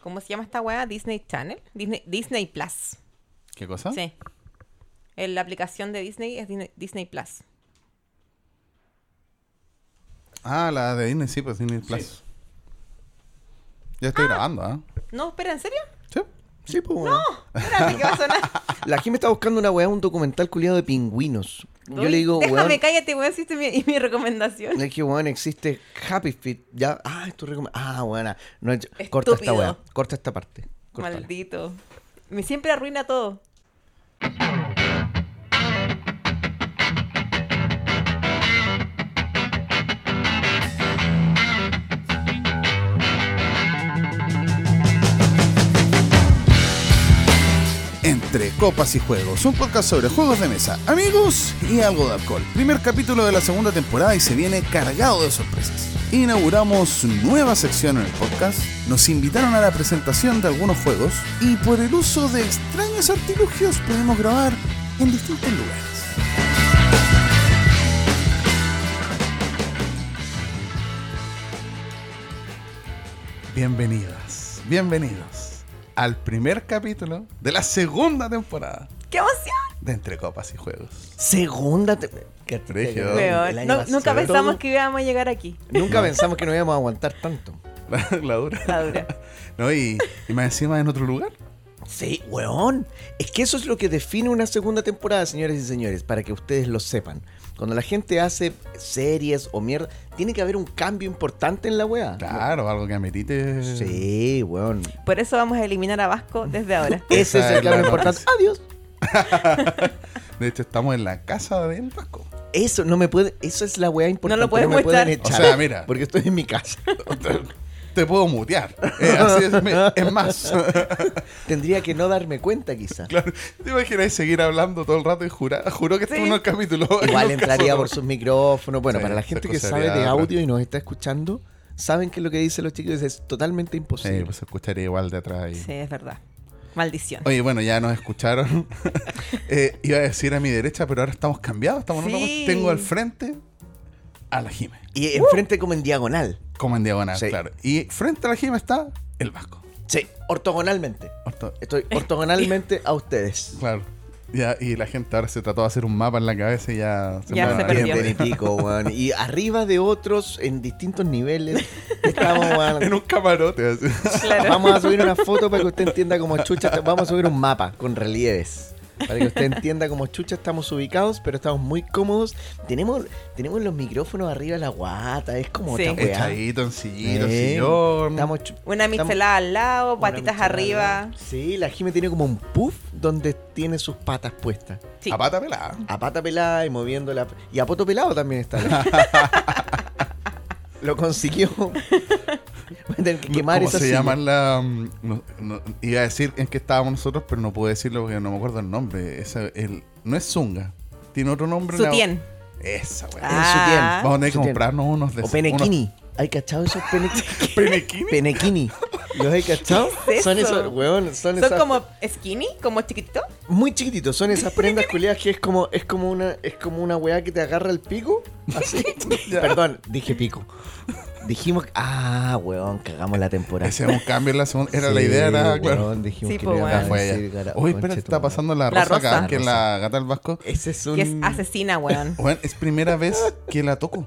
¿Cómo se llama esta weá? Disney Channel. Disney, Disney Plus. ¿Qué ¿Ah? cosa? Sí. El- la aplicación de Disney es Disney, Disney Plus. Ah, la de Disney, sí, pues Disney Plus. Ya estoy grabando, ¿ah? No, espera, ¿en serio? Sí. Sí, pues, weón. Espérate, que va a sonar. La Jim está buscando una weá, un documental culiado de pingüinos. Yo Uy, le digo, Déjame, weón. cállate, weón, si esta es mi, y mi recomendación. Le dije, weón, existe Happy Feet. Ya, ah, esto recom- Ah, buena. No, yo- corta esta Estúpido. weá. Corta esta parte. Córtala. Maldito. Me siempre arruina todo. Entre Copas y Juegos, un podcast sobre juegos de mesa, amigos y algo de alcohol. Primer capítulo de la segunda temporada y se viene cargado de sorpresas. Inauguramos nueva sección en el podcast, nos invitaron a la presentación de algunos juegos y por el uso de extraños artilugios pudimos grabar en distintos lugares. Bienvenidas, bienvenidos al primer capítulo de la segunda temporada ¡Qué emoción! de Entre Copas y Juegos. Segunda. te- Qué Brígido. weón, Weón, el año no- pasado. nunca pensamos Todo- que íbamos a llegar aquí. Nunca pensamos que nos íbamos a aguantar tanto. La, la dura. La dura. No, y, y más encima en otro lugar. Sí, weón. Es que eso es lo que define una segunda temporada, señores y señores, para que ustedes lo sepan. Cuando la gente hace series o mierda, tiene que haber un cambio importante en la weá. Claro, algo que amerite. Sí, weón. Por eso vamos a eliminar a Vasco desde ahora. Ese es Esa el es la cambio importante. noticia. Adiós. De hecho, estamos en la casa del Vasco. Eso no me puede, eso es la weá importante. No lo puedes me pueden mostrar. O echar, sea, mira. Porque estoy en mi casa. Te, te puedo mutear. Eh, así es, me- es más. Tendría que no darme cuenta quizá. Claro, ¿Te imaginas seguir hablando todo el rato y jurar? Juró que Sí. estuvo en el capítulo. Igual Nunca entraría sonó. por sus micrófonos. Bueno, Sí, para la esas gente que cosas sabe de variadas. audio y nos está escuchando, saben que lo que dicen los chicos es totalmente Sí, imposible. pues se escucharía igual de atrás. y- Sí, es verdad. Maldición. Oye, bueno, ya nos escucharon. Eh, iba a decir a mi derecha, pero ahora estamos cambiados. Estamos en otra Sí. cosa. Tengo al frente a la Jime, Y enfrente como en diagonal. como en diagonal, Sí. claro. Y frente a la Jime está el Vasco. Sí, ortogonalmente. Orto- Estoy ortogonalmente a ustedes. Claro. Ya, y la gente ahora se trató de hacer un mapa en la cabeza y ya Ya fueron se a- perdió. Bien, bien y pico, weón. Y arriba de otros, en distintos niveles, estamos, weón. En un camarote. así. Claro. Vamos a subir una foto para que usted entienda cómo chucha. está- Vamos a subir un mapa con relieves. Para que usted entienda cómo chucha estamos ubicados, pero estamos muy cómodos. Tenemos, tenemos los micrófonos arriba de la guata. Es como Sí. otra weá. Echadito en sillito, en Eh, sillón. estamos chu- Una estamos- michelada al lado, una patitas michelada arriba. al lado. Sí, la Jime tiene como un puff donde tiene sus patas puestas. Sí. A pata pelada. A pata pelada y moviéndola. Y a poto pelado también está. Lo consiguió. Voy a tener que quemar ¿Cómo esa se silla. llaman la...? mm, no- no- iba a decir en qué estábamos nosotros, pero no puedo decirlo porque no me acuerdo el nombre. Esa- el, no es Zunga. Tiene otro nombre. una- Sutien. Esa, weón. Ah. Vamos a tener que Sutien. comprarnos unos de O esos, Penequini. ¿Hay cachado esos penequini? unos- ¿Penequini? Penequini. ¿Los hay cachado? ¿Qué es son eso? esos, weón, son, Son esas- como skinny, como chiquitito. Muy chiquititos, son esas prendas culiadas que es como, es como una, es como una weá que te agarra el pico. Así. Ya. Perdón, dije pico. Dijimos, ah, weón, cagamos la temporada. Ese es un cambio en la segunda. Era Sí, la idea, era, weón, claro. dijimos Ah, Sí, pues, que po, le íbamos Ya a fue decir, ella. cara, Oye, concha espera, tu está madre. pasando la rosa, La acá, Rosa. que es la gata del Vasco. Ese es un. Que es asesina, weón. Bueno, es primera vez que la toco.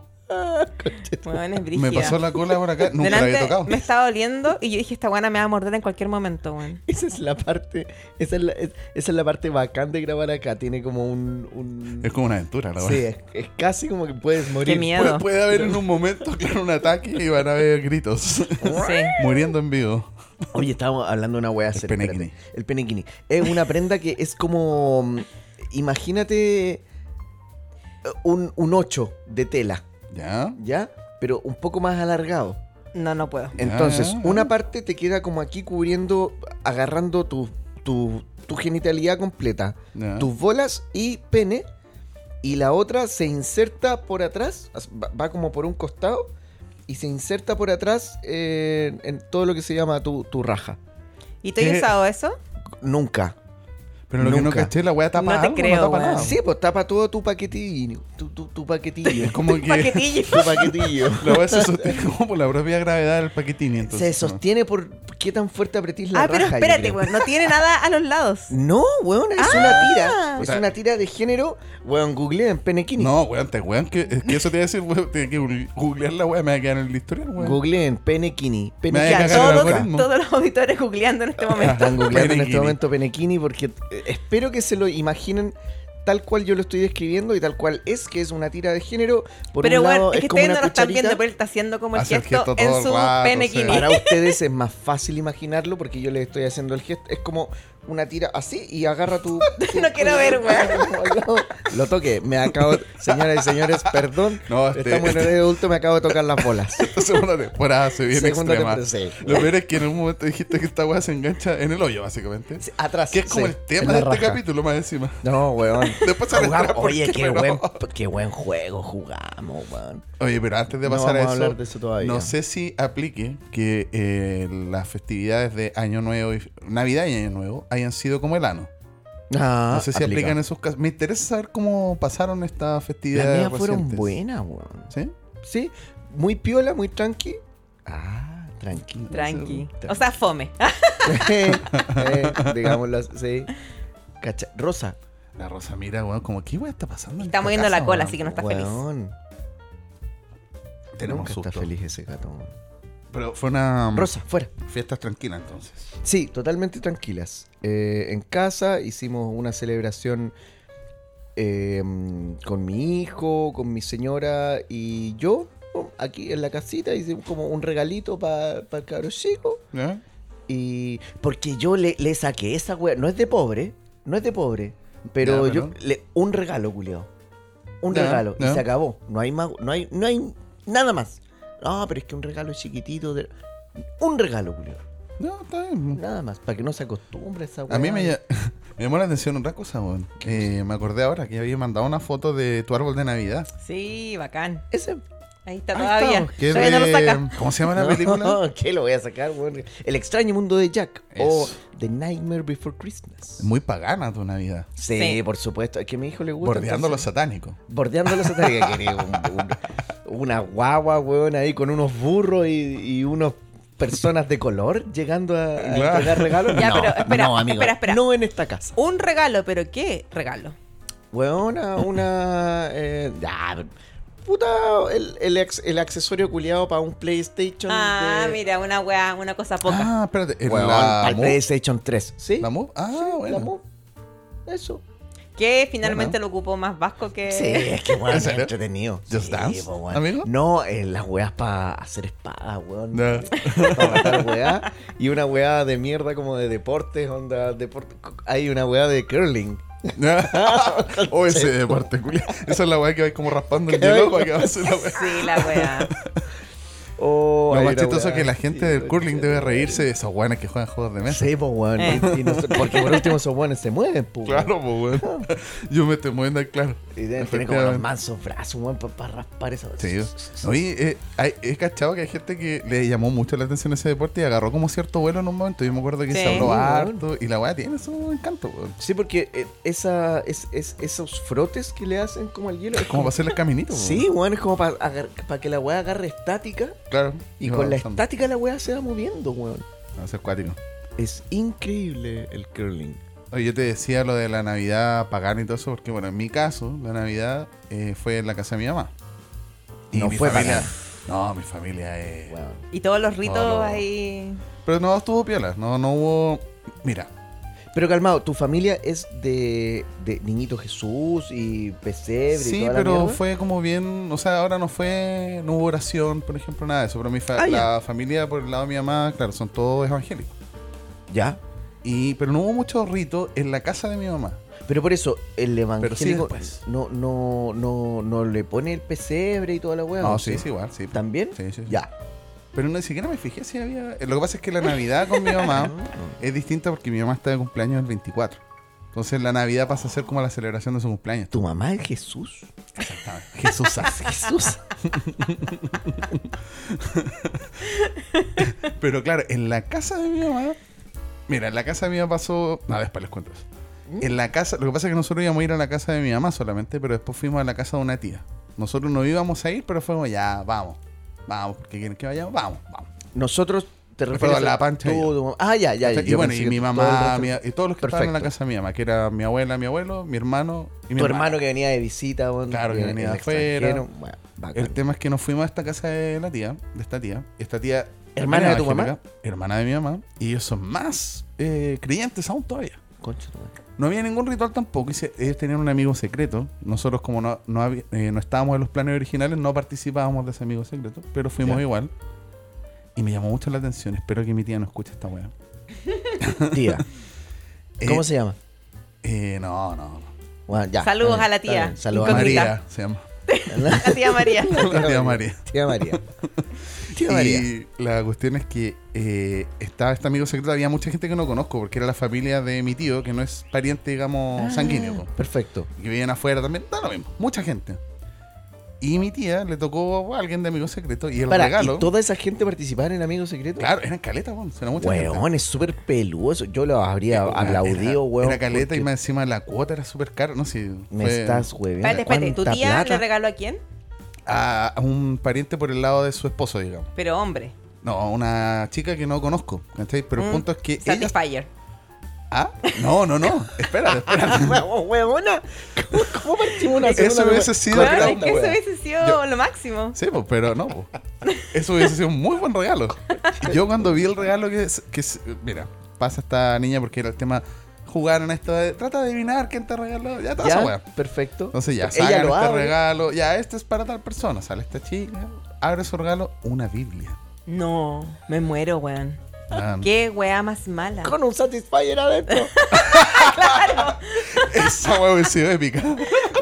Weón es brígida. Me pasó la cola por acá, nunca la había Delante tocado. me estaba doliendo y yo dije, esta guana me va a morder en cualquier momento, weón. Esa es la parte. Esa es la, es- esa es la parte bacán de grabar acá. Tiene como un. un- Es como una aventura, la sí, verdad. es, es casi como que puedes morir. Qué miedo. Puede, puede haber en un momento, claro, un ataque y van a haber gritos. Sí. Muriendo en vivo. Oye, estábamos hablando de una wea seria. penequini. espérate. El penequini. Es una prenda que es como. mm, Imagínate eh, un, un 8 de tela, ¿Ya? ¿ya? Pero un poco más alargado. No, no puedo. Entonces, Ah. una parte te queda como aquí cubriendo, agarrando tu, tu, tu genitalidad completa, Ya. tus bolas y pene. Y la otra se inserta por atrás, as- va- va como por un costado, y se inserta por atrás eh, en todo lo que se llama tu, tu raja. Eh, ¿Y tú has ¿Qué? usado eso? Nunca. Pero lo que no Nunca. caché, la weá tapa No te algo, creo, tapa weón. nada. Sí, pues tapa todo tu paquetillo. Tu, tu, tu paquetillo. Es como que Paquetillo. tu paquetillo. la weá se sostiene como por la propia gravedad del paquetín. y Se Entonces, sostiene por qué tan fuerte apretís la Ah, pero raja, yo espérate, creo. weón. Ah. No tiene nada a los lados. No, weón, es una tira. O Es sea- una tira de género. Weón, googleen penekini. No, weón, te weón, que, es que eso te iba a decir, weón, tiene que gu- googlear la weá, me va a quedar en el historial, weón. Googleen penekini. Me vaya a cagar Penekini. el Todos, algoritmo. Ah, todos los auditores googleando en este momento. Están googleando en este Penekini. momento penekini porque eh, espero que se lo imaginen tal cual yo lo estoy describiendo y tal cual es, que es una tira de género. Por pero un lado, bueno, es es, que como ustedes una no lo están cucharita. viendo, pues. pero él está haciendo como el Hace el gesto, gesto todo en el su rato, penequini. sí. Para ustedes es más fácil imaginarlo porque yo les estoy haciendo el gesto. Es como una tira así y agarra tu. No quiero ver, weón. Lo toqué. Me acabo. Señoras y señores, perdón. No, este- Estamos en horario de adulto, me acabo de tocar las bolas. Esta segunda temporada se viene Segunda extrema. temporada, sí. Lo peor es que en un momento dijiste que esta weá se engancha en el hoyo, básicamente. Sí, Atrás. Que es como sí, el en tema la de este raja. capítulo, más encima. No, weón. Después se Jugamos- vendrá por Oye, qué no. buen, qué buen juego jugamos, weón. Oye, pero antes de No pasar vamos a a, eso, hablar de eso todavía. no sé si aplique que eh, las festividades de Año Nuevo, y, Navidad y Año Nuevo, hayan sido como el ano. Ah, no sé si aplican esos casos. Me interesa saber cómo pasaron estas Las festividades. mías fueron recientes. buenas, weón. ¿Sí? Sí, muy piola, muy tranqui. Ah, tranqui. Tranqui. O sea, fome. Ah, eh, digámoslo así, sí. Cacha- Rosa. La Rosa mira, weón, como, ¿qué weón está pasando? en Está esta moviendo la casa, cola, weón? así que no está feliz. Weón, Tenemos nunca susto. está feliz ese gato. weón. Pero fue una. Rosa, fuera. Fiestas tranquilas, entonces. Sí, totalmente tranquilas. Eh, en casa hicimos una celebración eh, con mi hijo, con mi señora y yo. Aquí en la casita hicimos como un regalito para el cabro chico. ¿Ya? Y porque yo le, le saqué esa wea. No es de pobre, no es de pobre. Pero Ya, yo pero- le- un regalo, culiao. Un Ya, regalo. ya. Y se acabó. No hay más, no hay, no hay nada más. No, pero es que un regalo chiquitito de- Un regalo, culiao. No, está bien. Nada más. Para que no se acostumbre a esa wea. A mí me, ll- me llamó la atención otra cosa, weón. Eh, me acordé ahora que había mandado una foto de tu árbol de Navidad. Sí, bacán. Ese. Ahí está Ahí todavía. está, que todavía no lo de- saca. ¿Cómo se llama la película? Ah, No, ¿qué lo voy a sacar, weón? El extraño mundo de Jack. Eso. Mm. O The Nightmare Before Christmas. Muy pagana tu Navidad. Sí, Sí. por supuesto. Es que a mi hijo le gusta. Bordeando entonces- lo satánico. Bordeando los ataques, querido. Un- un- una guagua, weón, ahí con unos burros y, y unas personas de color llegando a, a Claro. entregar regalos. Ya, no, pero espera, no, amigo, espera, espera. No en esta casa. Un regalo, pero ¿qué regalo? Weona, una. eh, ya, puta, el, el, ex- el accesorio culiado para un PlayStation. Ah, de- mira, una weá, una cosa poca. Ah, espérate. el- Weón, la, al Move. PlayStation 3. ¿Sí? ¿La Move? Ah, Sí, bueno. la Move. Eso. que finalmente lo ocupó más vasco que. Sí, es que weón, ¿En es serio? entretenido. Just Sí, Dance, po, weón. amigo? No, eh, las weas para hacer espadas, weón. Ya. para matar weá, y una weá de mierda como de deportes, onda deporte. Hay una weá de curling. o Oh, ese de parte, culia. Esa es la weá que va como raspando el hielo para que avance la weá. Sí, la weá. O Lo Oh, hay más una chistoso weá es que la gente así, del weón. curling debe reírse de esos weones que juegan juegos de mesa. Sí, pues weón. Eh. y- y no sé- porque por último esos weones se mueven, pues. weón. Claro, pues weón. Yo me estoy moviendo, claro. Y deben tener como los Efectivamente. mansos brazos, weón, para raspar esa Sí. Oye, eh, hay- he cachado que hay gente que le llamó mucho la atención ese deporte y agarró como cierto vuelo en un momento. Yo me acuerdo que Sí. se habló Sí, harto y la weá tiene su encanto, weón. Sí, porque eh, esa, es, es- esos frotes que le hacen como al hielo. Es Como para hacerle el caminito, weón. Sí, weón, es como para que la weá agarre estática. Claro. Y va con la avanzando. estática la weá se va moviendo, weón. Va a ser cuático. Es increíble el curling. Oye, yo te decía lo de la Navidad pagana y todo eso, porque bueno, en mi caso, la Navidad eh, fue en la casa de mi mamá. No mi fue familia. pagana. No, mi familia es. Weón. Y todos los ritos No, no. ahí. Pero no estuvo piola, no, no hubo. Mira, Pero calmado, tu familia es de, de Niñito Jesús y Pesebre y sí, toda la pero mierda? fue como bien. O sea, ahora no fue. No hubo oración, por ejemplo, nada de eso. Pero mi fa- Ah, ya. la familia por el lado de mi mamá, claro, son todos evangélicos. Ya. Y, pero no hubo mucho rito en la casa de mi mamá. Pero por eso, el evangélico después. no, no, no, no le pone el pesebre y toda la weá. No, ¿o Ah, sí, sí, igual, sí. ¿También? Sí, sí, sí. Ya. Pero ni siquiera me fijé si había. Lo que pasa es que la Navidad con mi mamá es distinta porque mi mamá está de cumpleaños el 24. Entonces la Navidad pasa a ser como la celebración de su cumpleaños. ¿Tu mamá es Jesús? Jesús hace. Jesús. Pero claro, en la casa de mi mamá. Mira, en la casa de mi mamá pasó. A ver, para les cuento eso. ¿Mm? en la casa, lo que pasa es que nosotros íbamos a ir a la casa de mi mamá solamente, pero después fuimos a la casa de una tía. Nosotros no íbamos a ir, pero fuimos ya, vamos, vamos, porque quieren que vayamos, vamos, vamos. Nosotros te Perdón, refieres la a pancha tú, yo. tu mamá. Ah, ya, ya. O ya. sea, y Yo bueno, pensé y que mi todo el mamá, resto- mi- y todos los que estaban en la Perfecto. casa de mi mamá, que era mi abuela, mi abuelo, mi hermano y mi Tu hermano que venía de visita, bueno, Claro, que el- venía el de afuera. extranjero, bueno, bacán. El tema es que nos fuimos a esta casa de la tía, de esta tía. Esta tía. ¿Hermana de tu evangélica, Hermana de mi mamá. Y ellos son más eh, creyentes aún todavía. Concha tu madre. No había ningún ritual tampoco. y se- Ellos tenían un amigo secreto. Nosotros, como no, no, había- eh, no estábamos en los planes originales, no participábamos de ese amigo secreto. Pero fuimos Ya. igual. Y me llamó mucho la atención. Espero que mi tía no escuche esta weá. Tía, ¿cómo Eh, se llama? eh, no, no. Bueno, ya, Saludos está bien, a la está tía. bien. Saludos a Con- María. María Incógnita. se llama. La tía María. La tía María. Tía María. Tía María. Y la cuestión es que eh, estaba este amigo secreto, había mucha gente que no conozco, porque era la familia de mi tío, que no es pariente, digamos, Ah. sanguíneo, po, Perfecto. y que vivían afuera también, da lo mismo, mucha gente. Y mi tía le tocó a alguien de amigo secreto y el Para, regalo. ¿y toda esa gente participar en Amigos Secretos? Claro, eran caletas, weón, era mucha gente. Weón, es súper peluoso. Yo lo habría Era- aplaudido, weón. Era caleta y porque más encima la cuota era súper cara, no sé. Me fue estás, weón. Espérate, espérate. ¿Tu tía le regaló a quién? A, a un pariente por el lado de su esposo, digamos. Pero hombre. No, a una chica que no conozco, ¿cachai? Pero el Mm, punto es que ella Satisfyer. Ah, no, no, no. Espera, espera. Weona, ¿cómo, cómo partimos una Eso segunda hubiese wea? sido Corta Claro, la es onda, que eso wea. hubiese sido Yo- lo máximo. Sí, pues, pero no. pues. Eso hubiese sido un muy buen regalo. Yo cuando vi el regalo que, es- que es- mira, pasa esta niña porque era el tema jugaron a esto de trata de adivinar quién te regaló, ya toda esa Ya, wea. perfecto. Entonces ya Ella sacan lo este abre. regalo, ya este es para tal persona, sale esta chica, abre su regalo, una Biblia. No, me muero, weón. Ah, Qué weá más mala. Con un Satisfyer adentro. Esa wea hubiese sido épica.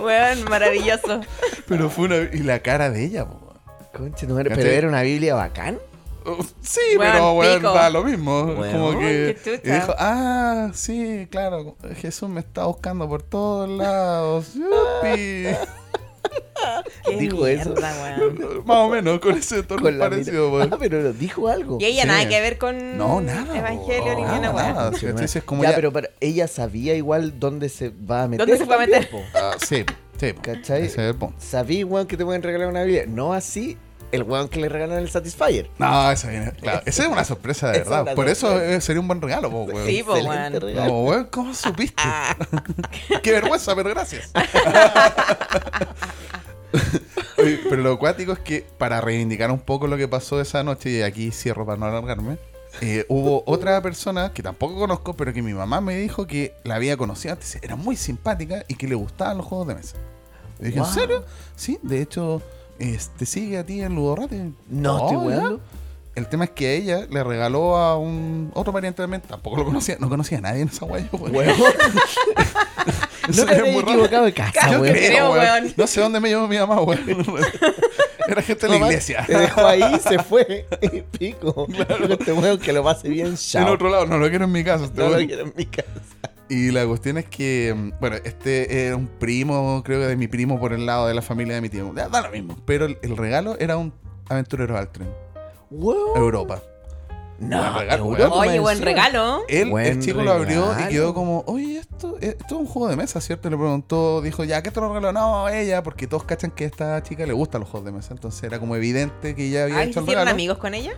Weón, maravilloso. Pero fue una y la cara de ella, po. Concha, tu madre, pero ¿Cachai? era una Biblia bacán. Uh, Sí, Weón, pero weón, pico. da lo mismo. Weón, como que qué chucha. y dijo, ah, sí, claro, Jesús me está buscando por todos lados. yupi". Qué Dijo eso. mierda, weón. Más o menos, con ese tono Con la parecido, mira- weón. Ah, pero dijo algo. Y ella Sí. nada que ver con No, nada. Evangelio weón, ni nada, ninguna weá. nada. Ah, Sí, entonces es como ya, ya- pero, pero ella sabía igual dónde se va a meter. ¿Dónde se fue a también, meter? po. Ah, sí, sí. ¿Cachai? Ese es el punto. Sabí, weón, que te pueden regalar una Biblia. No así el weón que le regalan el Satisfyer. No, esa viene. Claro, esa es una sorpresa de Esa es verdad. una Por eso sorpresa. eh, sería un buen regalo, po, weón. Sí, pues, Ah, po, Excelente weón. regalo. Como, weón, ¿cómo supiste? Qué vergüenza, pero gracias. Oye, pero lo cuático es que, para reivindicar un poco lo que pasó esa noche, y aquí cierro para no alargarme, eh, hubo otra persona que tampoco conozco, pero que mi mamá me dijo que la había conocido antes, era muy simpática y que le gustaban los juegos de mesa. Le dije, Wow. ¿en serio? Sí, de hecho, este, sigue a ti en Ludorate. No, estoy Oh, ya. weando. El tema es que a ella le regaló a un otro pariente también, tampoco lo conocía, no conocía a nadie en esa guaya. weón. Weón. Eso No te era habías muy raro. equivocado de casa, Yo Yo weón. creo, creo, weón. weón. No sé dónde me llevó mi mamá, weón. Era gente de la Nomás iglesia. Te dejó ahí, se fue. Y pico. Este weón que lo pase bien, En chao. otro lado, no lo quiero en mi casa. este No lo weón. quiero en mi casa. Y la cuestión es que, mm, bueno, este era un primo, creo que de mi primo por el lado de la familia de mi tío. Da, da lo mismo. Pero el, el regalo era un aventurero al tren, Weón. Europa. No, Buen regalo, Europa weón. Oye, más buen encima. regalo. Él, Buen el chico lo abrió y regalo. quedó como, oye, esto, esto es un juego de mesa, ¿cierto? Y Le preguntó, dijo, ya, ¿qué te lo regaló? No, ella, porque todos cachan que a esta chica le gustan los juegos de mesa. Entonces era como evidente que ella había Ay, hecho ¿se el hicieron regalo. amigos con ella?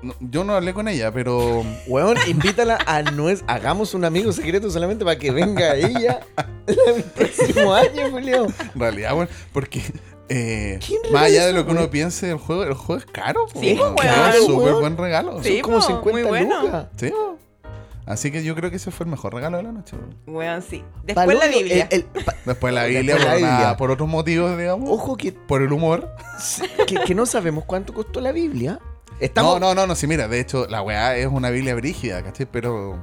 No, yo no hablé con ella, pero Weón, invítala a nuez. Hagamos un amigo secreto solamente para que venga ella el próximo año, Julio. en realidad, bueno, porque eh, ¿Quién regala más allá de eso, lo que uno güey? piense del juego, el juego es caro. po, Sí, weón. weón. Es un súper pues, Weón. buen regalo. Sí, Son como po, 50 muy bueno. lucas. Sí, po. Así que yo creo que ese fue el mejor regalo de la noche. weón. Weón, sí. Después Palolo, la Biblia. eh, el- el- pa- Después la Después Biblia, la por, una- Biblia. por otros motivos, digamos. ojo que, Por el humor. que, que no sabemos cuánto costó la Biblia. Estamos, No, no, no, no, sí, mira, de hecho, la weá es una Biblia brígida, ¿cachai? Pero.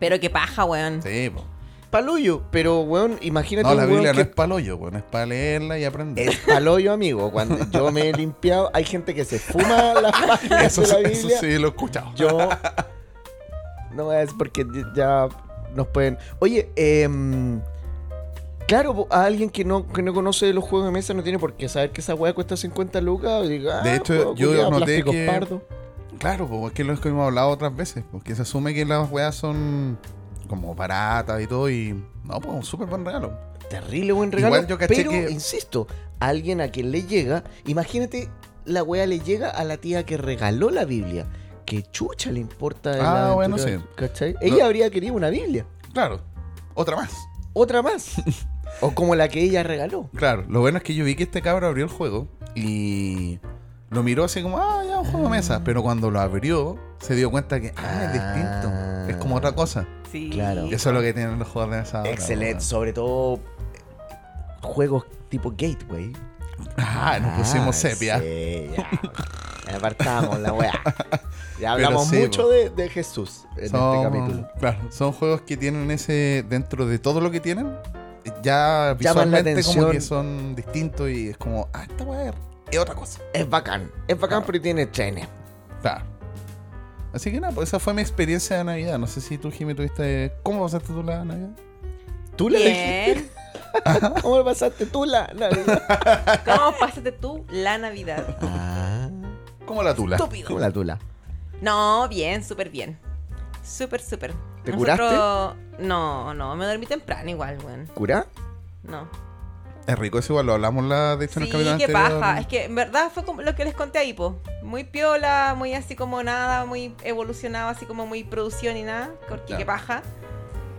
Pero qué paja, weón. eh. Sí, po. Paloyo, pero weón, imagínate No, la un weón Biblia no que es para hoyo, weón, es para leerla y aprender. es paloyo, amigo. Cuando yo me he limpiado, hay gente que se fuma las páginas Eso, de la sí- Biblia. eso sí lo he escuchado. Yo no es porque ya nos pueden. Oye, em, claro, po, a alguien que no, que no conoce de los juegos de mesa no tiene por qué saber que esa weá cuesta 50 lucas. y diga, De ah, hecho, juego yo culiao, noté plástico que- pardo. pues, Claro, porque es que lo que hemos hablado otras veces, porque se asume que las weas son como baratas y todo. Y no, pues un súper buen regalo. Terrible buen regalo. Igual yo caché pero, que- insisto, alguien a quien le llega, imagínate, la weá le llega a la tía que regaló la Biblia. Que chucha le importa de la Ah, bueno, aventura, sí. ¿Cachai? Ella habría querido una Biblia. Claro, otra más. Otra más. o como la que ella regaló. Claro, lo bueno es que yo vi que este cabro abrió el juego y lo miró así como, ah, ya, un juego de mesa. Pero cuando lo abrió, se dio cuenta que, ah, es distinto. Ah. Es como otra cosa. Sí. Claro. Y eso es lo que tienen los juegos de mesa. ahora, Excelente. weón. Sobre todo juegos tipo Gateway. Ah, nos pusimos sepia. Sí, ya. Apartamos la weá. Ya hablamos sí, po. mucho de, de Jesús en Son, este capítulo. Claro, son juegos que tienen ese, dentro de todo lo que tienen, ya Llaman la visualmente como atención. que son distintos y es como, ah, esta weá es otra cosa. Es bacán. Es bacán Ah. porque tiene trenes. Claro. Así que nada, pues esa fue mi experiencia de Navidad. No sé si tú, Jimmy, tuviste. ¿Cómo pasaste tú la Navidad? ¿Tú la elegiste? Bien. Ah, ¿Cómo pasaste tú la Navidad? ¿Cómo pasaste tú la Navidad? Ah, ¿Cómo la tula? Estúpido. ¿Cómo la tula? No, bien, súper bien. Súper, súper. ¿Te No, no, me dormí temprano igual, weón. ¿Cura? No. Es rico, es igual, lo hablamos la, de hecho en Sí, el capítulo qué anterior. paja. Es que en verdad fue como lo que les conté ahí, po. Muy piola, muy así como nada, muy evolucionado, así como muy producción y nada. Porque Claro. qué paja.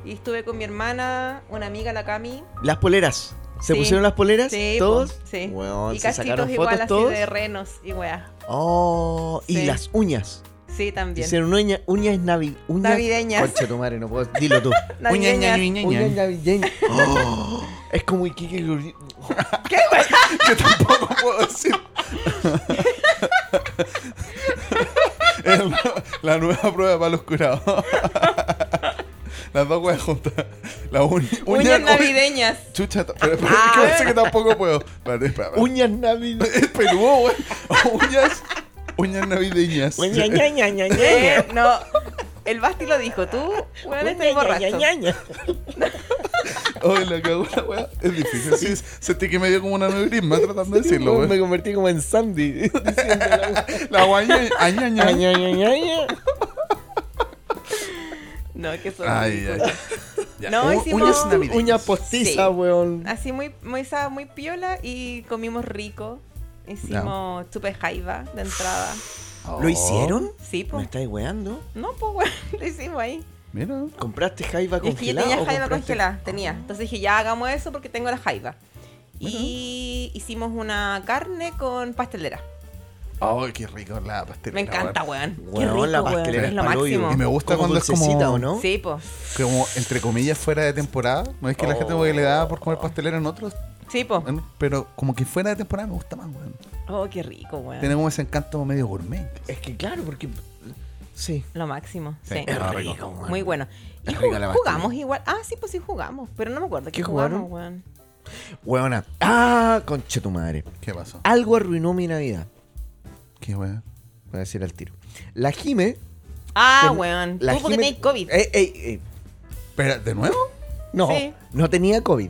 Y estuve con mi hermana, una amiga, la Cami. Las poleras. ¿Se Sí. pusieron las poleras? Sí, po, ¿Todos? sí. Weón, y ¿se sacaron cachitos fotos igual todos? así de renos y weá. Oh, y Sí. las uñas. Sí, también. Hicieron uña- uñas navi, uñas Navideñas. Concha tu madre, no puedo. Dilo tú. Navideñas. uñas navideñas. Oh, es como Iquique Gurri- Yo tampoco puedo decir. Es la- la nueva prueba para los curados. Las dos weas juntas. La uña. Uñas navideñas. Chucha, ta- pero, pero es que parece que tampoco puedo. Espérate, espérate. espérate. Uñas navideñas. Es peludo, wey. Uñas. Uñas navideñas. Uñas ñaña, ñaña, ñaña. Eh, no. El Basti lo dijo, tú, weón, estás Uñas borracho. ñaña, ñaña. Oye, la cagó la wea. Es difícil. Sí, sentí que me dio como una neurisma tratando de decirlo, Weón, Me wey. convertí como en Sandy. diciendo la- La guaña. Añaña. ¿Eh? Ñaña, ñaña, ñaña. No, que son Ay, ay. ridículos. Ya. Oh, No, U- hicimos- uñas navideñas. Uña postiza, Sí. weón. Así muy, muy, esa- muy piola y comimos rico. Hicimos chupe jaiba de entrada. Oh, ¿Lo hicieron? Sí, Oh. ¿Me pues. estáis weando? No, pues, weón, lo hicimos ahí. Mira. ¿Compraste jaiba Y es que yo congelada? tenía o jaiba compraste- Ah. congelada, tenía. Entonces dije, ya hagamos eso porque tengo la jaiba. Y hicimos una carne con pastelera. Ay, Oh, qué rico la pastelera. Me encanta, weón. Qué Weón, rico, la weón. pastelera Es lo pa'l hoyo. máximo. Y me gusta Como cuando es como- dulcecita, ¿o no? Sí, pues. Como, entre comillas, fuera de temporada. No es que la gente como que le da por comer pastelero en otros. Sí, pues. en- Pero como que fuera de temporada me gusta más, weón. Oh, qué rico, weón. Tiene como ese encanto medio gourmet. Es que claro, porque... Sí. Lo máximo, Sí. sí. Es Es rico. rico, weón. Muy bueno. Y Es rica ju- la jugamos igual. Ah, sí, pues sí jugamos. Pero no me acuerdo ¿Qué qué jugamos, weón. Weona. Ah, conche tu madre. ¿Qué pasó? Algo arruinó mi Navidad. ¿Qué weón? Voy a decir al tiro. La Jime. Ah, ten- weón. la Tú porque Jime- tenés COVID. Ey, ey, ey. Espera, ¿de nuevo? No, Sí. no tenía COVID.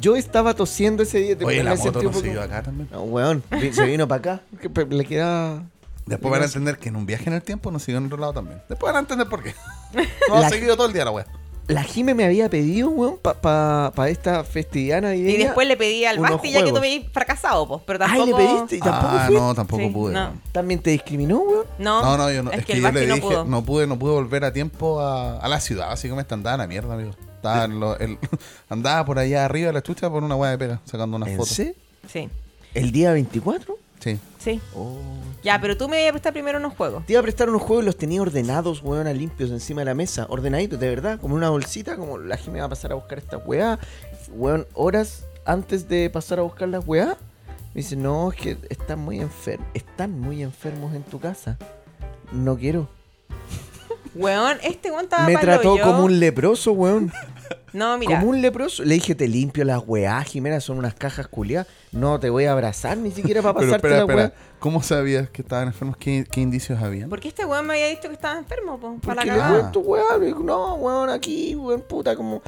Yo estaba tosiendo ese día. Oye, me la sentí moto un no poco- se dio acá también. No, weón. vi- Se vino para acá. que pe- Le quedaba... Después van a entender que en un viaje en el tiempo nos siguió en otro lado también. Después van a entender por qué. No La- ha seguido todo el día la wea. La Jime me había pedido, weón, para pa, pa esta festividad navideña. Y después le pedí al unos Basti ya que tú juegos. me habías fracasado, pues. Pero Ay, tampoco. le pediste y tampoco Ah, fui. no, tampoco Sí, pude. no. weón. También te discriminó, weón. No, No, no, yo no. Es, que, yo el Basti le no dije, pudo. no pude, no pude volver a tiempo a, a la ciudad, básicamente andaba en la mierda, amigo. Estaba en lo- el- andaba por allá arriba de la chucha por una hueá de pega, sacando unas ¿En fotos. serio? Sí, ¿El día 24? Sí. sí. Oh. Ya, pero tú me ibas a prestar primero unos juegos. Te iba a prestar unos juegos y los tenía ordenados, weón, a limpios encima de la mesa. Ordenaditos, de verdad. Como una bolsita, como la gente va a pasar a buscar esta weá. Weón, horas antes de pasar a buscar la weá. Me dice, no, es que están muy enfermos. Están muy enfermos en tu casa. No quiero. Weón, este weón estaba Me pa'l trató hoyo. como un leproso, weón. No, mira. Como un leproso. Le dije, te limpio las weá, Jimena, son unas cajas culiadas. No te voy a abrazar ni siquiera para Pero pasarte espera, la weá. espera. ¿Cómo sabías que estaban enfermos? ¿Qué, qué indicios habían? ¿Por qué este weón me había dicho que estaba enfermo, po? Para Porque la le cagada. cuento, weón. Le digo, no, weón, aquí, weón, puta, como.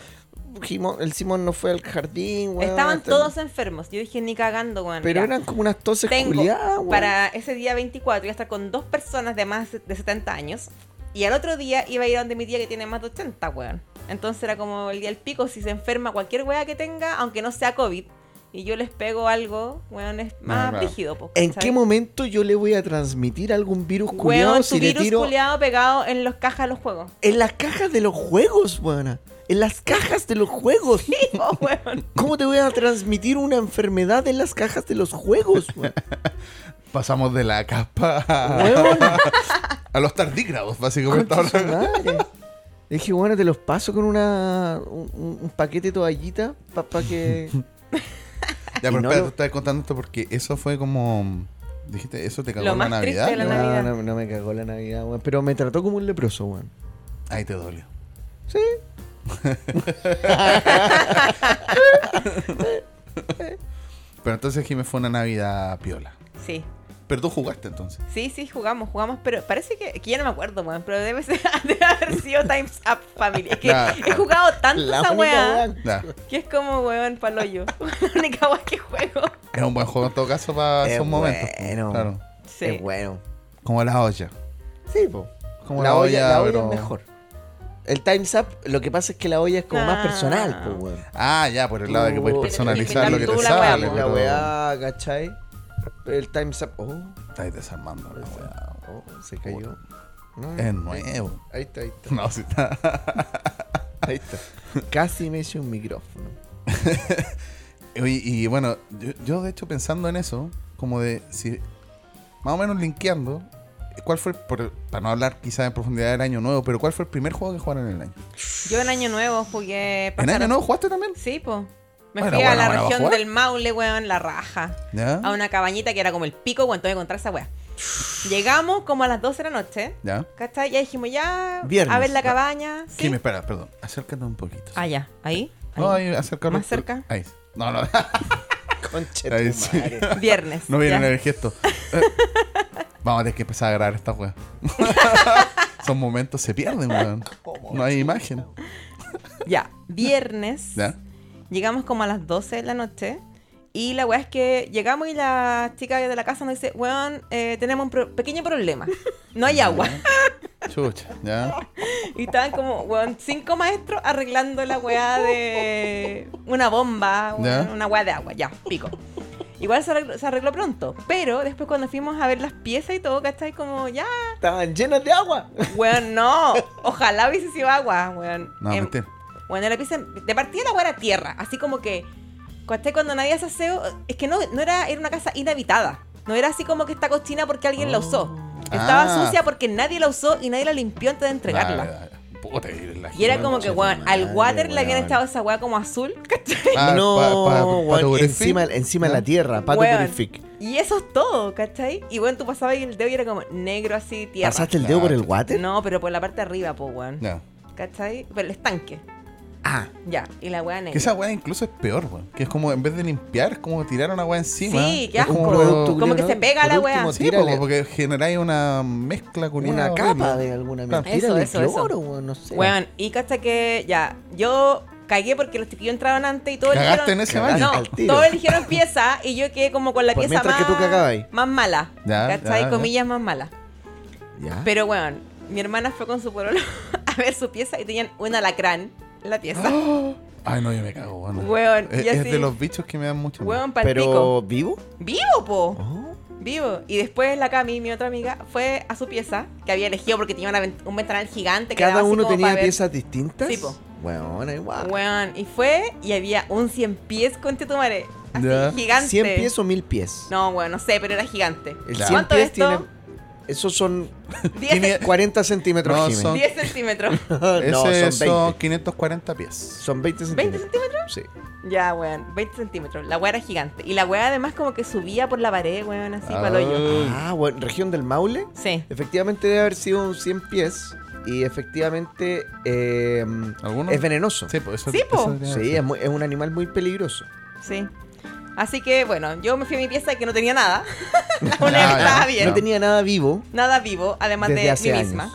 Jimo- el Simón no fue al jardín, weón. Estaban hasta- todos enfermos. Yo dije, ni cagando, weón. Pero ya. eran como unas toses Tengo culiadas, weón. para ese día 24 iba a estar con dos personas de más de 70 años Y al otro día iba a ir a donde mi tía que tiene más de 80, weón. Entonces era como el día del pico, si se enferma cualquier weá que tenga, aunque no sea COVID, y yo les pego algo, weón, es más claro. rígido. ¿En qué momento yo le voy a transmitir algún virus culiado Weón, si tu le virus tiro culiado pegado en los cajas de los juegos. en las cajas de los juegos, weona? En las cajas de los juegos. Oh, weón. ¿Cómo te voy a transmitir una enfermedad en las cajas de los juegos, weón? Pasamos de la capa a, Weón, a los tardígrados, básicamente. concha su ahora. madre. Le Dije, bueno, te los paso con una un, un- un paquete de toallita para que... Ya, pero Y no espera, lo- tú estabas contando esto porque eso fue como. Dijiste, eso te cagó Lo en la más triste de Navidad. la ¿no? Navidad. Ah, No, no, no me cagó la Navidad, weón. Pero me trató como un leproso, weón. Ahí te dolió. Sí. Pero entonces Jimé fue una Navidad piola. Sí. Pero tú jugaste entonces. Sí, sí, jugamos, jugamos, pero parece que, que ya no me acuerdo, weón, pero debe, ser, debe haber sido Times Up Family. Es que Claro. he jugado tanto esa weá weón. Ya. que es como, weón, paloyo. La única weá que juego. Es un buen juego en todo caso para Es esos momentos. bueno. Claro. Sí. Es bueno. Como la olla. Sí, po. Como la, la olla, olla, la olla pero- es mejor. El Times Up, lo que pasa es que la olla es como Ah. más personal, po, weón. Ah, ya, por el lado de que puedes Tú- personalizar lo que te Tú la sale. weá, La pero- weá, ¿cachai? El Times Up. Oh, Estáis desarmando la weá. oh, se cayó. No, Es nuevo. Ahí está, ahí está. No, si está. Ahí está. Casi me hice un micrófono. Oye, y bueno, yo, yo de hecho pensando en eso, como de si más o menos linkeando, ¿cuál fue, el- por- para no hablar quizás en profundidad del año nuevo, pero cuál fue el primer juego que jugaron en el año? Yo en Año Nuevo jugué. ¿En pájaros- año nuevo jugaste también? Sí, po. Me Bueno, fui a bueno, la bueno, región ¿jugar? Ah. del Maule, weón, la raja. ¿Ya? A una cabañita que era como el pico, weón, entonces encontrar esa weá. Llegamos como a las 12 de la noche. ¿Ya? ¿Cachai? Ya dijimos, ya. Viernes. A ver la cabaña. Sí. Jimmy, espera, perdón. Acércate un poquito. Ah, ya. Ahí. no, ahí. ahí, acércalo. ¿Más cerca? Ahí. No, no, Conche Ahí tu sí. madre. Viernes. no viene ya. en el gesto. Eh, Vamos a tener que empezar a grabar esta weá. Son momentos, se pierden, weón. No hay imagen. Ya, viernes. ¿Ya? Llegamos como a las 12 de la noche. Y la weá es que llegamos y la chica de la casa nos dice, weón, eh, tenemos un pro- pequeño problema. No hay agua. Chucha, ¿ya? Y estaban como, weón, cinco maestros arreglando la weá de una bomba, weón, Ya. una weá de agua, ya, pico. Igual se arregló, se arregló pronto, pero después cuando fuimos a ver las piezas y todo, ¿cachai? Como, ya, Estaban llenas de agua. weón, no, ojalá hubiese sido agua, weón. No, Em, mentira. Bueno, la pieza, de partida la weá era tierra, así como que, ¿cachai? Cuando nadie hace aseo, es que no, no era, era una casa inhabitada. No era así como que está cochina porque alguien la usó. Estaba Ah. sucia porque nadie la usó y nadie la limpió antes de entregarla. Vale, vale. Puta, y la Y era gente- como que, weón, al water le habían echado esa weá como azul, ¿cachai? Ah, no, pa- pa- pa- weón, Pato Purific. encima, encima la tierra, Pato Weón. Purific. Y eso es todo, ¿cachai? Y bueno, tú pasabas ahí el dedo y era como negro así, tierra. ¿Pasaste el dedo por el Claro. water? No, pero por la parte de arriba, po, weón. Ya. ¿Cachai? Por el estanque. Ah, Ya, y la weá Que negra. esa weá incluso es peor, weón. Que es como, en vez de limpiar, es como tirar una weá encima. Sí, qué Es asco. como- Como que se pega la weá. weá. Sí, po, porque generáis una mezcla con una capa de alguna Claro. mierda. Ah. Eso, Tírale eso, eso. cloro, weón, no sé. Weón, y cachai que, ya, yo cagué porque los chiquillos entraron antes y todos Cagaste en eligieron... ese Cagaste baño. No, al tiro. todos eligieron pieza y yo quedé como con la Por pieza mientras más... que tú cagabas ahí. Más mala. Ya, ¿Cachai? ya, Ah. ya. Comillas más mala. Ya. Pero weón, mi hermana fue con su pololo a ver su pieza y tenían un alacrán en la pieza. Ay, no, yo me cago, weón. Weón, y Eh, es, es así- de los bichos que me dan mucho. miedo. Weón, pa'l pico. Pero vivo. Vivo, po. Oh. Vivo. Y después la Cami, mi otra amiga, fue a su pieza, que había elegido porque tenía una ven- un ventanal gigante. que daba Cada así uno como pa' tenía ver. piezas distintas. Sí, po. Weón, igual. Weón, y fue y había un 100 pies con Tetumare. Así, Ya. gigante. 100 pies o 1000 pies. No, weón, no sé, pero era gigante. El Ya. 100 ¿Cuánto pies es esto? tiene. Esos son 10, 40 centímetros. No, Jimé. son- 10 centímetros. no, son 20. Ese son Son, 540 pies. 20 ¿20 centímetros. centímetros? Sí. Ya, weón, 20 centímetros. La weá era gigante. Y la weá además como que subía por la pared, weón, así, Ah. para hoyo. Ah, bueno, región del Maule. Sí. Efectivamente debe haber sido un 100 pies. Y efectivamente eh, ¿Alguno? es venenoso. Sí, po, eso, Sí, po. eso- Sí, es, muy- es un animal muy peligroso. Sí. Así que bueno, yo me fui a mi pieza que no tenía nada. La Ya, moneda Ah, ya. estaba bien. No tenía nada vivo. Nada vivo, además Desde de hace mí años. misma.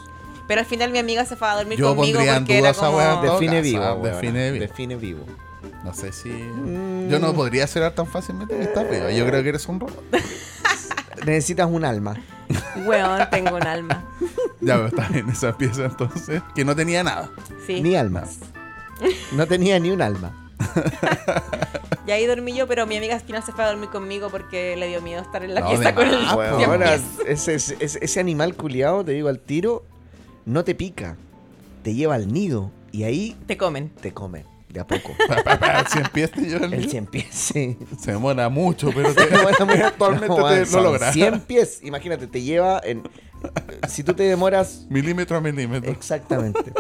Pero al final mi amiga se fue a dormir Yo conmigo pondría en porque era duda esa como... weá, de- Define caso, vivo, ah, weona, define vivo. Define vivo. No sé si. Mm. Yo no podría cerrar tan fácilmente que está arriba. Yo creo que eres un robot. Necesitas un alma. Weón, tengo un alma. Ya, pero está en esa pieza entonces, que no tenía nada. Sí. Ni alma. No tenía ni un alma. Y ahí dormí yo, pero mi amiga al final se fue a dormir conmigo porque le dio miedo estar en la No, fiesta de con el más, Bueno, pues. Bueno, Ah, ahora, ese, ese- ese animal culiado, te digo al tiro, no te pica. Te lleva al nido y ahí Te comen. te come de a poco. Pa, pa, pa, si empiezas te lleva el El nido. 100 pies, sí. Se demora mucho, pero te- actualmente No, te- man, lo son logras. 100 pies, imagínate, te lleva en... Si tú te demoras... Milímetro a milímetro. Exactamente.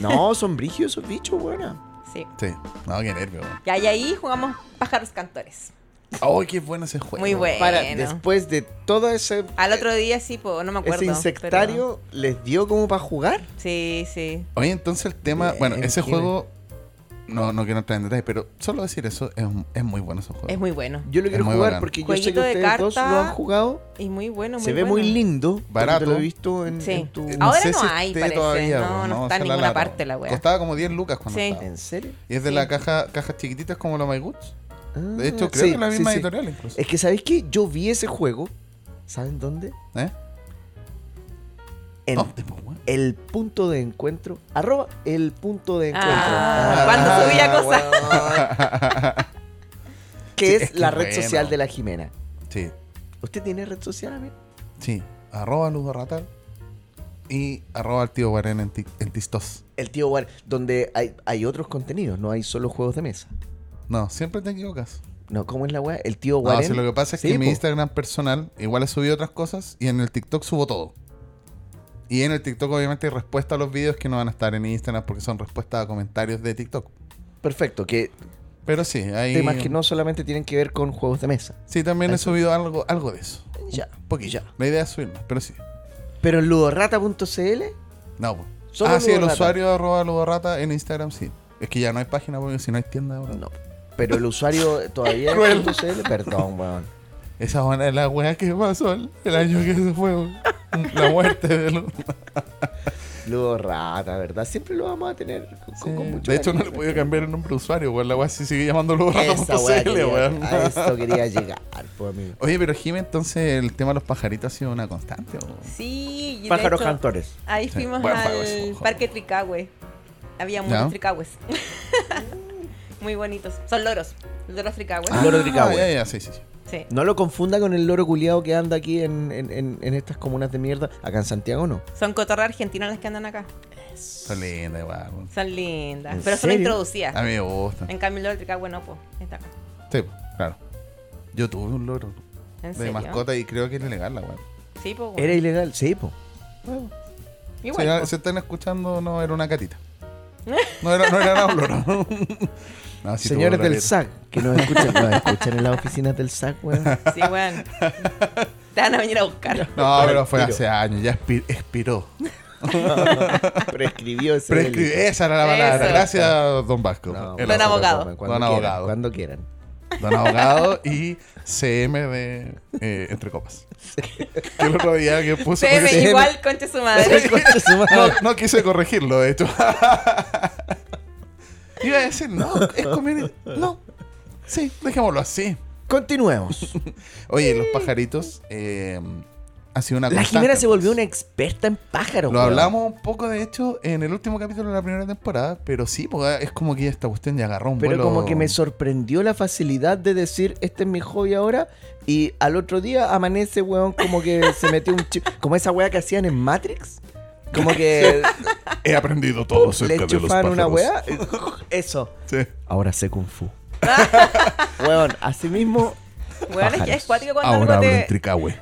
No, son brígidos esos bichos, buena. Sí. Sí. No, qué nervio. weón. Ya, y ahí jugamos pájaros cantores. Ay, Oh, qué bueno ese juego. Muy bueno. Para, después de todo ese... Al otro día sí, po, no me acuerdo. Ese insectario les dio como para jugar. pero- Sí, sí. Oye, entonces el tema, bueno, Bien, ese qué juego, no, no quiero entrar en detalle, pero solo decir eso, es, es muy bueno ese juego. Es muy bueno. Yo lo Es quiero muy jugar bacán. porque yo sé que Jueguito de ustedes dos lo carta, han jugado. Y muy bueno, muy Se ve bueno. muy lindo. Barato. porque Lo he visto en, Sí. en tu... Eh, Ahora no si hay, esté parece. No, weón, no está en se ninguna lata, parte weón. la weá. Costaba como 10 lucas cuando Sí. estaba. ¿En serio? Y es de Sí. Mm, la caja, cajas chiquititas como los My Goods. De hecho, Ah, creo sí, que es la sí, misma sí. editorial incluso. Es que, ¿sabéis que Yo vi ese juego. ¿Saben dónde? ¿Eh? En No, te pongo, weón. el punto de encuentro. Arroba el punto de encuentro. Ah, ¿cuándo subía cosas? que Sí, es, es que la red bueno. social de la Jimena. Sí, ¿Usted tiene red social, amigo? sí. Arroba Ludo Ratal y arroba al tío Guarén en, ti- en Tistos. El tío War, donde hay, hay otros contenidos, no hay solo juegos de mesa. No, siempre te equivocas. No, ¿cómo es la weá? El tío No, Warren. si lo que pasa es que Sí, en mi po. Instagram personal igual he subido otras cosas y en el TikTok subo todo. Y en el TikTok obviamente hay respuesta a los videos que no van a estar en Instagram porque son respuestas a comentarios de TikTok. Perfecto, que Pero sí, hay... temas que no solamente tienen que ver con juegos de mesa. Sí, también he Eso. subido algo, algo de eso. Ya, Un poquito. ya. La idea es subir más, pero sí. Pero en ludorrata.cl, No, po. Solo Ah, sí, el Ludorata. usuario arroba ludorata en Instagram, sí. Es que ya no hay página porque si no hay tienda ahora. no. Pero el usuario todavía es .cl, perdón, weón. Esa buena es la weá que pasó el, el año que se fue. weón. La muerte de Lu. Ludorrata, ¿verdad? Siempre lo vamos a tener con, Sí. con mucho De hecho, no le cariño. he podido cambiar el nombre de usuario, weón. La weá sí sigue llamando Esa weá ludorata.cl, quería- weón. A esto quería llegar, pues, amigo. Oye, pero Jimé, entonces el tema de los pajaritos ha sido una constante. ¿o? Sí, y de Pájaros hecho, cantores. Ahí Sí, fuimos buen juego al ese, buen juego. parque Tricahue. Había muchos ¿Ya? tricagües. muy bonitos. Son loros. Los de los tricagües. Ah. loro Tricahue. ya, ya, sí, sí. sí. Sí. No lo confunda con el loro culiado que anda aquí en, en- en- en estas comunas de mierda. Acá en Santiago no. Son cotorras argentinas las que andan acá. Son lindas, weón. Son lindas. ¿En Pero son serio? introducidas. A mí me gustan. En cambio, el loro del Tricahue no, po. Está acá. Sí, claro. Yo tuve un loro ¿En de serio? mascota y creo que es ilegal la weón. Sí, po. bueno. ¿Era ilegal? Sí, po. Igual, si, po. si están escuchando, no era una catita. No era, no era nada un loro. No, sí tuve Señores un del lorito. SAC, que nos escuchan, nos escuchan en las oficinas del SAC, weón. Sí, weón. Te van a venir a buscar. No, pero fue Tiro. hace años, ya expi- expiró. Prescribió ese Pero es que delito. esa era la palabra. Eso. Gracias, don Vasco. No, El bueno, Don abogado. Don bueno, Cuando quieran, abogado. cuando quieran. Don abogado y CM de eh, Entre Copas. Que el otro día que puso. Se ve porque- igual, conche su madre. Concha su madre. No, no quise corregirlo, de hecho. Iba a decir, no, es conveniente. No. Sí, dejémoslo así. Continuemos. Oye, los pajaritos eh, ha sido una La constante, Jimena se volvió una entonces. experta en pájaros. Lo weón. hablamos un poco, de hecho, en el último capítulo de la primera temporada, pero sí, porque es como que esta cuestión ya agarró un Pero vuelo- como que me sorprendió la facilidad de decir, este es mi hobby ahora. Y al otro día amanece, weón, como que se metió un chip. Como esa weá que hacían en Matrix. Como que He aprendido todo le acerca de los enchufaban una pájaros. weá. eh, Eso. Sí. Ahora sé Kung Fu. weón, así mismo. Weón, es que es cuático cuando Ahora algo hablo te... en Tricahue.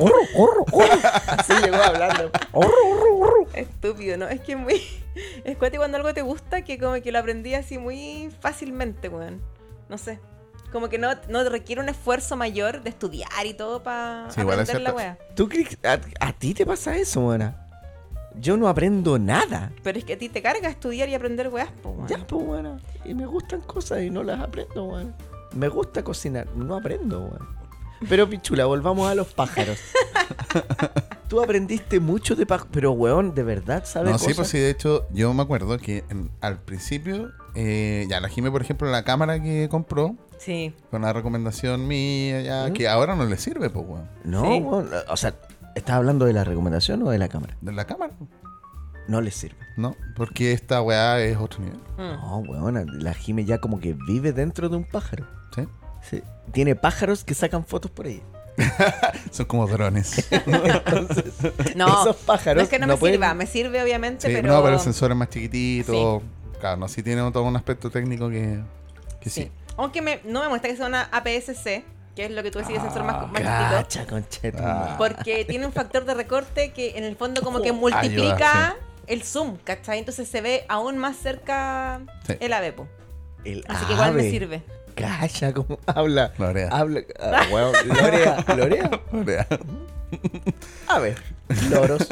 Orro, orro, orro. Así llegó hablando. Orro, orro, orro. Estúpido, ¿no? Es que es muy. Es cuático cuando algo te gusta que como que lo aprendí así muy fácilmente, weón. No sé. Como que no, no te requiere un esfuerzo mayor de estudiar y todo para Sí, igual es aprender la cierto. weá. ¿Tú crees que a, a ti te pasa eso, buena? Yo no aprendo nada. Pero es que a ti te carga estudiar y aprender weás, po, weón. Ya, pues, buena. Y me gustan cosas y no las aprendo, buena. Me gusta cocinar, no aprendo, buena. Pero, pichula, volvamos a los pájaros. Tú aprendiste mucho de pájaros, pero, weón, de verdad, ¿sabes? No, sí, cosas? pues sí, de hecho, yo me acuerdo que en- al principio, eh, ya la Jime, por ejemplo, la cámara que compró Sí. Con una recomendación mía, ya, ¿Mm? que ahora no le sirve, pues, weón. No, Sí. bueno, o sea, ¿estás hablando de la recomendación o de la cámara? De la cámara, No les sirve. ¿no? Porque esta weá es otro nivel, Mm. No, weona, la Jime ya como que vive dentro de un pájaro. ¿sí? Sí. Tiene pájaros que sacan fotos por ella. Son como drones. Entonces, No. esos pájaros. No es que no, me pueden- sirva, me sirve obviamente, Sí, pero... No, pero el sensor es más chiquitito. Claro, no, sí tiene todo un aspecto técnico que, que sí. sí. Aunque me- no me muestra que sea una APS-C, que es lo que tú decís, el sensor más, más chiquito. Ah, Cacha, concha de tu Ah. madre. Porque tiene un factor de recorte que en el fondo como que Ayuda, multiplica sí. el zoom, ¿cachai? Entonces se ve aún más cerca Sí. el avepo. El Así que igual me ave. sirve. Cacha, como habla. Lorea. Habla. ah, weón, Lorea. Lorea. A ver. Loros.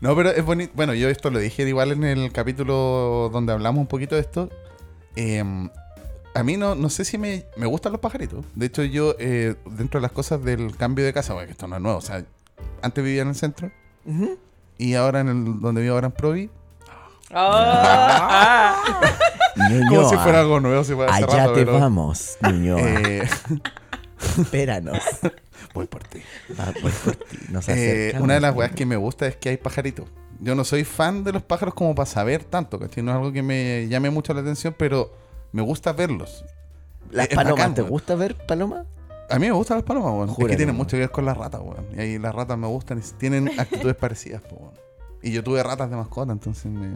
No, pero es bonito. Bueno, yo esto lo dije igual en el capítulo donde hablamos un poquito de esto. Eh, a mí no, no sé si me, me gustan los pajaritos. De hecho, yo, eh, dentro de las cosas del cambio de casa, bueno, que esto no es nuevo, o sea, antes vivía en el centro Ujú. y ahora en el, donde vivo ahora en Provi. Como Ah. Oh. Ñuñoa, si fuera algo nuevo, si fuera hace Allá rato, te pero, vamos, Ñuñoa. eh, Espéranos. voy por ti. Vamos por ti. Nos Eh, acercamos. una de las weas que me gusta es que hay pajaritos. Yo no soy fan de los pájaros como para saber tanto, ¿cachai? No es algo que me llame mucho la atención, pero me gusta verlos. Las es palomas, bacán, ¿te weón. gusta ver palomas? A mí me gustan las palomas, weón. Es Júralo, que tienen weón. mucho que ver con las ratas, weón. Y ahí las ratas me gustan y tienen actitudes parecidas, po, weón. Y yo tuve ratas de mascota, entonces me...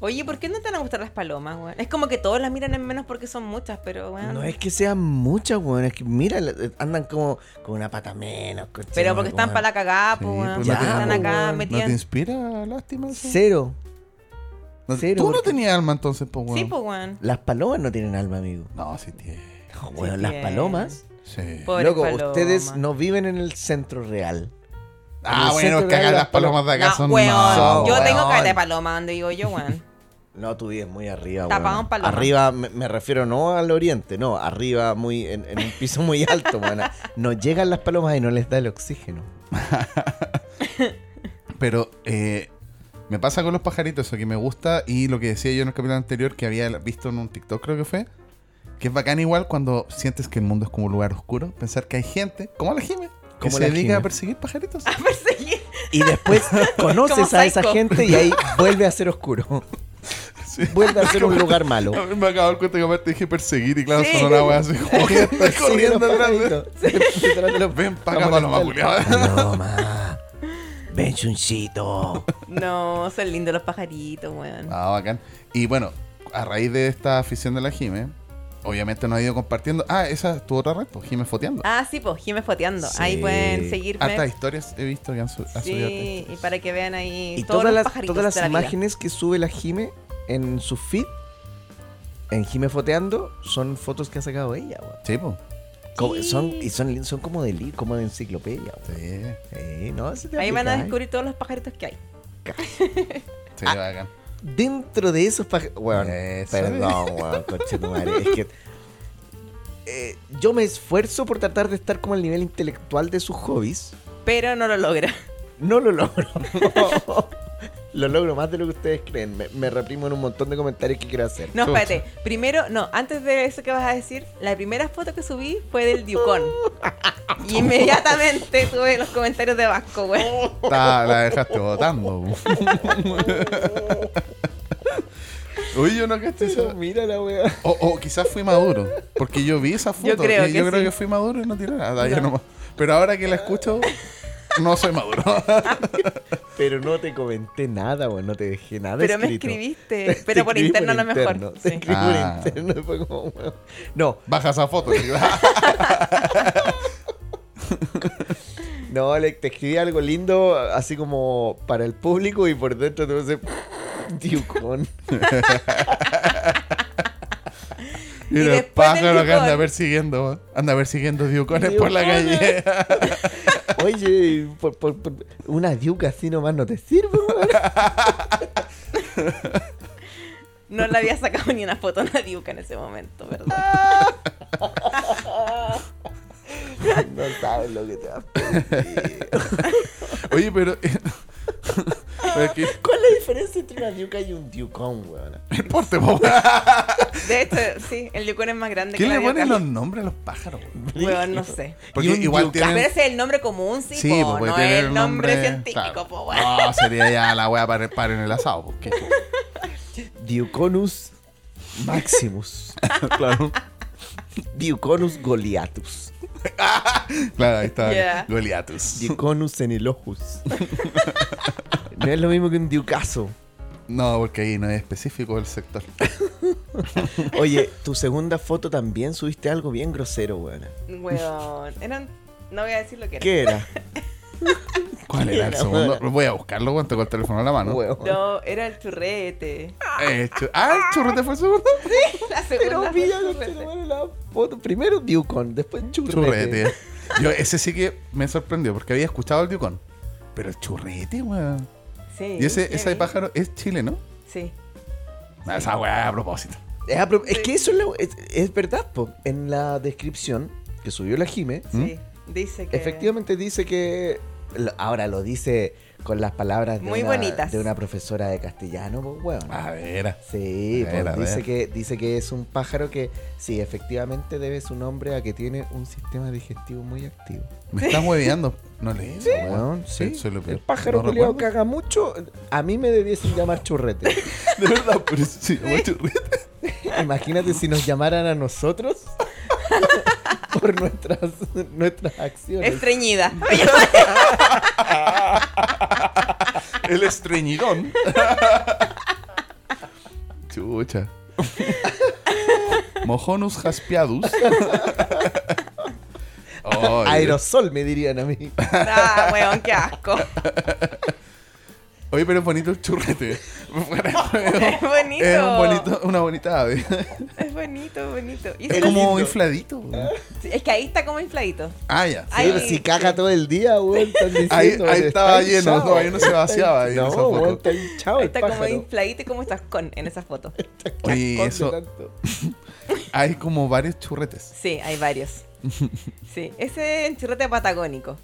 Oye, ¿por qué no te van a gustar las palomas, weón? Es como que todos las miran en menos porque son muchas, pero weón. No es que sean muchas, weón. Es que mira, la- eh, andan como con una pata menos. coche, Pero porque weón. están para la cagada, pues, Sí, weón. pues porque no te- están ya, acá weón, no ¿No metidas. te inspira lástima eso? Cero. No- cero, Tú no porque- tenías alma entonces, po, weón. Sí, pues, weón. Las palomas no tienen alma, amigo. No, sí tiene. No, weón, Sí las tienen. palomas. Sí. Pobres Loco, palomas. ustedes no viven en el centro real. Ah, el bueno, centro que de acá las las palomas de acá No, son... weón. No, yo weón. tengo weón. cara de paloma donde digo yo, weón. No, tú vives muy arriba, Tapado weón. en palomas. Arriba, me, me refiero no al oriente, no, arriba, muy en, en un piso muy alto, weón. No llegan las palomas y no les da el oxígeno. Pero eh, me pasa con los pajaritos, eso que me gusta. Y lo que decía yo en el capítulo anterior, que había visto en un TikTok, creo que fue, que es bacán igual cuando sientes que el mundo es como un lugar oscuro. Pensar que hay gente, como la Jime, que Como se la dedica Jime. a perseguir pajaritos. Ah. Perseguir. Y después Como conoces psycho. a esa gente y ahí vuelve a ser oscuro. Sí. Vuelve a ser un lugar malo. A mí me acabo de dar cuenta que aparte dije perseguir y claro, Sí. sonó una wea así como que estoy corriendo atrás de... Ven Ven pa' acá, paloma culiao. Paloma. Ven, chunchito. No, son lindos los pajaritos, weón. Ah, bacán. Y bueno, a raíz de esta afición de la Jime, obviamente nos ha ido compartiendo. Ah, esa es tu otra red, pues, Jime Foteando. Ah, sí, pues, Jiménez Foteando. Sí. Ahí pueden seguirme. Hartas historias he visto que han su- ha subido. hartas Sí, y para que vean ahí Y todos todas los las, pajaritos todas las de la vida. imágenes que sube la Jime en su feed, en Jime Foteando, son fotos que ha sacado ella, weón. Sí, pues. Como- Sí. Son, y son, son como de li- como de enciclopedia, weón. Sí. Sí, no, se te Ahí van a aplica, ¿eh? descubrir todos los pajaritos que hay. Sí, Ah. bacán. Dentro de esos pájaros. Weón, Eso. perdón, weón, conchetumare, Es que. eh, yo me esfuerzo por tratar de estar como al nivel intelectual de sus hobbies. Pero no lo logra. No lo logro. lo logro más de lo que ustedes creen. Me, me reprimo en un montón de comentarios que quiero hacer. No, Chucha. espérate. Primero, no, antes de eso que vas a decir, la primera foto que subí fue del Ducón. Y inmediatamente tuve los comentarios de Vasco, güey. Ta- la dejaste votando. Uy, yo no caché Pero eso. mira la weá. O, o quizás fui maduro. Porque yo vi esa foto. Yo creo y yo que creo sí. que fui maduro y no tiré nada. yo No. nomás- Pero ahora que la escucho, no soy maduro. Pero no te comenté nada, weón. No te dejé nada. Pero me escrito. escribiste. Ah, Te Pero por escribí interno a lo interno, mejor. Te Sí. escribí Ah. por interno. y fue como, weón. No, Baja esa foto. digo, "Ah". No, le, te escribí algo lindo, así como para el público y por dentro te puse Ducón. Y Mira, el después del pájaro que anda Yukon. persiguiendo. weón. Anda persiguiendo diucones por la Yukon. calle. Oye, por, por- por- una Duke así nomás no te sirve, weón. No le había sacado ni una foto a la Duca en ese momento, ¿verdad? No sabes lo que te va a Oye, pero. pero es que- ¿Cuál es la diferencia entre una Duke y un Ducón, weón? El porte, po, weón. De hecho, sí, el Yukon es más grande ¿Quién que le la ponen Biocali. los nombres a los pájaros? güey? Weón, no sé. Porque un igual yuca. Pero tienen... ese es el nombre común, sí, pues, po, puede no tener es el un nombre nombre- científico, claro. po, weón. No, sería ya la wea para el paro en el asado. Porque... Diuconus Maximus. claro. Diuconus Goliatus. claro, ahí está. Ya. Goliatus. Diuconus Enilojus. no es lo mismo que un diucaso. No, porque ahí no es específico el sector. Oye, tu segunda foto también subiste algo bien grosero, weón. Weón, eran... No voy a decir lo que era. ¿Qué era? ¿Cuál era el Era, segundo? Voy a buscarlo, cuando con el teléfono en la mano. Weón. No, era el churrete. Eh, chu- ah, el churrete fue el segundo. La Pero segunda fue el pilla churrete. la foto. Primero Diucon, después churrete. Churrete. Yo ese sí que me sorprendió porque había escuchado el Ducón. Pero el churrete, weón. Sí, Y ese, sí, ese ahí. pájaro es Chile, ¿no? Sí. No, esa weá a propósito. Es, a pro- es que eso es, la- es- es verdad, po. En la descripción que subió la Jime, ¿Mm? Sí, dice que. efectivamente dice que. lo- Ahora lo dice con las palabras de, Muy una, bonitas. de una profesora de castellano, pues, weón. A ver. Sí, A pues, ver, a dice, ver. que, dice que es un pájaro que, sí, efectivamente debe su nombre a que tiene un sistema digestivo muy activo. Ah, Me están hueveando. No leí eso, Weón, weón. sí. Soy lo peor. el pájaro No culiao recuerdo. caga mucho. A mí me debiesen llamar churrete. De verdad, por eso sí, weón, churrete. Imagínate si nos llamaran a nosotros por nuestras, nuestras acciones. Estreñida. El estreñidón. Chucha. Mojonus jaspiadus. Oh, Aerosol, me dirían a mí. ah, weón, qué asco. Oye, pero es bonito el churrete. Fuera de juego. Es bonito. Es un bonito, una bonita ave. Es bonito, bonito. Y Es se lo- como infladito. Ah. güey. Sí, Es que ahí está como infladito. Ah, ya. Ay, Oye, pero si caga todo el día, weón, están diciendo, Ahí- ahí weón, estaba está lleno, hinchado, no, ahí no se vaciaba ahí en no, esa foto. weón, está hinchado el Está como pájaro. infladito y como estás con en esa foto. Oye, Conde eso, tanto. hay como varios churretes. Sí, hay varios. Sí, ese es el churrete patagónico.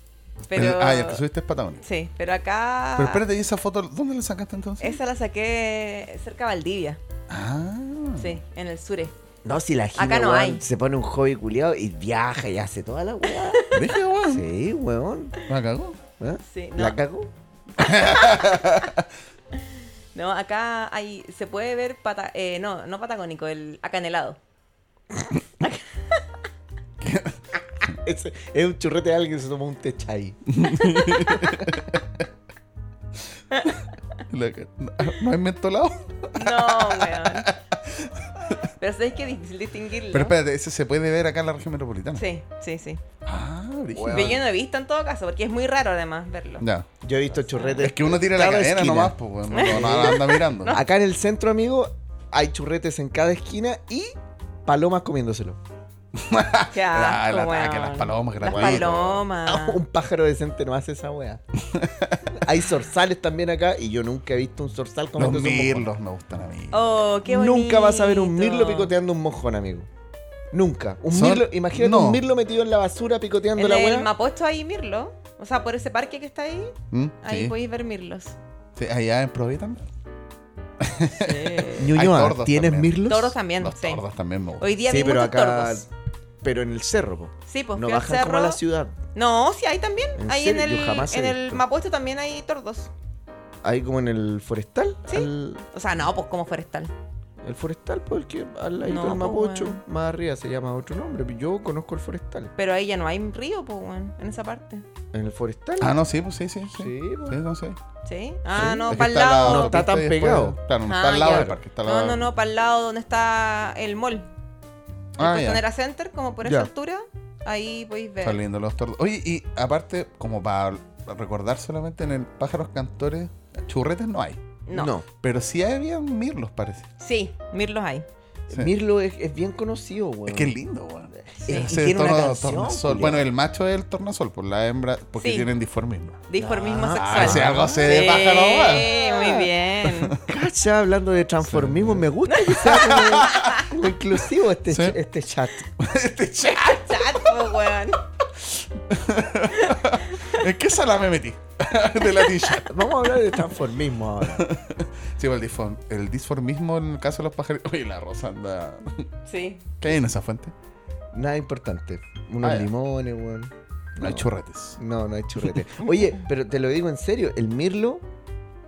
Pero. Ah. Ah, ya, que subiste es Patagonia. Sí, pero acá. Pero espérate, ¿y esa foto dónde la sacaste entonces? Esa la saqué cerca de Valdivia. Ah. Sí, en el sur. No, si la Jime, Acá no weón, hay. se pone un hobby culiado y viaja y hace toda la weá. Deja, weón. sí, weón. La cagó. ¿Ah? Sí, ¿La no. cagó? No, acá hay, se puede ver pata, eh, no, no patagónico, el acanelado. Es, es un churrete de alguien que se tomó un té chai. La ca- no, no hay mentolado. No, weón. Pero sabéis que es difícil distinguirlo. Pero espérate, ese se puede ver acá en la región metropolitana. Sí, sí, sí. Ah, brígido. Weón. Pero yo no he visto en todo caso, porque es muy raro además verlo. Ya. Yo he visto churretes. Es que uno tira la cada cadena esquina. nomás, pues, weón. No, no, anda mirando. Acá en el centro, amigo, hay churretes en cada esquina y palomas comiéndoselo. Qué Ah, asco, el ataque a weón. las palomas, que la Ah, Las weón. palomas. Un pájaro decente no hace esa wea. hay zorzales también acá y yo nunca he visto un zorzal Los comiéndose un mojón. mirlos me gustan a mí. Oh, qué bonito. Nunca vas a ver un mirlo picoteando un mojón, amigo. Nunca. Un Son- mirlo, imagínate no. un mirlo metido en la basura picoteando En la el wea. Mapocho hay mirlo. O sea, por ese parque que está ahí, ¿Mm? ahí Sí. podéis ver mirlos. Sí, allá en Provi también. Sí. Ñuñoa, Hay tordos ¿tienes también. mirlos? Toros también, Los sí. tordos también me gustan. Hoy día sí, vi pero muchos acá. tordos. Pero en el cerro, po. Sí, pues No fui al bajan como a la cerro. ciudad. No, sí, hay también. ¿En Ahí en serio? el, Yo jamás he en el visto. Mapocho también hay tordos. Ahí como en el forestal. Sí. al- O sea, no, pues como forestal. El forestal, porque al lado No, del pues, Mapocho, weón. más arriba se llama otro nombre. pero Yo conozco el forestal. Pero ahí ya no hay río, pues, weón, en esa parte. En el forestal. Ah, no, sí, pues sí, sí. Sí, Sí, pues. Sí, no sé. ¿Sí? Ah, Sí. no, Es que para el está la lado. No está autopista tan y después- pegado. Claro, no Ah, está al lado ya. del parque. Está al No, lado. no, no, para el lado donde está el mall. Ah, Entonces, ya. en era Center, como por Ya. esa altura, ahí podéis ver. Están lindo los tordos. Oye, y aparte, como para recordar solamente en el Pájaros Cantores, churretes no hay. No. Pero sí había mirlos, parece. Sí, mirlos hay. Sí. Mirlo es, es bien conocido, weón. Eh, Es que es lindo, weón. Y- y Ese tiene una torno- canción, pues. tornasol. culiao. Bueno, el macho es el tornasol, por la hembra, porque Sí. tienen disformismo. Disformismo Ah, sexual. Ah, si algo se de pájaro, weón. Ah. Sí, muy bien. Cacha, hablando de transformismo, me gusta que sea como, como inclusivo este, Sí. este chat. pues, Este chat. Chat, po, weón. ¿En qué sala me metí? de la tilla. Vamos a hablar de transformismo ahora. Sí, el, disform, el disformismo en el caso de los pajaritos. Oye, la rosa anda. Sí. ¿Qué hay en esa fuente? Nada importante. Unos Ah, ya. limones, weón. No hay churretes. No, no hay churrete. Oye, pero te lo digo en serio, el mirlo,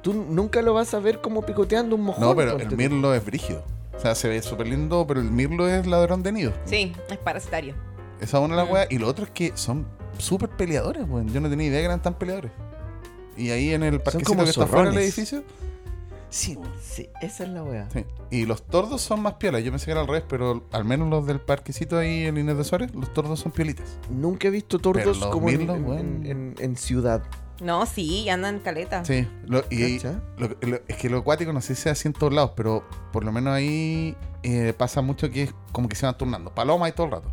tú nunca lo vas a ver como picoteando un mojón. No, pero ponte el tú. mirlo es brígido. O sea, se ve súper lindo, pero el mirlo es ladrón de nidos. Sí, es parasitario. Esa es una de las Mm. weas. Y lo otro es que son súper peleadores, weón. Yo no tenía idea que eran tan peleadores. Y ahí en el parquecito como que está fuera del zorrones. edificio. Sí, Sí, esa es la weá. sí. Y los tordos son más piolas. Yo pensé que era al revés, pero al menos los del parquecito ahí en Inés de Suárez, los tordos son piolitas. Nunca he visto tordos Pero los como en, mirlos, en- weón. en- en ciudad. No, sí, andan caleta. Sí. Lo- y ¿Cacha? lo- lo- es que lo acuático no sé si sea así en todos lados, pero por lo menos ahí eh, pasa mucho que es como que se van turnando. Paloma y todo el rato.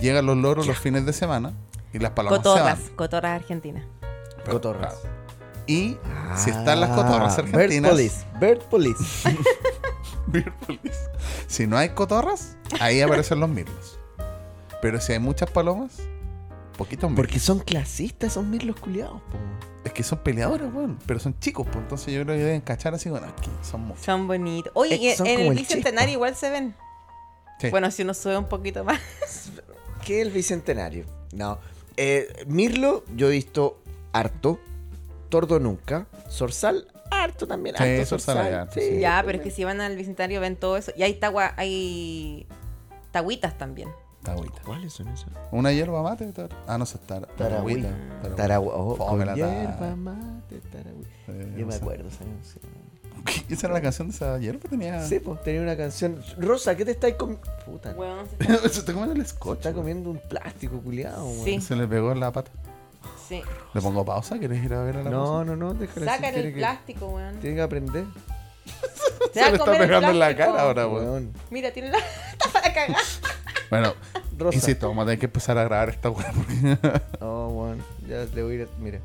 Llegan los loros los fines de semana y las palomas Cotorras, se van. cotorras argentinas. Pero, Cotorras. claro. Y si están las cotorras Ah, argentinas. Bird Police. Bird Police. Beer police. Si no hay cotorras, ahí aparecen los mirlos. Pero si hay muchas palomas, poquitos mirlos. Porque son clasistas, son mirlos culiados. po. Es que son peleadores, weón. Pero son chicos, pues, entonces yo creo que deben cachar así, bueno, aquí son muchos. Son bonitos. Oye, Eh, y en- son en como el el bicentenario chispa. igual se ven. Sí. Bueno, si uno sube un poquito más. ¿Qué es el bicentenario? No. Eh, mirlo, yo he visto harto. Tordo nunca. Zorzal, harto también. Sí, harto zorzal hay harto, sí. ya, pero también. es que si van al bicentenario ven todo eso. Y hay tagua, hay tagüitas también. Tagüita. ¿Cuáles son esas? Una hierba mate. tar- Ah, no, se tar... taragüita. Taragüita. Taragüita. Taragua. Oh, Fome con la hierba tar- mate, taragua. Eh, Yo no me sé. acuerdo esa canción. ¿Esa era la canción de esa hierba? Ah. Tenía. Sí, pues tenía una canción. Rosa, ¿qué te estáis comiendo? Puta, Weón, se está- se está comiendo el se scotch. está weón. comiendo un plástico culiado, weón. Sí. Se le pegó en la pata. sí. ¿Le pongo pausa? ¿Quieres ir a ver a la No, pausa? no, no, déjala así, Sacan tiene el que- plástico, weón. Tiene que aprender. Te va Se a le está comer el pegando en la plástico. cara ahora, weón. Weón. Mira, tiene la. Está para cagar. Bueno, Rosa. Insisto, vamos a tener que empezar a grabar esta weá porque. Oh, weón. Ya le voy a ir a... Mira,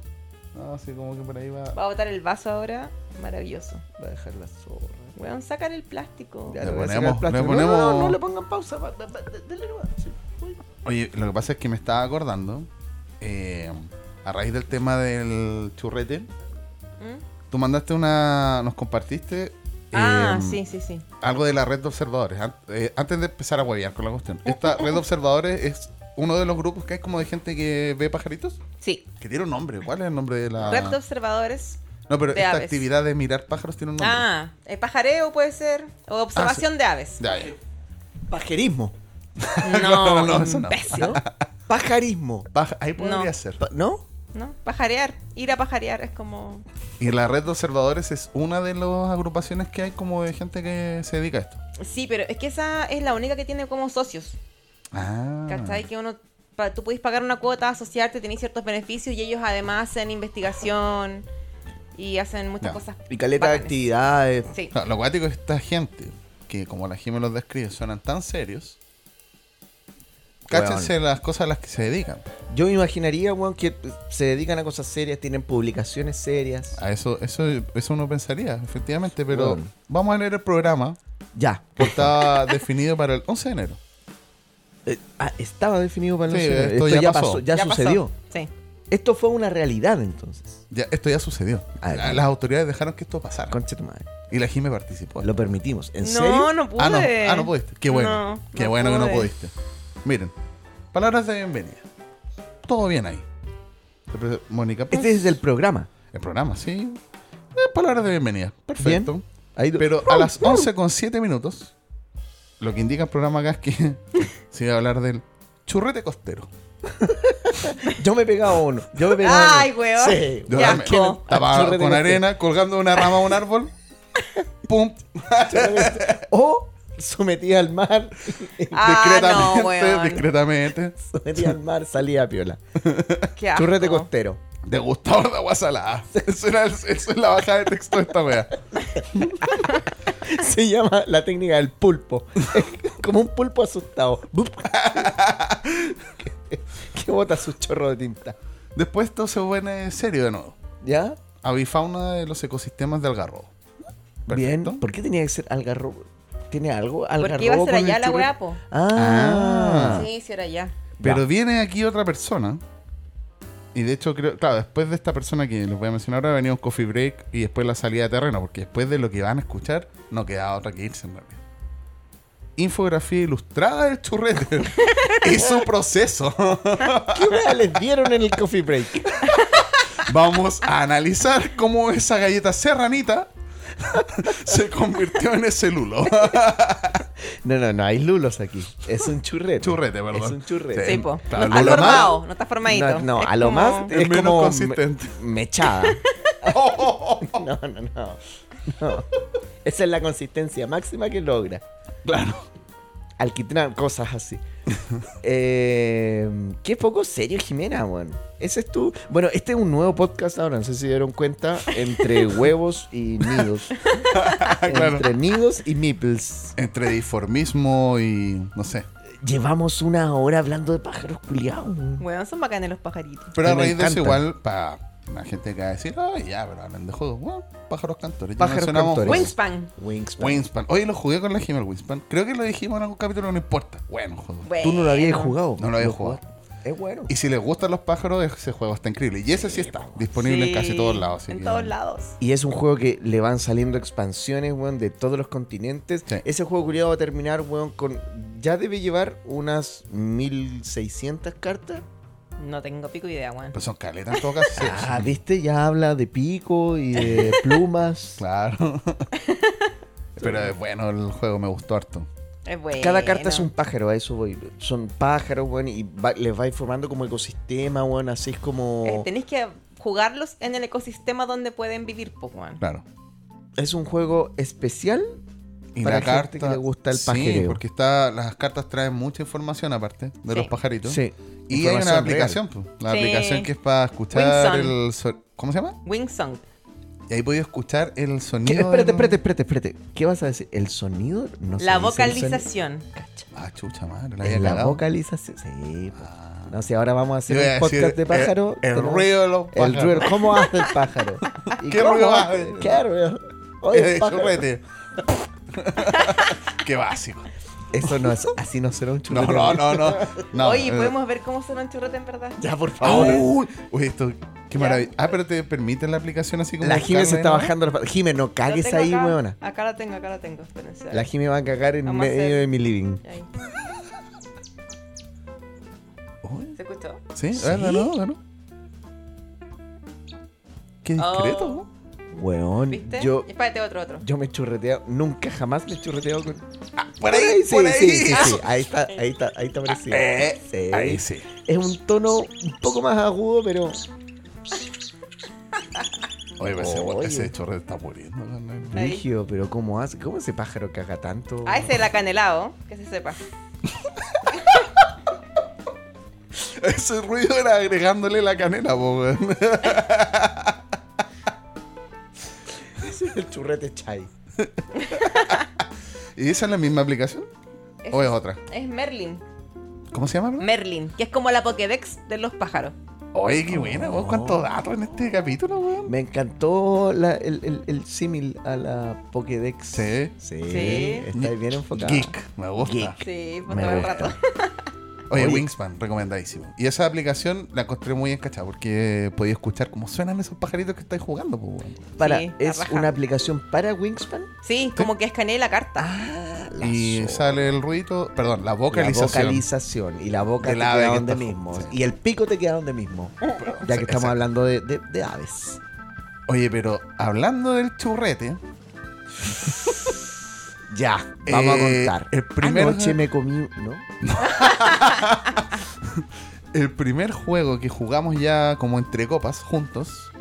no, así como que por ahí va. Va a botar el vaso ahora. Maravilloso. va a dejar la zorra. Weón, sacan el plástico. Ya Le voy a ponemos- sacar el plástico. le ponemos- No, no, no le pongan pausa. va- va- va- de- dele nomás. Sí. Oye, lo que pasa es que me estaba acordando, eh, a raíz del tema del churrete, ¿Mm? tú mandaste una. Nos compartiste. Ah, eh, sí, sí, sí. Algo de la red de observadores. An- eh, antes de empezar a huevear con la cuestión, esta red de observadores es uno de los grupos que hay como de gente que ve pajaritos. Sí. Que tiene un nombre. ¿Cuál es el nombre de la.? Red de observadores. no, pero de esta aves. actividad de mirar pájaros tiene un nombre. Ah, el pajareo puede ser. O Ah, observación de aves. Ya, ya. Pajerismo. No, No, no, eso no. imbécil. ¿No? Pajarismo. Paja- ahí podría No. ser. Pa- ¿No? ¿no? Pajarear, ir a pajarear es como. Y la red de observadores es una de las agrupaciones que hay como de gente que se dedica a esto. Sí, pero es que esa es la única que tiene como socios. Ah. ¿Cachai? Que uno. pa- tú puedes pagar una cuota, asociarte, tenés ciertos beneficios y ellos además hacen investigación y hacen muchas Ya. cosas. Y caleta de bacanes. actividades. Sí. No, lo cuático es esta gente que, como la Jimmy los describe, suenan tan serios. Cáchense las cosas a las que se dedican. Yo me imaginaría, weón, que se dedican a cosas serias, tienen publicaciones serias. A eso, eso, eso uno pensaría, efectivamente, pero Bueno. vamos a leer el programa Ya. que está definido para el 11 de enero. Eh, ah, estaba definido para el Sí, 11 de enero. esto Esto, ya ya pasó. pasó, ya, pasó. sucedió. Sí. Esto fue una realidad entonces. Ya, esto ya sucedió. A ver. La- las autoridades dejaron que esto pasara. Concha tu madre. Y la Jimmy participó. Lo permitimos. ¿En no, serio? no pude. Ah, no, ah, no pudiste. Qué bueno. No, Qué no bueno que no pude. pudiste. Miren, palabras de bienvenida. Todo bien ahí. Pero, Mónica, pues, Este es el programa. el programa, sí. Eh, palabras de bienvenida. Perfecto. Bien. Ahí do- Pero a las 11 con 7 minutos, lo que indica el programa acá es que se va a hablar del churrete costero. Yo me he pegado uno. Yo me he pegado Ay, uno. este. weón. Sí. Yo Qué también. asco. Tapado Churrete con costero. arena, colgando una rama a un árbol. ¡Pum! O sometida al mar. Ah, no, discretamente, weón. discretamente. sometida al mar, salía a piola. Qué asco. Churrete costero. Degustador de agua salada. Eso, era el- eso es la bajada de texto de esta wea. Se llama la técnica del pulpo. Como un pulpo asustado. Bup. que, que bota su chorro de tinta. Después todo se pone serio de nuevo. ¿Ya? Avifauna de los ecosistemas de algarrobo. Bien. ¿Por qué tenía que ser algarrobo? ¿Tiene algo? Algarrobo Porque iba a ser con el allá la churrete? weá, po. Ah. Ah. Sí, sí, era allá. Pero Ya. viene aquí otra persona Y de hecho, creo, claro, después de esta persona que les voy a mencionar ahora, venía un coffee break y después la salida de terreno, porque después de lo que van a escuchar, no queda otra que irse en realidad. Infografía ilustrada del churrete y su proceso. ¿Qué hueá les dieron en el coffee break? Vamos a analizar cómo esa galleta serranita se convirtió en ese lulo. No, no, no, hay lulos aquí. Es un churrete. Churrete, perdón. Es un churrete. Sí, Sí, po. Eh, claro, no a estás lo más- formado, no estás formadito. No, no, Es a lo como- más Es es menos como me- consistente. mechada. No, no, no, no. Esa es la consistencia máxima que logra. claro. Alquitrán, cosas así. Eh, qué poco serio, Jimena, weón. Ese es tu. Bueno, este es un nuevo podcast ahora, no sé si dieron cuenta. Entre huevos y nidos. Ah, Claro. Entre nidos y nipples. Entre diformismo y. no sé. Llevamos una hora hablando de pájaros culiados. weón. Weón, son bacanes los pajaritos. Pero a Me raíz de eso, encantan. igual, para la gente que va a decir, ay, ya, pero hablan de juegos. Bueno, pájaros cantores. Ya Pájaros mencionamos cantores. Wings- Wingspan. Wingspan. Wingspan. Oye, lo jugué con la Gmail Wingspan. Creo que lo dijimos en algún capítulo, no importa. Bueno, juego. Tú no lo habías Bueno. jugado. No lo había jugado. jugaste. Es bueno. Y si les gustan los pájaros, ese juego está increíble. Y ese sí está disponible en Sí, casi todos lados. así En que- todos lados. Y es un juego que le van saliendo expansiones, weón, de todos los continentes. Sí. Ese juego culiado va a terminar, weón, con... Ya debe llevar unas 1600 cartas. No tengo pico idea, weón. Pero son caletas en todo caso. sí. Ah, viste, ya habla de pico y de plumas. Claro. Pero es bueno, el juego me gustó harto. Es Pues, bueno. Eh, Cada carta es un pájaro, a eso voy. Son pájaros, weón, y va- les vais formando como ecosistema, weón, así es Eh, como... Tenéis que jugarlos en el ecosistema donde pueden vivir, pues, weón. Claro. Es un juego especial. Y Para la gente carta. que le gusta el sí, pajereo. porque está, las cartas traen mucha información aparte de Sí. los pajaritos. Sí. Y hay Información una aplicación, pues, la Sí. aplicación que es para escuchar Winston. el so- ¿Cómo se llama? Wingsong. Y ahí podía escuchar el real. ¿Qué? sonido. Espérate, del- espérate, espérate, espérate. ¿Qué vas a decir? ¿El sonido? No se dice La el sonido. vocalización. Ah, chucha madre, la había En la cagado. vocalización. Sí, po. Ah. No sé, ahora vamos a hacer Yo iba a un podcast decir, eh, de pájaro. El, el tenemos- ruido de los El pájaros. ruido. ¿Cómo hace el pájaro? ¿Y ¿Qué cómo ruido hace? hace? ¿Qué ruido? Oye, Eh, pájaro. churrete. Qué básico. Eso no es. Así no será un No, churrete. no, no, no. no Oye, eh, podemos ver cómo suena un churrete en verdad. Ya, por ah, favor. uy, uy, esto, qué maravilla. Ah, pero te permite la aplicación así como. la Jime se buscarla, está ¿no? bajando. la pa- Jime, no La cagues tengo ahí, acá. weona. Acá la tengo, acá la tengo. Espérense. La Jime va a cagar en Vamos a medio hacer- de mi living. Ahí. Uy, ¿Se escuchó? sí, ¿Sí? ah, ganó, ganó. Qué discreto. Oh. ¿no? Mm, Weón, ¿Viste? yo. Y Espérate, otro, otro. Yo me he churreteado, nunca jamás me he churreteado con. Por ahí, sí, por ahí. sí, sí, sí. Ahí está, ahí está, ahí está parecido. Eh, Sí. Ahí sí. Es un tono un poco más agudo, pero Oye, pero ese, Oye. ese chorrete está muriendo. ¿no? Ahí. Rígido, pero ¿cómo hace? ¿Cómo ese pájaro caga tanto? Ah, ese es el acanelado, que se sepa. Ese ruido era agregándole la canela, po, weón. el churrete chai. ¿Y esa es la misma aplicación? Es, ¿O es otra? es Merlin. ¿Cómo se llama? bro? Merlin, que es como la Pokédex de los pájaros. Oye, qué buena, vos. ¿Cuántos datos en este capítulo, weón? Me encantó la- el, el, el símil a la Pokédex. Sí. Sí. Sí. Estáis bien enfocado. Geek, me gusta. Geek. Sí, por Me todo el gusta. rato. Oye, Oye. Wingspan, recomendadísimo. Y esa aplicación la encontré muy encachada porque podía escuchar cómo suenan esos pajaritos que estáis jugando, pues, weón. Para, Sí, la es raja. una aplicación para Wingspan. Sí, como que escaneé la Ah, carta. La Y zorra. sale el ruido, perdón, la La vocalización. vocalización. Y la boca Del te ave queda que donde está- mismo. sí. Y el pico te queda donde mismo. Uh, Ya que estamos Exacto. hablando de, de- de aves. Oye, pero hablando del churrete, Ya, vamos Eh, a contar. el primer- Anoche me comí, ¿no? el primer juego que jugamos ya como entre copas juntos,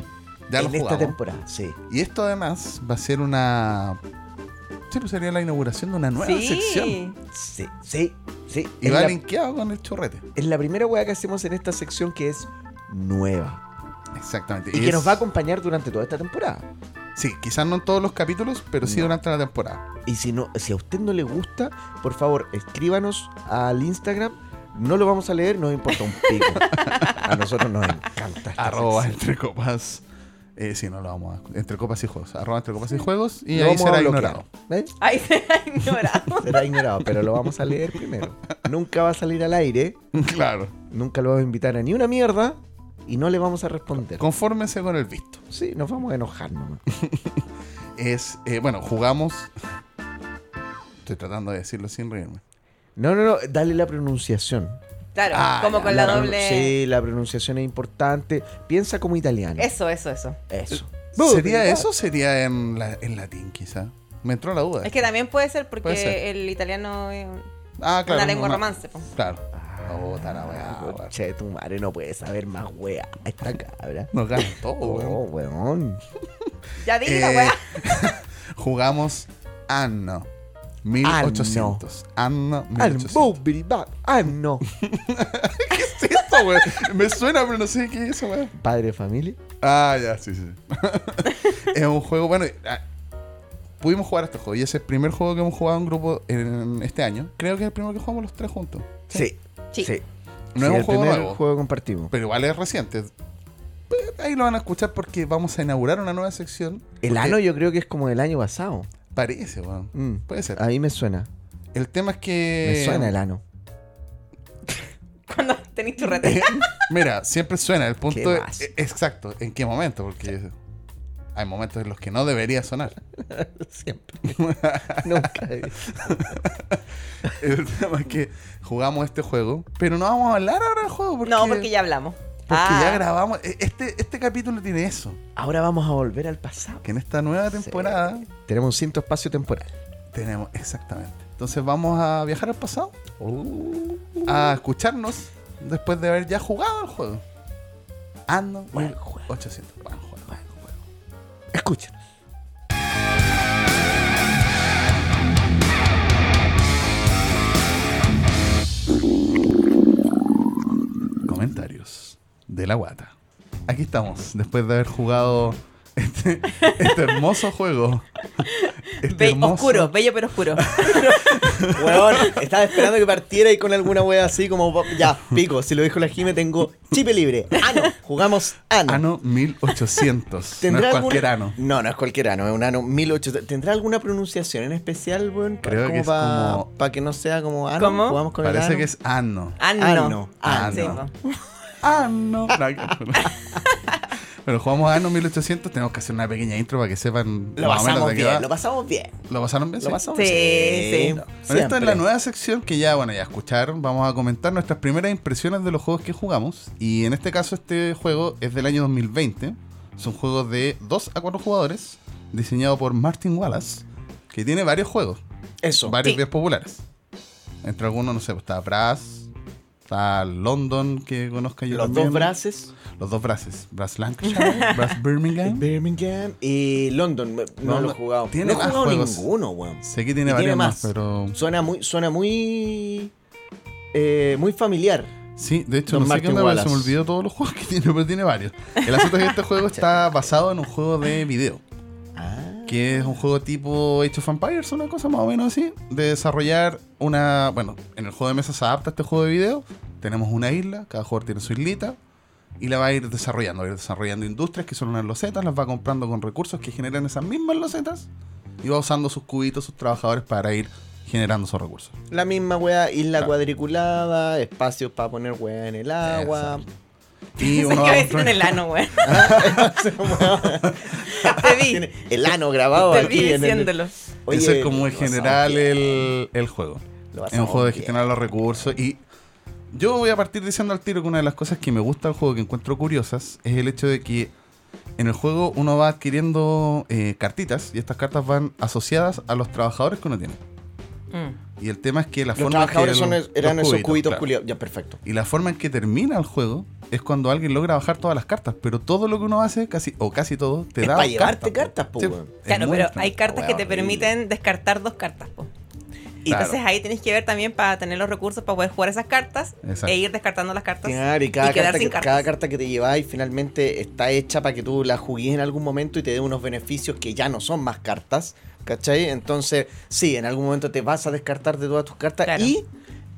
ya en lo esta jugamos. temporada, sí. Y esto además va a ser una. Sí, pues sería la inauguración de una nueva sí. sección. Sí, sí, sí. Y Es va la- linkeado con el churrete. Es la primera weá que hacemos en esta sección que es nueva. Exactamente. Y que es- nos va a acompañar durante toda esta temporada. Sí, quizás no en todos los capítulos, pero sí No. durante la temporada. Y si, no, si a usted no le gusta, por favor, escríbanos al Instagram. No lo vamos a leer, nos importa un pico. a nosotros nos encanta. esta Arroba sección. entre copas. Eh, sí, no lo vamos a. Entre copas y juegos. Arroba entre copas y juegos. Y Lo ahí vamos a será bloquear, ignorado. ¿eh? Ahí se ha ignorado. Será ignorado, pero lo vamos a leer primero. Nunca va a salir al aire. claro. Nunca lo vamos a invitar a ni una mierda. y no le vamos a responder. Confórmense con el visto. Sí, nos vamos a enojar nomás. Es, eh, bueno, jugamos. Estoy tratando de decirlo sin reírme. No, no, no, dale la pronunciación. Claro, Ah, como ya, con la, pronun- doble. Sí, la pronunciación es importante. Piensa como italiano. Eso, eso, eso. Eso. ¿Sería eso o sería en, la- en latín, quizá? Me entró la duda. Es que también puede ser porque Puede ser. el italiano es ah, una lengua romance. po. Claro. Oh, tarabea, weón. Ah, Che, tu madre no puede saber más wea. Esta cabra. Nos ganan todo, Oh, weón. weón. Ya di la Eh, weá. jugamos Anno 1800. Anno Al 1800. boobiribab. Ah, no. ¿Qué es esto, weón? Me suena, pero no sé qué es eso, weón. Padre de familia. Ah, ya, sí, sí. es un juego, bueno, ah, pudimos jugar a este juego y es el primer juego que hemos jugado en grupo en este año. Creo que es el primero que jugamos los tres juntos. Sí. Sí. No es Sí, un el juego primer nuevo, juego que compartimos. pero igual es reciente. Pero Ahí lo van a escuchar porque vamos a inaugurar una nueva sección. El porque ano yo creo que es como del año pasado. Parece, weón. Mm. Puede ser. A mí me suena. El tema es que... Me suena el ano. Cuando tenéis tu rete. Mira, siempre suena. El punto ¿Qué es, más? e- exacto. ¿En qué momento? Porque hay momentos en los que no debería sonar. Siempre. Nunca. El tema es que jugamos este juego, pero no vamos a hablar ahora del juego porque, No, porque ya hablamos. porque Ah, ya grabamos. E- Este, este capítulo tiene eso. Ahora vamos a volver al pasado. Que en esta nueva temporada Tenemos un cinto espacio temporal. tenemos exactamente. Entonces vamos a viajar al pasado, Uh. a escucharnos después de haber ya jugado el juego. Ando Buen juego. 800. Buen juego, buen juego. Escucha. Comentarios de la guata. Aquí estamos, después de haber jugado este, este hermoso juego. Este be- hermoso- oscuro, bello pero oscuro. Weón, estaba esperando que partiera y con alguna wea así como ya, pico, si lo dijo la Jime tengo chipe libre. Ano, jugamos ano. Ano 1800. no ¿Tendrá es algún- cualquier ano. No, no es cualquier ano, es un ano 1800. ¿Tendrá alguna pronunciación en especial, weón? Creo que es para como- que no sea como ano, ¿Cómo? jugamos con el Parece ano. que es ano. Ah, Ah, no. no. Ah, Sí, no. po. Ano. No, que- Pero jugamos ano 1800. Tenemos que hacer una pequeña intro para que sepan Lo más o menos pasamos de qué bien, va. lo pasamos bien. ¿Lo pasaron bien? Lo Sí. pasamos Sí, sí. bien. No. Bueno, esta es la Siempre. nueva sección que ya, bueno, ya escucharon. Vamos a comentar nuestras primeras impresiones de los juegos que jugamos. Y en este caso, este juego es del año 2020. Son juegos de 2 a 4 jugadores, diseñado por Martin Wallace, que tiene varios juegos, Eso. varios Sí. días populares. Entre algunos, no sé, pues, está Brass, está London, que conozca yo Los también. dos brazos. Los dos Brasses. Brass Lancashire, Brass Birmingham. Birmingham y London. No, ¿Eh? London. lo he jugado. Tiene no he más jugado juegos. ninguno, weón. Sé que tiene Y varios tiene más, más. pero... Suena muy, suena muy, eh, muy familiar. Sí, de hecho, Don no sé qué Martin onda, pero se me Wallace. olvidó todos los juegos que tiene, pero tiene varios. El asunto es que este juego está basado en un juego de video, Ah, que es un juego tipo Age of Empires, una cosa más o menos así, de desarrollar una... Bueno, en el juego de mesa se adapta a este juego de video, tenemos una isla, cada jugador tiene su islita, y la va a ir desarrollando, va a ir desarrollando industrias que son unas losetas, las va comprando con recursos que generan esas mismas losetas, y va usando sus cubitos, sus trabajadores para ir generando esos recursos. la misma weá, isla Claro. cuadriculada, espacios para poner weá en el agua. Y Pensé uno que iba va a decir en construyendo- el ano, weón. Te Tiene vi. el ano grabado Te aquí vi en el- diciéndolo. Oye, Eso es como en lo pasamos general bien, el, el juego. lo Es un pasamos juego de bien. gestionar los recursos. Y yo voy a partir diciendo al tiro que una de las cosas que me gusta del juego, que encuentro curiosas, es el hecho de que en el juego uno va adquiriendo eh, cartitas y estas cartas van asociadas a los trabajadores que uno tiene. Mm. Y el tema es que la Los forma en que trabajadores son- el- eran los esos cubitos claro. culiados. Ya, perfecto. Y la forma en que termina el juego es cuando alguien logra bajar todas las cartas, pero todo lo que uno hace, casi o casi todo, te Es da pa' llevarte cartas, po, po. Sí, weón. es Claro, muy pero extraño. hay cartas Weón, que te horrible. permiten descartar dos cartas, po. Y Claro. entonces ahí tenés que ver también para tener los recursos para poder jugar esas cartas Exacto. e ir descartando las cartas Claro, y cada, quedar carta sin que, cartas. cada carta que te lleváis finalmente está hecha para que tú la juguís en algún momento y te dé unos beneficios que ya no son más cartas, ¿cachai? Entonces, sí, en algún momento te vas a descartar de todas tus cartas Claro. y...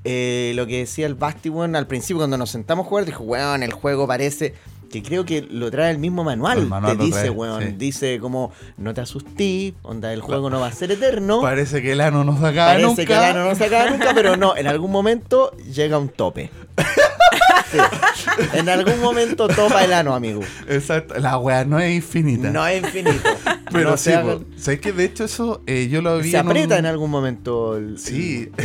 eh, lo que decía el Basti, weón, al principio cuando nos sentamos a jugar, dijo, weón, el juego parece que creo que lo trae el mismo manual. El manual te lo dice, trae, weón, sí. dice como, no te asustí, onda, el juego no va a ser eterno. Parece que el ano nos acaba Parece nunca. que claro, no se acaba nunca, pero no, en algún momento llega un tope. En algún momento topa el ano, amigo. Exacto, la weá no es infinita. No es infinito. pero Ah, No sí, se hagan- po. ¿sabes que De hecho, eso eh, yo lo vi. se en un- aprieta en algún momento. el- Sí.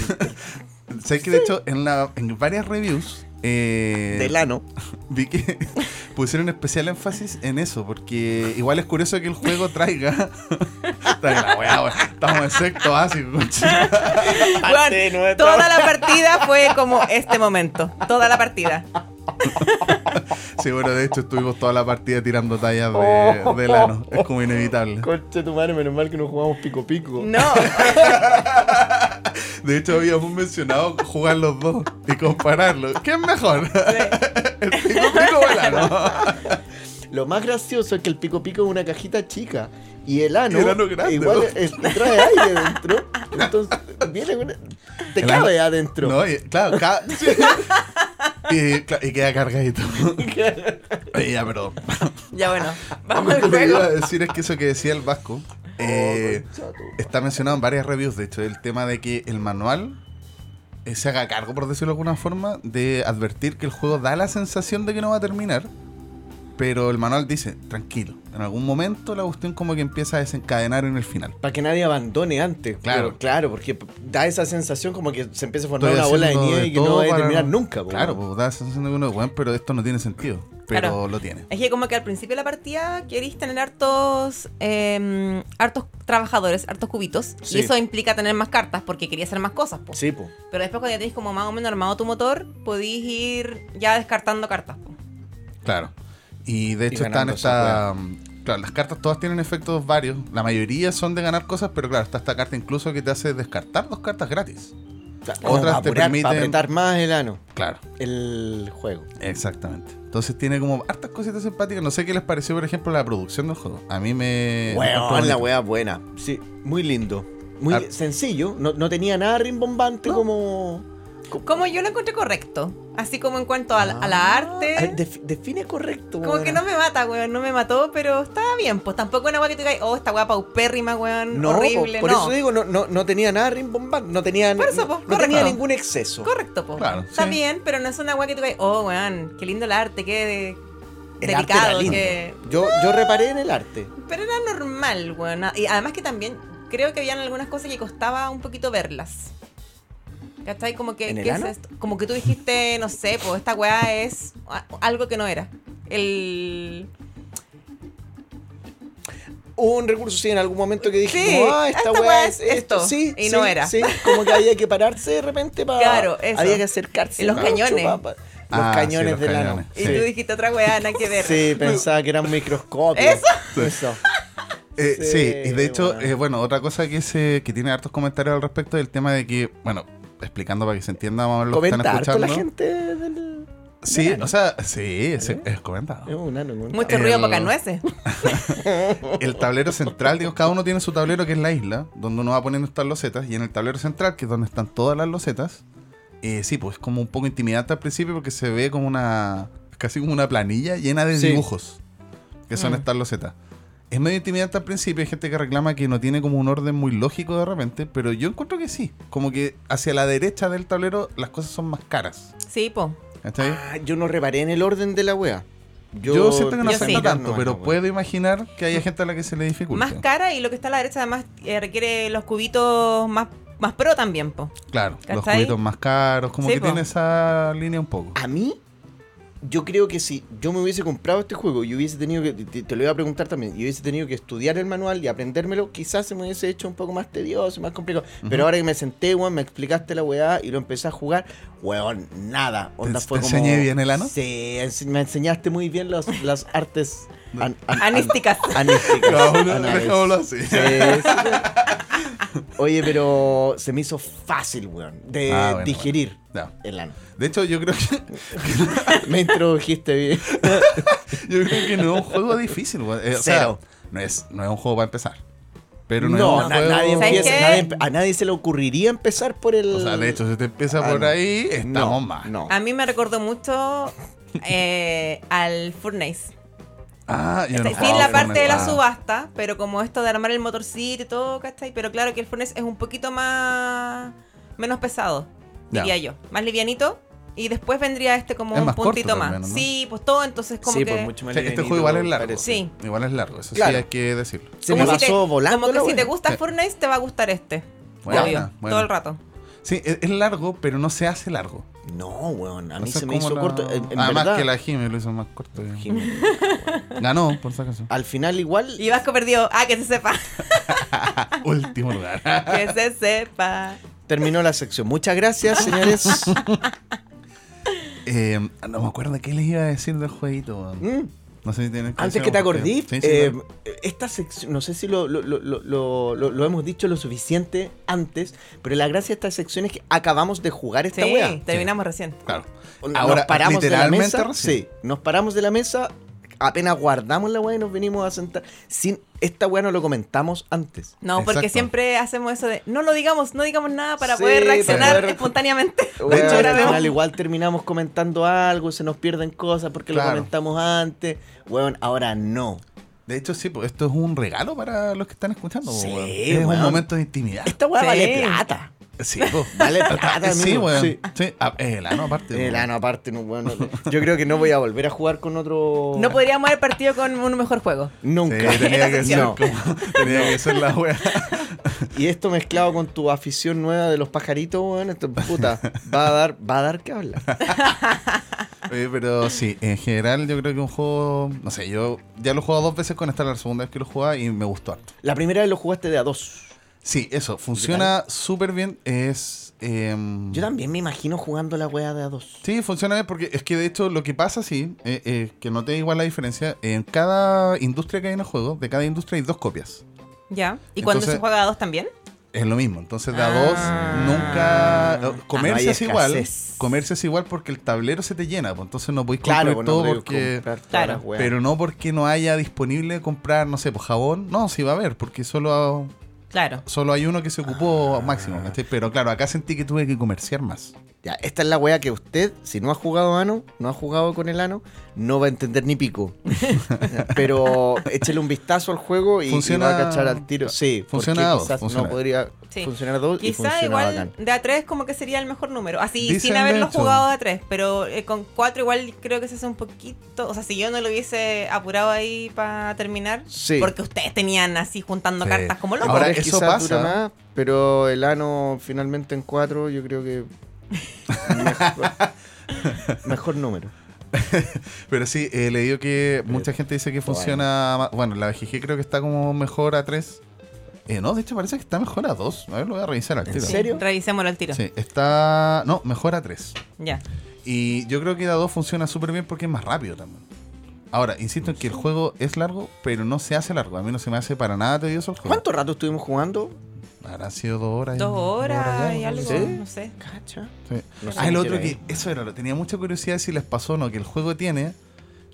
¿Sabes que de hecho en, la, en varias reviews eh, Ah. el- del ano. vi que pusieron especial énfasis en eso? Porque igual es curioso que el juego traiga. traiga la weá, weá. Estamos en sexto básico, concha. Parte Weón, nuestra. toda la partida fue como este momento. Toda la partida. Sí, bueno, de hecho estuvimos toda la partida tirando tallas Oh. de, del ano. Es como inevitable. Conche tu madre, menos mal que no jugamos pico pico. No, De hecho, habíamos mencionado jugar los dos y compararlos. ¿Qué es mejor? el pico pico o el ano. Lo más gracioso es que el pico pico es una cajita chica. Y el ano, Y el ano grande, igual ¿no? es- trae aire dentro. Entonces, viene una- te El cabe ano- adentro. No, y- claro, ca- sí. y, cla- y queda cargadito. Eh, Oye, ya, perdón. ya bueno, Oh, Lo vamos que al te juego. iba a decir es que eso que decía el Vasco Oh, eh, está mencionado en varias reviews, de hecho, el tema de que el manual eh, se haga cargo, por decirlo de alguna forma, de advertir que el juego da la sensación de que no va a terminar. Pero el manual dice, tranquilo, en algún momento la cuestión como que empieza a desencadenar en el final. Para que nadie abandone antes. Claro. Pero, claro, porque da esa sensación como que se empieza a formar Estoy una bola de haciendo nieve de y que todo no va a para terminar no- nunca. po. Claro, pues da la sensación de que uno, bueno, pero esto no tiene sentido. Pero Claro. lo tiene. Es que como que al principio de la partida queréis tener hartos eh, hartos trabajadores, hartos cubitos. Sí. Y eso implica tener más cartas porque quería hacer más cosas. po. Sí, pues. Pero después cuando ya tenéis como más o menos armado tu motor, podéis ir ya descartando cartas. po. Claro. Y de Y hecho están ganando estas... Claro, las cartas todas tienen efectos varios. La mayoría son de ganar cosas, pero claro, está esta carta incluso que te hace descartar dos cartas gratis. Otras te permiten- apretar más el ano. Claro. El juego. Exactamente. Entonces tiene como hartas cositas simpáticas. No sé qué les pareció, por ejemplo, la producción del juego. A mí me... me Weón, gustó la bonito. wea buena. Sí, muy lindo. Muy Ah. sencillo. No, no tenía nada rimbombante como. co- Como yo lo encontré correcto. Así como en cuanto a, la- a la Ah, arte. eh, def- define correcto, Como que no me mata, weón, no me mató, pero estaba bien. Pues tampoco una weá que tú digas, oh, esta weá paupérrima, weón, No, horrible. po, por no. eso digo, no, no, no tenía nada rimbombante. No tenía, Por eso, po, no- no, correcto. tenía ningún exceso. Correcto, po. Claro, Está sí. bien, pero no es una weá que tú digas, oh, weón, qué lindo el arte, qué de- El arte era delicado. lindo. que... Yo, yo reparé en el arte. Pero era normal, weón. Y además que también creo que habían algunas cosas que costaba un poquito verlas. ¿Cachai? Como que, ¿En el ¿qué es ano? esto? Como que tú dijiste, no sé, pues esta weá es a- algo que no era. El. Hubo un recurso, sí, en algún momento que dije, Sí, como, ah, esta, esta weá es esto. Sí, y no sí, era. Sí, como que había que pararse de repente para. Claro, eso. Había que acercarse. Los mucho cañones. pa- pa- Ah, los sí, cañones los del ano. cañones. Y Sí. tú dijiste otra weá, nada que ver. Sí, pensaba que eran microscopios. Eso. Eso. Eh, Sí, sí, y de hecho, bueno. eh, bueno, otra cosa que se que tiene hartos comentarios al respecto es el tema de que, bueno, explicando para que se entienda más o menos lo que están Comentar con escuchando. la gente del. Sí, del ano. o sea, sí, es, es comentado. Es un ano, un ano. Mucho ruido, El- pocas nueces. el tablero central, digo, cada uno tiene su tablero que es la isla, donde uno va poniendo estas losetas, y en el tablero central, que es donde están todas las losetas, eh, sí, pues es como un poco intimidante al principio porque se ve como una, casi como una planilla llena de Sí. dibujos, que son Mm. estas losetas. Es medio intimidante al principio, hay gente que reclama que no tiene como un orden muy lógico de repente, pero yo encuentro que sí, como que hacia la derecha del tablero las cosas son más caras. Sí, po. ¿Cachai? Ah, yo no reparé en el orden de la wea. Yo, siento que no yo afecta sí. tanto, No, pero no, puedo imaginar que hay gente a la que se le dificulta. Más cara y lo que está a la derecha además eh, requiere los cubitos más, más pro también, po. Claro, los ¿Cachai? cubitos más caros, como Sí, que po. tiene esa línea un poco. A mí, yo creo que si yo me hubiese comprado este juego y hubiese tenido que, te, te lo iba a preguntar también, y hubiese tenido que estudiar el manual y aprendérmelo, quizás se me hubiese hecho un poco más tedioso, más complicado. Pero ahora que me senté, weón, me explicaste la weá y lo empecé a jugar, weón, nada. Onda ¿Te- fue te como- enseñé bien el ano? Sí, ens- me enseñaste muy bien las, las artes an- an- Anísticas. an- anísticas. anales. Dejémoslo así. Sí, sí. Oye, pero se me hizo fácil, weón, de Ah, bueno, digerir Ya. el ano. De hecho, yo creo que Me introdujiste bien. yo creo que no es un juego difícil, güey. Eh, o Cero. sea, no es, no es un juego para empezar. Pero no, es No, un na- juego. nadie ¿Sabes empieza- qué? nadie empe- a nadie se le ocurriría empezar por el. O sea, de hecho, si te empieza Ah, por no. ahí, estamos no, más. No. A mí me recordó mucho eh, al Furnace. Ah, yo no Sí, jugaba en la Fortnite. parte de la Ah. subasta, pero como esto de armar el motorcito y todo, ¿cachai? Pero claro que el Furnace es un poquito más. menos pesado, Ya. diría yo. Más livianito, Y después vendría este como Es un más corto puntito más. también, ¿no? Sí, pues todo, entonces como sí, que... pues mucho más Sí, este livianito, juego igual es largo. parece. Sí. Igual es largo, eso sí Claro. hay que decirlo. Se me como si te- pasó volando. Como que la si wea. te gusta Sí. Fortnite, te va a gustar este. Buena, Obvio, buena. todo el rato. Sí, es, es largo, pero no se hace largo. No, weón, a mí Eso se es me como hizo la- corto. En, en Además verdad, que la Jimmy lo hizo más corto. digamos. Jimmy, Ganó, por si acaso. al final igual... Y Vasco perdió. Ah, que se sepa. Último lugar. que se sepa. Terminó la sección. Muchas gracias, señores. Eh, no me acuerdo qué les iba a decir del jueguito. weón. Mm. No sé si tienen Antes decir que te algo, acordí, porque- Sí, sí, eh, claro. esta sección, no sé si lo, lo- lo- lo- lo- lo- lo hemos dicho lo suficiente antes, pero la gracia de esta sección es que acabamos de jugar esta Sí, wea. terminamos recién. Claro. Nos Ahora, paramos literalmente de la mesa. recién. Sí, nos paramos de la mesa, apenas guardamos la wea y nos venimos a sentar. Sin, esta wea no lo comentamos antes. No, porque Exacto. siempre hacemos eso de no lo digamos, no digamos nada para Sí, poder reaccionar para poder- espontáneamente. Wea, hecho, al grabemos. final igual terminamos comentando algo, se nos pierden cosas porque Claro. lo comentamos antes. Weón, ahora no. De hecho, sí, pues esto es un regalo para los que están escuchando. pues, Sí, weón. es un weón. momento de intimidad. Esta wea Sí. vale plata. Sí, pues. Vale plata, Sí, amigo. weón. Sí. Sí. Ah, el ano aparte. El weón. ano aparte, no, bueno, yo creo que no voy a volver a jugar con Oh. otro... No podríamos haber partido con un mejor juego. Nunca. Sí, tenía que ser, No. como- tenía que ser la wea. Y esto mezclado con tu afición nueva de los pajaritos, weón, esto, puta, va a dar, va a dar que hablar. Oye, pero sí, en general yo creo que un juego, no sé, yo ya lo he jugado dos veces con esta la segunda vez que lo jugaba y me gustó harto. La primera vez lo jugaste de a dos. Sí, eso, funciona súper bien, es... em, Yo también me imagino jugando la wea de a dos. Sí, funciona bien porque es que de hecho lo que pasa, sí, eh, eh, que noté igual la diferencia, en cada industria que hay en el juego, de cada industria hay dos copias. Ya. ¿Y cuando Entonces- se juega a dos también? Es lo mismo, entonces de a Ah. dos nunca... eh, Ah, Comercio no hay es igual, escasez. comercio es igual porque el tablero se te llena, pues, entonces no podéis comprar Claro, todo no debes porque... comprar todas Claro. las weas. Pero no porque no haya disponible comprar, no sé, pues jabón. No, sí va a haber, porque solo, Claro. solo hay uno que se ocupó máximo. Ah. ¿cachai? Pero claro, acá sentí que tuve que comerciar más. Ya, esta es la wea que usted, si no ha jugado ano, no ha jugado con el ano, no va a entender ni pico. Pero échele un vistazo al juego y, y Funciona- va a cachar al tiro. Sí, porque funciona a dos, quizás funciona. no podría Sí. funcionar a dos y Quizá funciona igual bacán. de a tres como que sería el mejor número. Así, Dicen, sin de haberlo hecho. jugado de a tres. Pero eh, con cuatro igual creo que se hace un poquito... O sea, si yo no lo hubiese apurado ahí para terminar. Sí. Porque ustedes tenían así juntando Sí. cartas como locos. Ahora, Ahora eso eso pasa. pasa. más, pero el ano finalmente en cuatro yo creo que mejor, mejor número. Pero sí, he leído que mucha Eh, gente dice que funciona. ma- Bueno, la BGG creo que está como mejor a 3. no, de hecho parece que está mejor a 2. A ver, lo voy a revisar al ¿En tiro. Sí, serio? Revisémoslo al tiro. Sí, está. No, mejor a 3. Ya. Y yo creo que la 2 funciona súper bien porque es más rápido también. Ahora, insisto en que el juego es largo, pero no se hace largo. A mí no se me hace para nada tedioso el juego. ¿Cuánto rato estuvimos jugando? Habrán sido dos horas. Dos horas ya, y algo, sí. no sé. Cacha. Sí. No sé ah, el ni otro qué era que. Eso era, lo tenía mucha curiosidad si les pasó o no, que el juego tiene.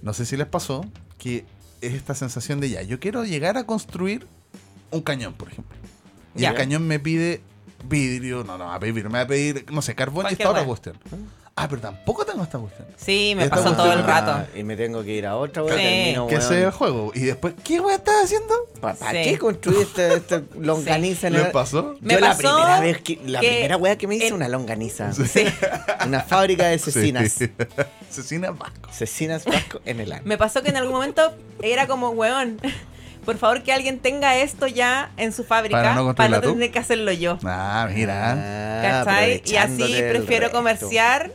No sé si les pasó, que es esta sensación de ya, yo quiero llegar a construir un cañón, por ejemplo. Y el Ya. cañón me pide vidrio, no, no, va a pedir, me va a pedir, no sé, carbón y Cualquier esta otra hueá. cuestión. Ah, pero tampoco tengo esta cuestión. Sí, me Esta pasó todo el cuestión- rato. Ah, Y me tengo que ir a otra, weón. Sí. termino, que ese es el weón. juego. Y después, ¿qué weá estás haciendo? ¿Pa- ¿Para Sí. qué construir esta, esta longaniza? en ¿Les el- pasó? Me Yo la pasó primera vez que, la que primera weá que me hice en- una longaniza. Sí. Una fábrica de cecinas. Sí. Cecinas vasco. Cecinas vasco en el ano. Me pasó que en algún momento era como, weón, por favor que alguien tenga esto ya en su fábrica Para para no no, construirla tú. tener que hacerlo yo. Ah, mira. Ah, ¿Cachai? Y así aprovechándote del prefiero resto. comerciar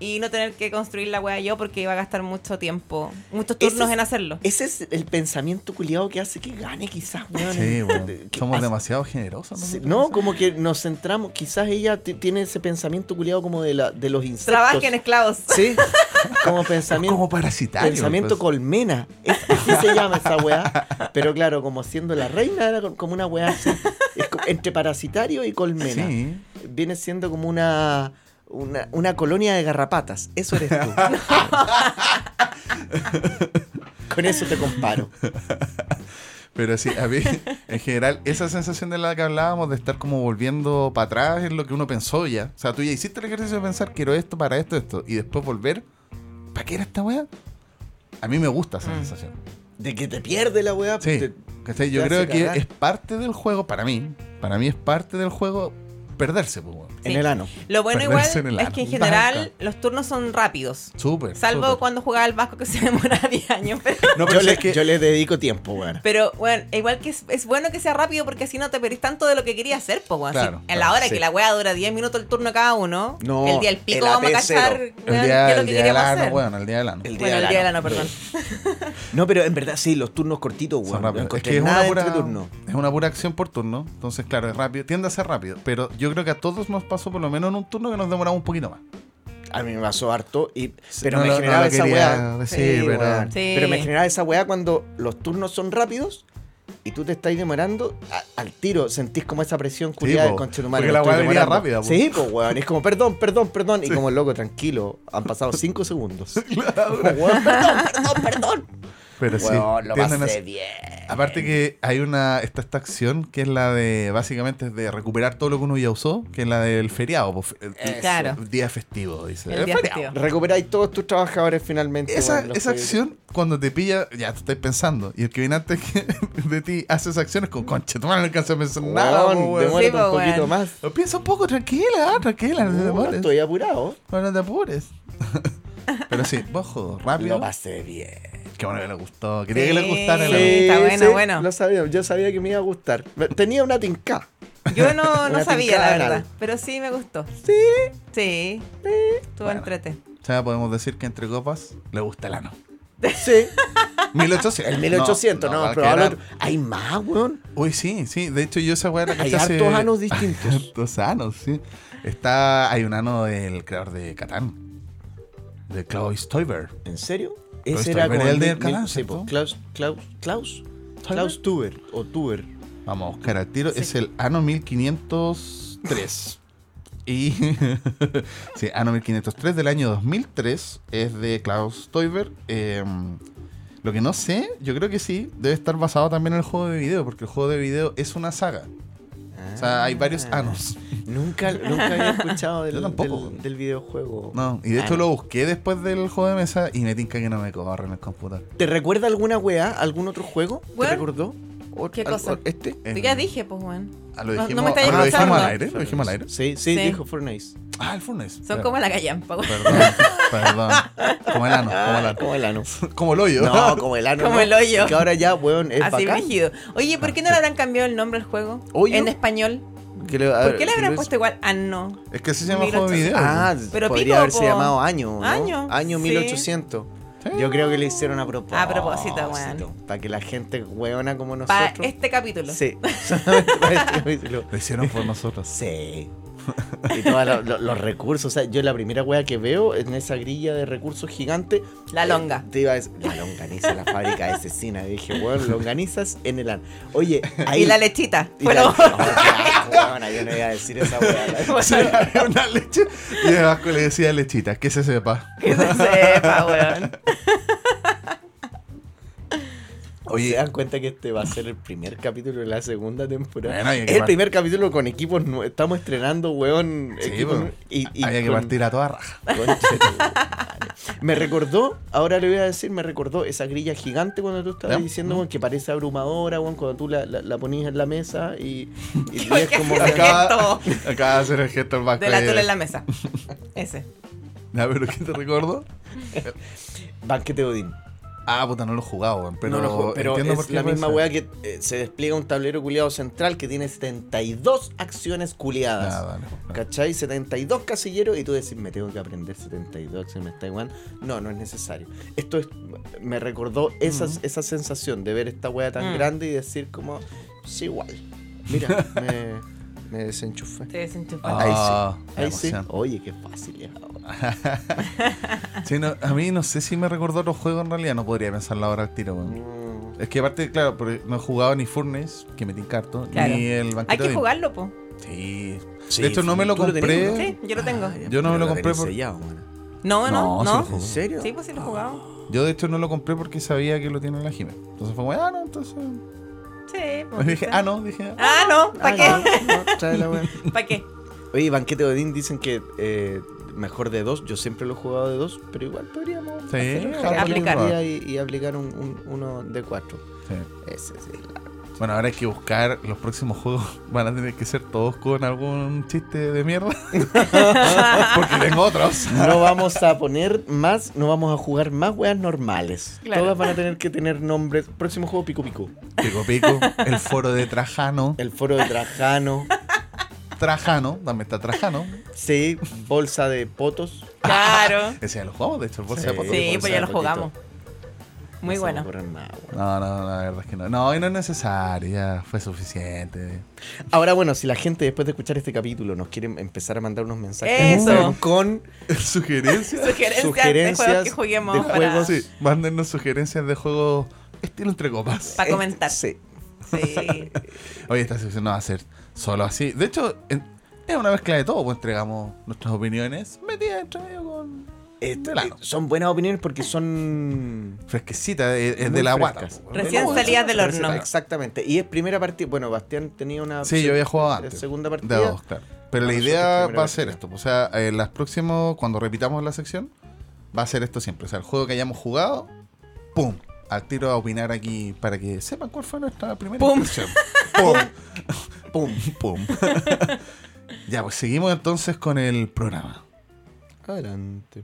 y no tener que construir la wea yo porque iba a gastar mucho tiempo, muchos turnos Ese es- en hacerlo. Ese es el pensamiento culiado que hace que gane quizás, weón. Sí, bueno. Ah. ¿Qué Somos pasa? demasiado generosos. Sí, ¿Te No, parece? como que nos centramos, quizás ella ti- tiene ese pensamiento culiado como de, la, de los insectos. Trabajen esclavos. Sí, como pensamiento, Como parasitario. pensamiento pues. colmena. Es, así se llama esa weá. Pero claro, como siendo la reina, era co- como una weá así. Es co- entre parasitario y colmena. Sí. Viene siendo como una, una, una colonia de garrapatas. Eso eres tú. Con eso te comparo. Pero sí, a mí, en general, esa sensación de la que hablábamos, de estar como volviendo para atrás, es lo que uno pensó ya. O sea, tú ya hiciste el ejercicio de pensar, quiero esto para esto, esto, y después volver, ¿para qué era esta weá? A mí me gusta Mm. esa sensación. De que te pierde la weá. Sí. te- ¿cachai? Yo te creo hace que cagar. Mm. es parte del juego para mí. Para mí es parte del juego perderse, pues, weón. Sí. En el ano. Lo bueno igual Perderse en el es ano. que en general los turnos son rápidos. Súper. Salvo súper. cuando jugaba al Vasco que se demora 10 años. Pero, No, pero yo, si le, es que- yo le dedico tiempo, weón. pero, bueno, igual que es, es bueno que sea rápido porque así no te perdís tanto de lo que querías hacer, pues, Claro, En claro, la hora sí. que la wea dura 10 minutos el turno cada uno, No, el día del el pico vamos a AP0. cachar, El El weón, qué día, es lo el que día del queríamos ano, hacer. weón, el día del ano. El Bueno, el día del ano, perdón. No, pero en verdad sí, los turnos cortitos, Son weón. No rápidos. Es encontré que es nada una, de pura, entreturno. es una pura acción por turno. Entonces, claro, es rápido. Tiende a ser rápido. Pero yo creo que a todos nos pasó por lo menos en un turno que nos demoramos un poquito más. A mí me pasó harto, y, pero no me lo- no generaba lo esa quería weá. decir, pero- weón. Sí. Pero me generaba esa weá cuando los turnos son rápidos y tú te estás demorando a- al tiro. Sentís como esa presión culiada po, del conche de tu madre, porque me la estoy weá venía demorando. rápida, po. Sí, pues weón. Es como, perdón, perdón, perdón. Y como, loco, tranquilo. Han pasado cinco segundos. Como, weón, perdón, perdón, perdón. Pero sí. Weón, lo tienden a pasé ser- bien. Aparte que hay una, está esta acción que es la de, básicamente, es de recuperar todo lo que uno ya usó, que es la del feriado. po, fe- Eso. Claro. Día festivo, dice. El día festivo. Recuperáis todos tus trabajadores finalmente. Esa, weón, los esa que- acción, cuando te pilla, ya te estás pensando. Y el que viene antes que- de ti hace esas acciones con concha. Tú no alcanzas a pensar Weón, nada, po, weón. demórate Sí, un po, poquito weón. más. Piensa un poco, tranquila, tranquila, no te No, no demores. estoy apurado. No, no te apures. Pero sí, bajo, rápido. Lo pasé bien. Qué bueno que le gustó. Quería que Sí. le gustara la- Sí. está bueno, bueno. Lo sabía, yo sabía que me iba a gustar. Tenía una tinca. Yo no, no Una sabía, la pincada anal. verdad. Pero sí me gustó. Sí. Sí. Estuvo Bueno. entrete. O sea, podemos decir que entre copas le gusta el ano. Sí. 1800. El 1800, no, pero cualquiera. hablo- Hay más, weón. Uy, sí, sí. De hecho, yo esa weá la Hay caché hace- hartos anos distintos. hartos anos, sí. Está, hay un ano del creador de Catán. De Klaus Stoiber. ¿En serio? Pero esto Ese era es como el de mil- Alcalá, mil- sí, ¿cierto? po, Klaus, Klaus, Klaus, Klaus Tuber o Tuber. Vamos a buscar al tiro. Sí. Es el ano 1503. y. sí, ano 1503 del año 2003. Es de Klaus Stoiber. Eh, lo que no sé, yo creo que sí, debe estar basado también en el juego de video, porque el juego de video es una saga. O sea, hay varios Ah. anos. Nunca, nunca había escuchado del, Yo tampoco. del, del videojuego. No, y de hecho Ah, lo busqué después del juego de mesa y me tinca que no me corre en el computador. ¿Te recuerda alguna weá? ¿Algún otro juego? Weón. ¿Te recordó? ¿O- ¿Qué al- cosa? o- ¿Este? Yo ya dije, pues, bueno. Ah, em, lo No- no dijimos, me estáis ah, lo dijimos escuchando. al aire. Lo dijimos al aire. Sí, sí, Sí. dijo Fortnite. Ah, el Furnace. Son como la callampa, weón. Perdón, perdón. Como el ano, como el Ah, ano. como el ano. Como el hoyo. No, como el ano. Como no. el hoyo. Que ahora ya, weón, es Así bacán. brígido. Oye, ¿por qué no le habrán cambiado el nombre al juego? Oye. En español. Que le- a ¿Por ver, qué le que habrán lo- puesto igual Ah, no Es que así se llama juego de 1800. video. Ah, Pero podría pico, haberse po. llamado año, ¿no? Año, Año sí. 1800. Sí. Yo creo que le hicieron a propósito. A propósito, weón. Para que la gente weona como Para nosotros. este capítulo. Sí, solamente para este capítulo. Lo hicieron por nosotros. Sí. Y todos los, los- los recursos. O sea, yo la primera wea que veo en esa grilla de recursos gigante. La longa. eh, te iba a decir, la longaniza, la fábrica de cecina. Y dije, weón, longanizas en el an. Oye, ahí. Y la lechita. y Fue la- lo- No, ya, weona, yo no iba a decir esa wea. Se le abrió una leche y de Vasco le decía lechita, que se sepa. que se sepa, weón. Oye, se dan cuenta que este va a ser el primer capítulo de la segunda temporada. Bueno, había que Es el par- primer capítulo con equipos nuevos. Estamos estrenando, weón. Sí, equipos po. nue- y, y Había que con- partir a toda raja. Conche tu madre. me recordó, ahora le voy a decir, me recordó esa grilla gigante cuando tú estabas ¿Ya? diciendo weón, que parece abrumadora, weón, cuando tú la, la, la ponías en la mesa y, y ¿Qué tenías que como haces? una- Acaba, gesto. acaba de hacer el gesto al Vasco. De la eh. tula en la mesa. Ese. Ya, pero ¿qué te recuerdo? banquete de Odín. Ah, puta, no lo he jugado, weón, pero, No lo juego, pero entiendo por es qué la puede misma ser. weá que eh, se despliega un tablero culiado central que tiene 72 acciones culiadas. Ah, vale. ¿Cachai? 72 casilleros y tú decís, me tengo que aprender 72 acciones en Taiwán. No, no es necesario. Esto es, me recordó esas- esa sensación de ver esta wea tan Mm. grande y decir como, sí, igual. Mira, me, me desenchufé. Te desenchufaste. ahí sí, Ah, la Ahí sí. emoción. Oye, qué fácil es ahora. Sí, no, a mí no sé si me recordó los juegos en realidad, no podría pensarlo ahora al tiro, weón. Mm. Es que aparte, claro, porque no he jugado ni Furnace, que me tincarto, Claro. ni el Hay banquero. que jugarlo, po. Mm. Sí. Sí, de hecho, no me lo ¿tú lo tenías, compré. no? Sí, yo lo tengo. Yo no me lo Pero compré tenés por- sellado, weón. No, no, Ah, No, no. sí ¿En serio? Sí, pues sí lo he jugado. Yo de hecho no lo compré porque sabía que lo tiene la Jime. Entonces fue como, ah, no, entonces. Sí, Y dije, ah, no, dije. ah. Ah, no. ¿Para Ah, qué? no, no, trae la wea. ¿Para qué? Oye, Banquete de Odín dicen que eh, mejor de dos. Yo siempre lo he jugado de dos, pero igual podríamos Sí, hacer un claro, hardball aplicar. un día y, y aplicar un, un- uno de cuatro. Sí. Ese es el- Bueno, ahora hay que buscar los próximos juegos. Van a tener que ser todos con algún chiste de mierda. Porque tengo otros. No vamos a poner más, no vamos a jugar más weas normales. Claro. Todas van a tener que tener nombres. Próximo juego, Pico Pico. Pico Pico, el foro de Trajano. El foro de Trajano. Trajano, también está Trajano. Sí, bolsa de potos. Claro. Ese ya lo jugamos, de hecho, el bolsa de Sí. Pato. Sí, por pues ya lo saco, jugamos. Muy No se me bueno. ocurren más, weón. No, no, la verdad es que no. No, y no es necesario, ya fue suficiente. Ahora, bueno, si la gente después de escuchar este capítulo nos quiere empezar a mandar unos mensajes Eso. con ¿Sugerencias? Sugerencias de juegos sugerencias que juguemos de para, juegos, Sí, mándennos sugerencias de juegos estilo entre copas. para comentar. Sí. Sí. Oye, esta sección no va a ser solo así. De hecho, en- es una mezcla de todo, pues entregamos nuestras opiniones metidas entre medio con Esto- Claro. Este, Son buenas opiniones porque son fresquecita, es, es Muy de la guata. frescas. pues. Recién ¿Cómo salidas eso? del horno. Exacto. Exactamente. Y es primera partida. Bueno, Bastián tenía una. Sí, yo había jugado eh, antes. Segunda De partida. a dos, claro. Pero la Para idea nosotros primera va a ser vez. esto. O sea, eh, las próximas, cuando repitamos la sección, va a ser esto siempre. O sea, el juego que hayamos jugado, ¡pum! Al tiro a opinar aquí para que sepan cuál fue nuestra primera ¡Pum! impresión. ¡Pum! ¡Pum! ¡Pum! ya, pues seguimos entonces con el programa. Adelante.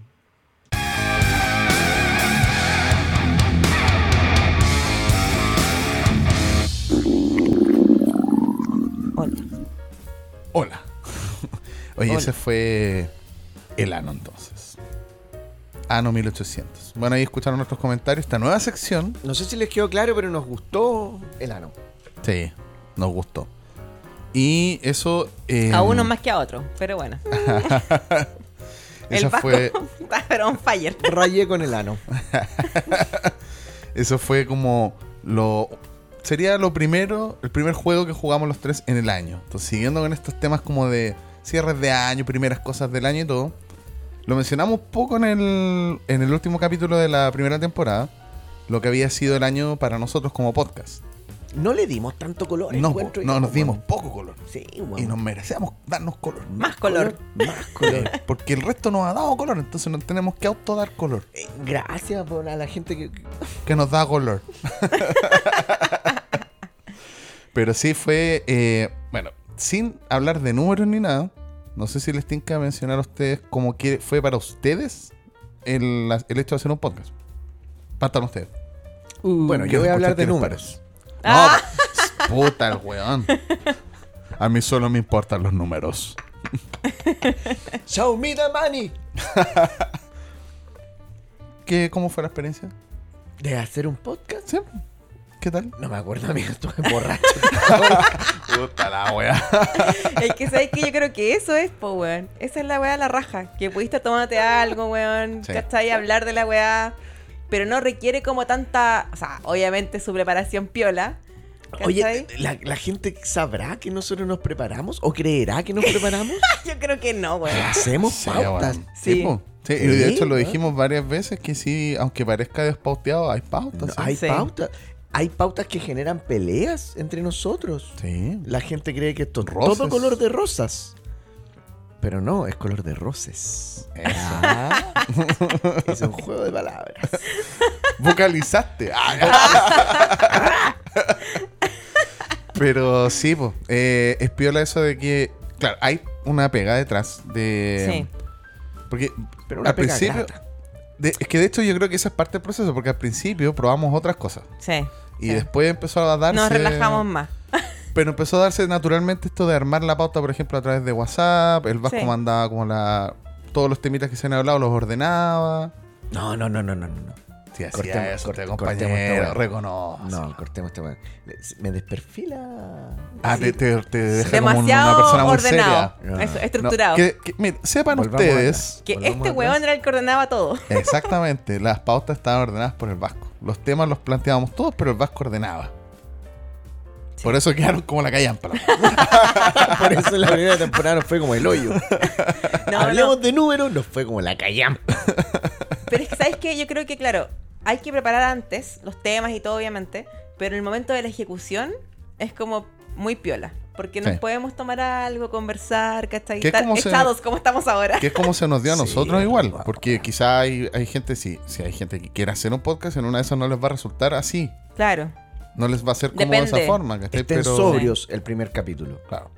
Hola. Hola. Oye, Hola. ese fue el ano entonces. Ano 1800. Bueno, ahí escucharon nuestros comentarios. Esta nueva sección No sé si les quedó claro, pero nos gustó el ano. Sí, nos gustó. Y eso. eh, A uno más que a otro, pero bueno. El Esa Vasco fue, está pero on fire. Rayé con el ano. eso fue como lo. Sería lo primero, el primer juego que jugamos los tres en el año. Entonces, siguiendo con estos temas como de cierres de año, primeras cosas del año y todo. Lo mencionamos poco en el, en el último capítulo de la primera temporada. Lo que había sido el año para nosotros como podcast. No le dimos tanto color. No, encuentro no yo, nos dimos weón. poco color. Sí, weón. Y nos merecemos darnos color. Más color. Más color. Eh, Porque el resto nos ha dado color, entonces nos tenemos que auto dar color. Eh, Gracias por a la gente que. Que nos da color. Pero sí fue, eh, bueno, sin hablar de números ni nada, no sé si les tienen que mencionar a ustedes como que fue para ustedes el, la- el hecho de hacer un podcast. Partan ustedes. Uh, bueno, yo voy a escucho hablar qué de les números. parece. No, pues, puta el weón. A mí solo me importan los números. Show me the money. ¿Qué, ¿Cómo fue la experiencia? ¿De hacer un podcast? ¿Sí? ¿Qué tal? No me acuerdo, amigo. Estuve borracho. Puta la weá. Es que sabes que yo creo que eso es, po, weón. Esa es la weá de la raja. Que pudiste tomarte algo, weón. Sí. ¿Cachai? Hablar de la weá. Pero no requiere como tanta. O sea, obviamente su preparación piola. ¿cachai? Oye, ¿la, la gente sabrá que nosotros nos preparamos o creerá que nos preparamos? yo creo que no, weón. Hacemos Sí, pautas. bueno. Sí. Sí, po. Sí, y de Sí, hecho lo ¿no? dijimos varias veces que sí, aunque parezca despauteado, hay pautas. No, sí. hay Sí. pautas. Hay pautas que generan peleas entre nosotros. Sí. La gente cree que esto es Rosas. todo color de rosas. Pero no, es color de roces. Ah. es un juego de palabras. Vocalizaste. Ah, Pero sí, pues. es piola eso de que. Claro, hay una pega detrás de. Porque Pero una al pega principio. grata. de- es que de hecho yo creo que esa es parte del proceso, porque al principio probamos otras cosas. sí, Y Sí. después empezó a sí. darse. Nos relajamos más. Pero empezó a darse naturalmente esto de armar la pauta, por ejemplo, a través de WhatsApp. El Vasco Sí. mandaba como la. Todos los temitas que se han hablado los ordenaba. No, no, no, no, no, no. Sí, hacía Cortemos, eso, corte- te cortemos compañero, esta weá. reconoce. No, cortemos esta weá. Me desperfila. Ah, Sí. te, te, te deja como una persona Demasiado muy ordenado. seria. Ah. No. Eso, No, estructurado. No, que- que- mira, sepan Volvamos ustedes que Volvamos este atrás. weón era el que ordenaba todo. exactamente las pautas estaban ordenadas por el Vasco. Los temas los planteábamos todos, pero el Vasco ordenaba. Sí. Por eso quedaron como la callampa. Por eso la primera temporada nos fue como el hoyo. No, no. Hablemos de números, nos fue como la callampa. Pero es que, ¿sabes qué? Yo creo que, claro, hay que preparar antes los temas y todo, obviamente, pero en el momento de la ejecución es como muy piola, porque nos Sí. podemos tomar algo, conversar, ¿cachai? Que es Estar como se- echados como estamos ahora. Que es como se nos dio a Sí, nosotros igual. guau. Porque quizá hay, hay gente, si, si hay gente que quiere hacer un podcast, en una de esas no les va a resultar así. Claro, No les va a ser como de Depende. esa forma, ¿cachai? Estén Este, Pero, sobrios el primer capítulo. claro.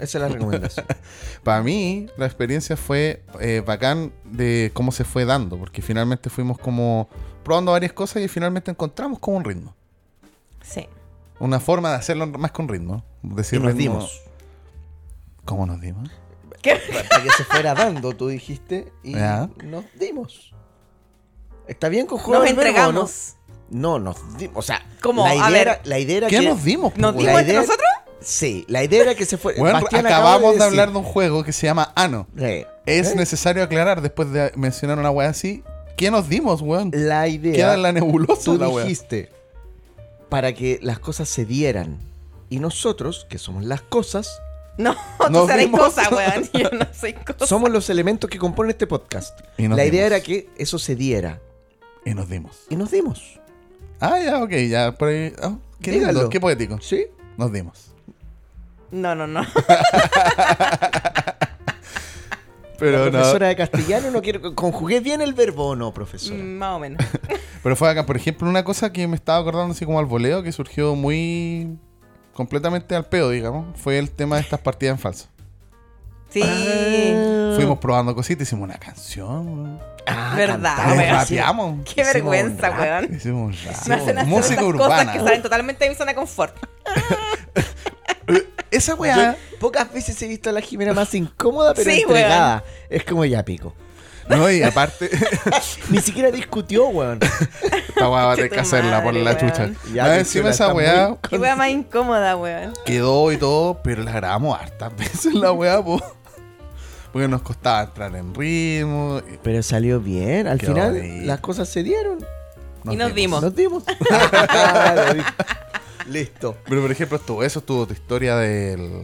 Esa es la recomendación. Para mí, la experiencia fue eh, bacán de cómo se fue dando, porque finalmente fuimos como probando varias cosas y finalmente encontramos como un ritmo. Sí. Una forma de hacerlo más con ritmo. y Decir nos ritmo- dimos. ¿Cómo nos dimos? Para para que se fuera dando, tú dijiste, y Ya. nos dimos. Está bien con juego Nos del verbo, ¿no? entregamos. No, nos dimos. O sea, ¿Cómo? La idea, A ver. era, la idea era ¿Qué que. nos dimos? po, ¿Nos weón? dimos La entre idea- nosotros? Sí, la idea era que se fuera. Bueno, Eh, Bastián acaba acabamos de, decir- hablar de un juego que se llama Ano. Eh, Es eh, necesario aclarar, después de mencionar una weá así, ¿qué nos dimos, weón? La idea. Queda en la nebulosa tú la weá. dijiste para que las cosas se dieran. Y nosotros, que somos las cosas, No, Nos tú serás vimos. cosa, weón. Yo no soy cosa. somos los elementos que componen este podcast. Y nos La idea dimos. era que eso se diera. Y nos dimos. Y nos dimos. Ah, ya, ok, ya. Por ahí. ah, qué lindo, Dígalo. qué poético. ¿Sí? Nos dimos. No, no, no. Pero la no. profesora de castellano no quiere. Conjugué bien el verbo o no, profesora. Más o menos. Pero fue acá, por ejemplo, una cosa que me estaba acordando así como al voleo, que surgió muy completamente al pedo, digamos, fue el tema de estas partidas en falso. Sí. Ah. Fuimos probando cositas, hicimos una canción, Ah, Verdad, cantamos, weón. Rapeamos. Qué Hicimos vergüenza, un rap. weón. hicimos Me rap, hacen hacer música esas cosas que urbana. salen totalmente de mi zona de confort. Esa Yo weá. pocas veces he visto a la Jimena más incómoda, pero Sí, entregada. Es como ya pico. No, y aparte, Ni siquiera discutió, weón. esta weá va a tener que Conche tu hacerla por madre, la weón. chucha. Ya, No, pico, encima la esa está weá muy- Qué weá más incómoda, weón. quedó y todo, pero la grabamos hartas veces la weá, po. Porque nos costaba entrar en ritmo. y Pero salió bien. Al Qué final bonito. las cosas se dieron. Y nos dimos. Nos dimos. Ah, Claro, di- Listo. Pero por ejemplo, estuvo, eso estuvo tu historia del,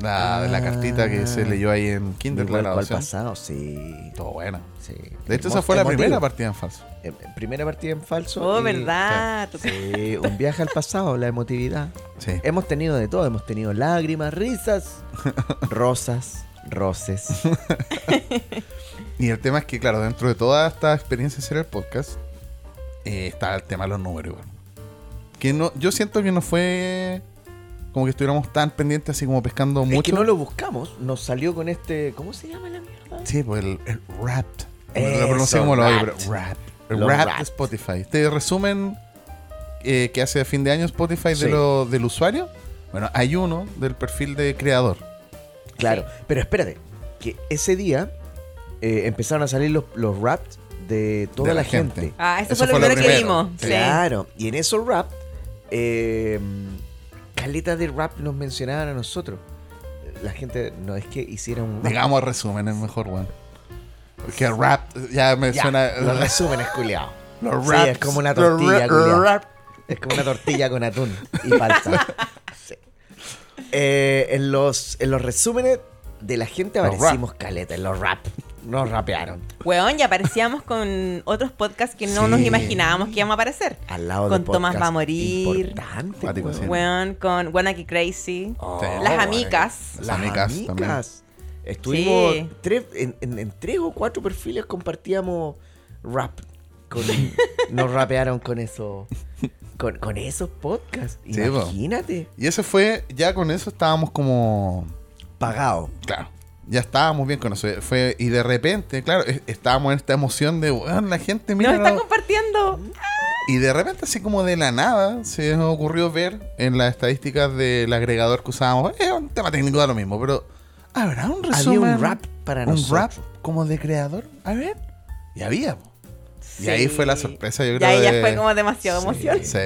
la, de la Ah. cartita que se leyó ahí en Kinder, la Igual cual grabación. pasado, sí. Estuvo buena. sí. De hecho, Hermoso, esa fue la emotivo. primera partida en falso. Eh, primera partida en falso. Oh, y- verdad. Tú- Sí, un viaje al pasado, la emotividad. Sí. Hemos tenido de todo, hemos tenido lágrimas, risas, rosas, roces. Y el tema es que, claro, dentro de toda esta experiencia de hacer el podcast, eh, está el tema de los números igual. Que no, yo siento que no fue como que estuviéramos tan pendientes así como pescando Es mucho. que no lo buscamos, nos salió con este. ¿Cómo se llama la mierda? Sí, pues el, el Wrapped. Eso, lo pronuncié como lo oye, pero Wrapped. Wrapped. El Lo Wrapped de Wrapped. Spotify. Este resumen eh, que hace a fin de año Spotify Sí. de lo- del usuario. Bueno, hay uno del perfil de creador. Claro, pero espérate, que ese día eh, empezaron a salir los, los raps de toda De la, la gente. gente. Ah, eso, Eso fue lo fue lo primero que primero. vimos. Sí. Sí. Claro, y en esos raps, eh, caleta de rap nos mencionaban a nosotros. La gente no es que hiciera un rap. Digamos resumen, es mejor, weón. Porque el rap ya me Ya, suena. eh, los resúmenes, culiao. Los Sí, raps. es como una Los ra- tortilla, los culiao. rap. Es como una tortilla con atún y palta. Sí. Eh, en, los, en los resúmenes de la gente Los aparecimos caleta, en los rap. Nos rapearon. Weón, ya aparecíamos con otros podcasts que no Sí. nos imaginábamos que íbamos a aparecer. Al lado Con de Tomás podcast va a morir. Importante, Cuático, weón. sí. Weón, con Wanna Get Crazy. Oh, Sí. Las weón. amicas. Las Las amicas amigas. Estuvimos Sí. tres, en, en- en tres o cuatro perfiles compartíamos rap. Con, nos rapearon con eso. Con, con esos podcasts. Sí, po. Imagínate. Y eso fue, ya con eso estábamos como. Pagado. Claro. Ya estábamos bien con eso. Fue, y de repente, claro, es- estábamos en esta emoción de, weón, la gente mira. nos están lo- compartiendo. Y de repente, así como de la nada, se nos ocurrió ver en las estadísticas del agregador que usábamos. Es un tema técnico, da lo mismo, pero ¿habrá un resumen? Había un rap para ¿Un nosotros. rap como de creador? A ver. Y había, po. Y ahí Sí. fue la sorpresa, yo Y creo. ahí ya de- fue como demasiada emoción. Sí.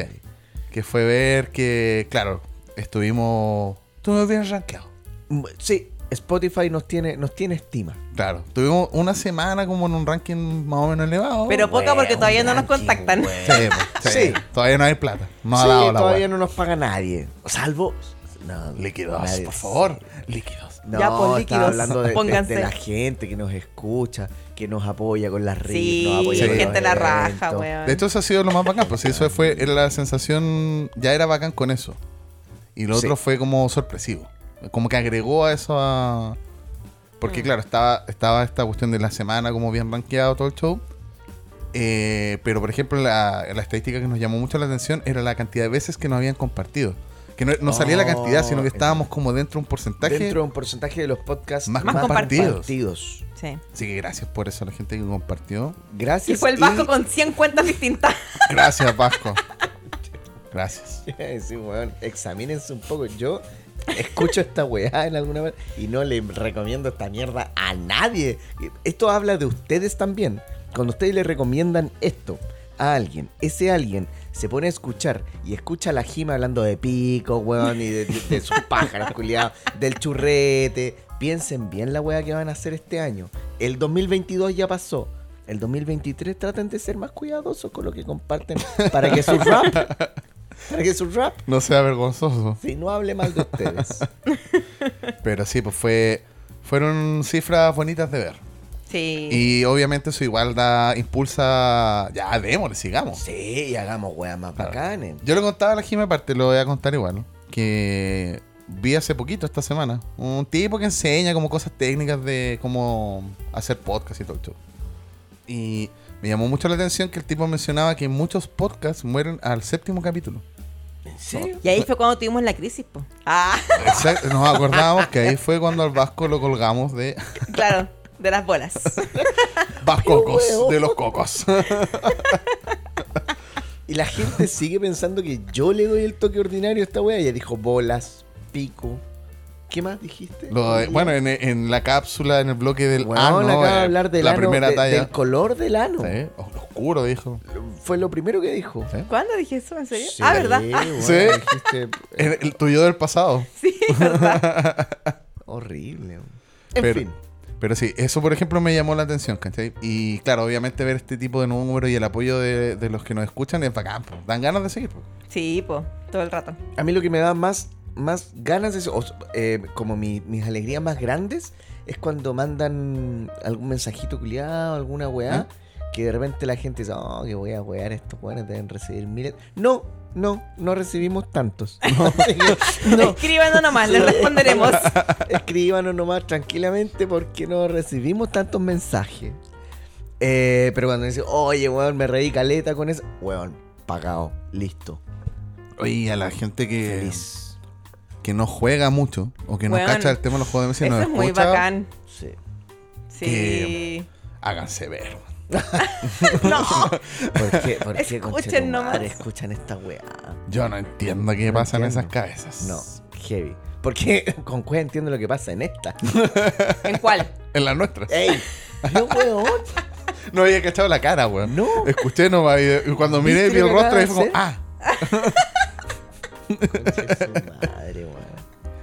Que fue ver que, claro, estuvimos. Estuvimos bien rankeados. Mm, Sí, Spotify nos tiene, nos tiene estima. Claro, tuvimos una semana como en un ranking más o menos elevado. Pero poca porque Weón, todavía no nos ranking, contactan. weón. Sí, po, sí. Sí. Todavía no hay plata. No ha Sí, dado la todavía wea. no nos paga nadie. Salvo. No, Líquidos, nadie- por favor. Líquidos. No, Ya, pues, estaba líquidos. hablando de- de, Pónganse. de la gente que nos escucha, que nos apoya con las redes, nos Sí, apoya con gente los la raja, eventos. weón. De hecho, eso ha sido lo más bacán. Pues sí, eso fue era la sensación. Ya era bacán con eso. Y lo Sí. otro fue como sorpresivo. Como que agregó a eso a. Mm. Porque, claro, estaba, estaba esta cuestión de la semana como bien rankeado todo el show. Eh, pero, por ejemplo, la, la estadística que nos llamó mucho la atención era la cantidad de veces que nos habían compartido. Que no, no salía la cantidad, sino que estábamos como dentro de un porcentaje. Oh, Dentro de un porcentaje de los podcasts Más compartidos. compartidos. Sí. Así que gracias por eso a la gente que compartió. Gracias. Y fue el Vasco y- con 100 cuentas distintas. Gracias, Vasco. Gracias. Sí, weón, examínense un poco. Yo escucho esta weá en alguna manera y no le recomiendo esta mierda a nadie. Esto habla de ustedes también. Cuando ustedes le recomiendan esto a alguien, ese alguien se pone a escuchar y escucha a la Jima hablando de pico, weón, y de, de- de sus pájaros culiados, del churrete. Piensen bien la weá que van a hacer este año. El 2022 ya pasó. El 2023 traten de ser más cuidadosos con lo que comparten para que su rap para que su rap No sea vergonzoso. si no hable mal de ustedes. Pero sí, pues fue. Fueron cifras bonitas de ver. Sí. Y obviamente eso igual da, impulsa. Ya, démosle, sigamos. sí, y hagamos weas más Claro. bacanes. Yo lo contaba a la Jimmy aparte, lo voy a contar igual. Que vi hace poquito esta semana un tipo que enseña como cosas técnicas de cómo hacer podcast y todo el show. Y me llamó mucho la atención que el tipo mencionaba que muchos podcasts mueren al séptimo capítulo. ¿En serio? Y ahí fue cuando tuvimos la crisis, po. Ah, Exacto, nos acordábamos que ahí fue cuando al Vasco lo colgamos de claro, de las bolas. Vascocos, de los cocos. Y la gente sigue pensando que yo le doy el toque ordinario a esta wea. Ella dijo bolas, pico. ¿Qué más dijiste? Lo de- bueno, en, en la cápsula, en el bloque del Weón, ano, acaba de eh, hablar del la ano, primera de- talla. del color del ano. Sí, oscuro, dijo. Fue lo primero que dijo. Sí. ¿Cuándo dije eso? ¿En serio? Sí, ah, ¿verdad? weón, Sí. dijiste- El, el tuyo del pasado. Sí, ¿verdad? horrible. weón. En Pero- fin. Pero sí, eso por ejemplo me llamó la atención, ¿cachai? Y claro, obviamente ver este tipo de números y el apoyo de, de los que nos escuchan es bacán, po. dan ganas de seguir. po. Sí, po, todo el rato. A mí lo que me da más, más ganas, es, o- eh, como mi- mis alegrías más grandes, es cuando mandan algún mensajito culiado, alguna weá, que de repente la gente dice, oh, que voy a wear estos weones, deben recibir miles. No, no, no recibimos tantos. no, Escríbanos nomás, les responderemos. escríbanos nomás tranquilamente porque no recibimos tantos mensajes. Eh, pero cuando dicen, oye, weón, me reí caleta con eso, weón, pagado, listo, Oye, a la gente que, feliz. que no juega mucho o que no Weón, cacha el tema de los juegos de mesa y Eso nos es muy escucha, bacán. Sí. Sí. háganse ver. No, ¿Por qué? ¿Por qué, Escuchen conchetumare, nomás. Escuchan esta weá. Yo no entiendo qué No pasa en entiendo. esas cabezas. No, heavy. Porque con cuál entiendo lo que pasa en esta. ¿en cuál? En las nuestras. ¡Ey! ¡No, weón! No había cachado la cara, weón. No. Escuché nomás y de- y cuando miré ¿Viste vi lo el que rostro y acabas fue como, de ah. Conche su madre, weón.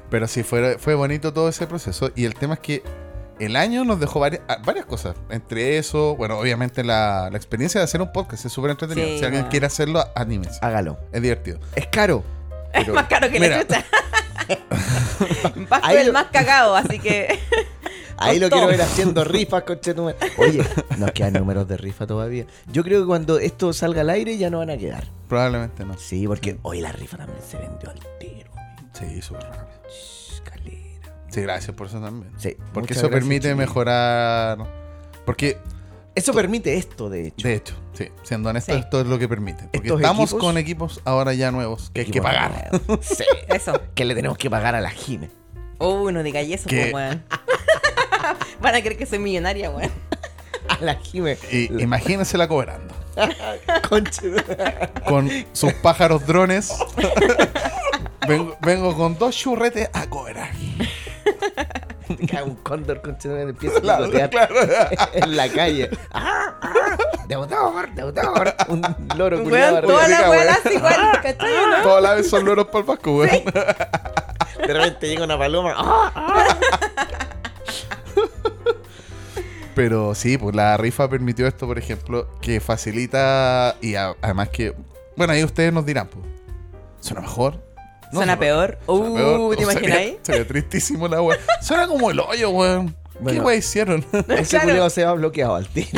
Pero sí, fue, fue bonito todo ese proceso. Y el tema es que el año nos dejó varias, ah, varias cosas. Entre eso, bueno, obviamente la, la experiencia de hacer un podcast es súper entretenido. Sí, si alguien bueno. quiere hacerlo, anímense. Hágalo. Es divertido. Es caro. Es más caro que mira. la chucha. Vasco Ahí es el lo- más cagado, así que. Ahí lo Costó. quiero ver haciendo rifas, conchetumare. Oye, nos quedan números de rifa todavía. Yo creo que cuando esto salga al aire ya no van a quedar. Probablemente no. Sí, Mm. porque hoy la rifa también se vendió al tiro. amigo. Sí, súper rápido. Shh, calera. Sí, gracias por eso también. Sí, Porque muchas eso gracias, permite chiquillos. mejorar. Porque, Eso permite esto, de hecho. de hecho, sí, siendo honesto, Sí. esto es lo que permite. Porque Estos estamos equipos- con equipos ahora ya nuevos que hay que Equipo pagar. nuevo. Sí. Eso. Que le tenemos que pagar a la Jime. Uy, no digáis eso, po, ¿Qué? weón. Van a creer que soy millonaria, weón. A la Jime. Y La- imagínensela cobrando. Conche. con sus pájaros drones. vengo, vengo con dos churretes a cobrar. Cae un cóndor conche en el pie se picotea en la calle. ¡Ah, ah! ¡De autor! ¡De autor! Un loro culiado Weón, toda rica, la weón. weón así Ah, igual, ¿cachai? o no? Todas las veces son loros para el Vasco, weón. De repente llega una paloma. ¡Ah, ah! Pero sí, pues la rifa permitió esto, por ejemplo, que facilita y a- además que. Bueno, ahí ustedes nos dirán, pues. ¿Suena mejor? No, Suena peor. suena peor. Uh, ¿te O sea, imagináis? Sería tristísimo la weón. Suena como el hoyo, weón. ¿Qué Bueno. weón hicieron? Ese Claro. culiao se va bloqueado al tiro.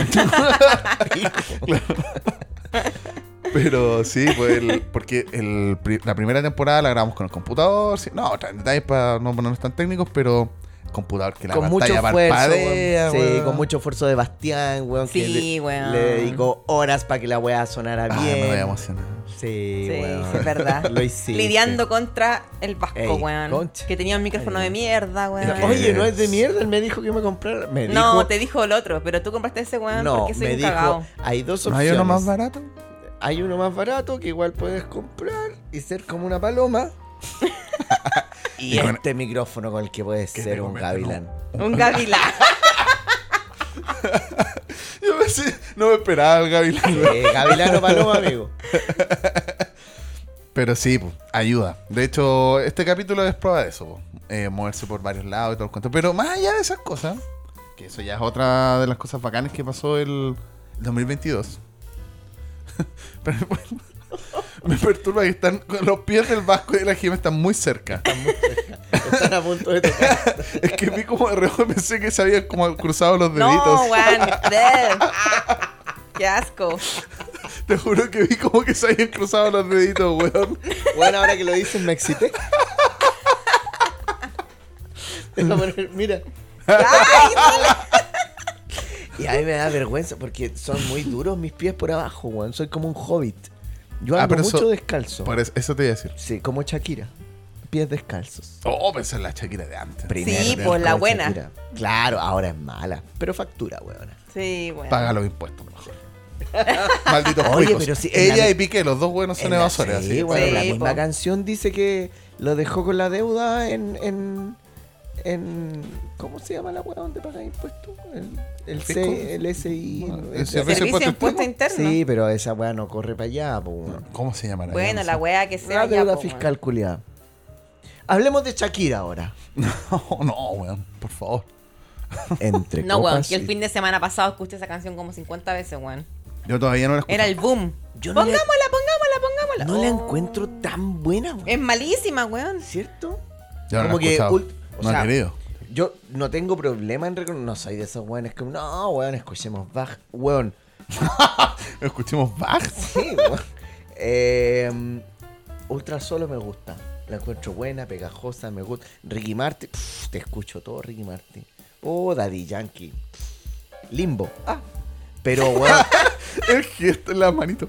Pero sí, pues el- porque el pri- la primera temporada la grabamos con el computador. sí. no, otros detalles para no ponernos tan técnicos, pero computador que la con mucho pantalla esfuerzo. parpadea, weón. Sí, weón. con mucho esfuerzo de Bastián, weón. que Sí, le- weón. Le dedicó horas para que la weá sonara Ah, me voy a bien. emocionar. sí, Sí, weón. sí, es verdad. Lo hiciste. Lidiando contra el Vasco, Ey, weón. concha. Que tenía un micrófono de mierda, weón. Oye, no es de mierda, él me dijo que me comprara. Me no, dijo, te dijo el otro, pero tú compraste ese weón No, porque soy me un dijo, cagao. hay dos ¿No opciones. hay uno más barato? Hay uno más barato que igual puedes comprar y ser como una paloma. y Y con- este micrófono con el que puedes Que ser te un cometen gavilán. Un gavilán. Yo pensé, no me esperaba el gavilán. weón. Eh, gavilán o paloma, amigo. Pero sí, po, ayuda. De hecho, este capítulo es prueba de eso. po. Eh, moverse por varios lados y todo el cuento. Pero más allá de esas cosas, que eso ya es otra de las cosas bacanas que pasó el 2022. Pero bueno, me perturba que están los pies del Vasco y de la Jimena están muy cerca. Están a punto de tocar. Es que vi como de reojo y pensé que se habían como cruzado los deditos. no, weón. Bleh. Qué asco. Te juro que vi como que se habían cruzado los deditos, weón. Bueno, ahora que lo dices, me excité. Deja poner- mira. Ay, Y a mí me da vergüenza porque son muy duros mis pies por abajo, weón. Soy como un hobbit. Yo Ah, ando pero mucho eso- descalzo. Por eso, eso te iba a decir. Sí, como Shakira. Pies descalzos. Oh, pensé en la chaquira de antes. Primero Sí, te pues, das la con buena. Shakira. Claro, ahora es mala. Pero factura, weón. Sí, weón. Paga los impuestos, mejor. Malditos Oye, cuicos. pero sí, en Ella la- y Piqué, los dos buenos son En la- evasores, sí, así. bueno, Sí, la po. misma canción dice que lo dejó con la deuda en. en, en ¿Cómo se llama la weá donde paga impuestos? El, el, ¿Fisco? C- el SI. Bueno, no, el el- servicio Servicio impuesto de impuesto interno. Sí, pero esa weá no corre para allá, po, weón. ¿Cómo se llamará? Ya bueno, no la sé. weá que sea. Una ya, deuda po, weón. fiscal culiada. Hablemos de Shakira ahora. No, no, weón, por favor. Entre No, weón. copas Yo el y- fin de semana pasado escuché esa canción como 50 veces, weón. Yo todavía no la escucho. Era el boom. Yo no le- pongámosla, pongámosla, pongámosla. No la Oh. encuentro tan buena, weón. Es malísima, weón. ¿Cierto? Yo no la he como que escuchado. ult- o No he sea, querido. Yo no tengo problema en reconocer. No soy de esos weones que. No, weón, escuchemos Bach. Weón. Escuchemos Bach. Sí, weón. Eh, Ultra Solo me gusta. La encuentro buena, pegajosa, me gusta. Ricky Martin. pf, te escucho todo, Ricky Martin. Oh, Daddy Yankee. Limbo. Ah. Pero, weón. El gesto en la manito.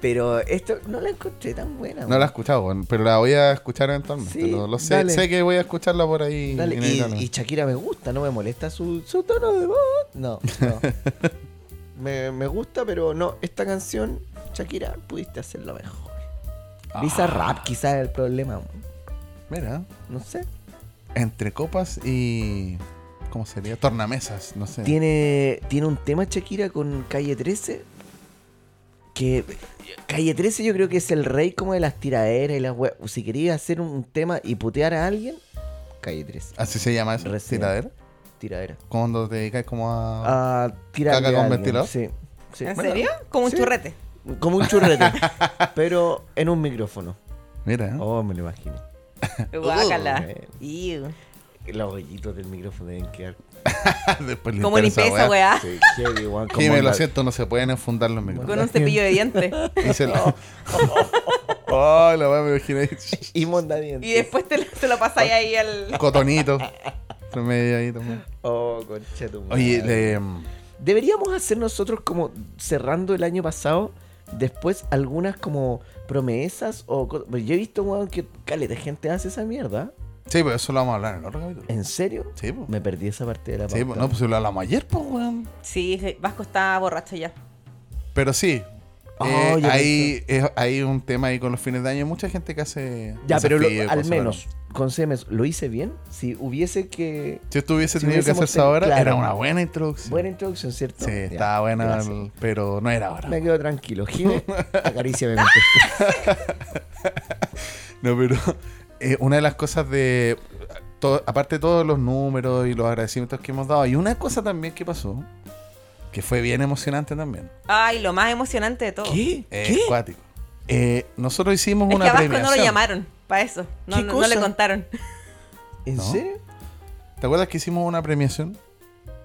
pero esto no la encontré tan buena. No weón. la he escuchado, weón, pero la voy a escuchar eventualmente. Sí, lo, lo sé, dale. sé que voy a escucharla por ahí. Dale, y, inevitablemente. y Shakira me gusta, no me molesta su, su tono de voz. No, no. me, me gusta, pero no, esta canción, Shakira, pudiste hacerlo mejor. Ah. Visa rap, quizás es el problema. Mira, No sé. entre copas y. ¿Cómo sería? Tornamesas, no sé. Tiene, tiene un tema Shakira con Calle 13. Que Calle 13 yo creo que es el rey como de las tiraderas y las web. Si querías hacer un tema y putear a alguien, Calle 13. Así se llama eso. Recién. Tiradera. Tiradera. Cuando te dedicas como a. Ah, tirarle Ah. ¿Caca con a alguien, ventilador? Sí. sí. ¿En serio? Como un Sí. churrete. Como un churrete, pero en un micrófono. Mira. ¿eh? Oh, me lo imagino. Guácala. Eh. Iu. Los hoyitos del micrófono deben quedar. Después Como limpiar esa limpieza, weá. weá. Sí, heavy, weón, como Jimmy, la- Ah. lo siento, no se pueden enfundar los micrófonos. Con un cepillo de dientes. Y se lo- oh, la weá me imaginé. Y mondadientes. Y después te lo, te lo pasáis ahí al. Cotonito. Se me dio ahí también. Oh, concha tu madre. Oye, le- Deberíamos hacer nosotros como cerrando el año pasado. Después algunas como promesas o co- pues Yo he visto, weón, que caleta de gente hace esa mierda. sí, pues eso lo vamos a hablar en el otro capítulo. ¿En serio? Sí, pues. Me perdí esa parte de la Sí, pues, pauta. no, pues lo hablamos ayer, pues, weón. Sí, Vasco está borracho ya. Pero sí. Oh, eh, ya hay, es- hay un tema ahí con los fines de año. Hay Mucha gente que hace. Ya, pero lo- desafíos y al cosas, menos, pero- con CMS, ¿lo hice bien? Si hubiese que Si esto hubiese Si tenido que hubiésemos hacerse tenido- ahora, claro. era una buena introducción. Buena introducción, ¿cierto? sí, Ya, estaba buena, gracias. el- pero no era ahora. Me quedo tranquilo. Jime, acaríciame mi testículo. No, pero eh, una de las cosas de. to- aparte de todos los números y los agradecimientos que hemos dado, hay una cosa también que pasó que fue bien emocionante también. Ay, lo más emocionante de todo. Eh, Cuático. Eh, nosotros hicimos Es que una a Vasco no premiación. lo llamaron para eso. No, ¿Qué no, no le cosa? contaron. ¿En ¿No? serio? ¿Te acuerdas que hicimos una premiación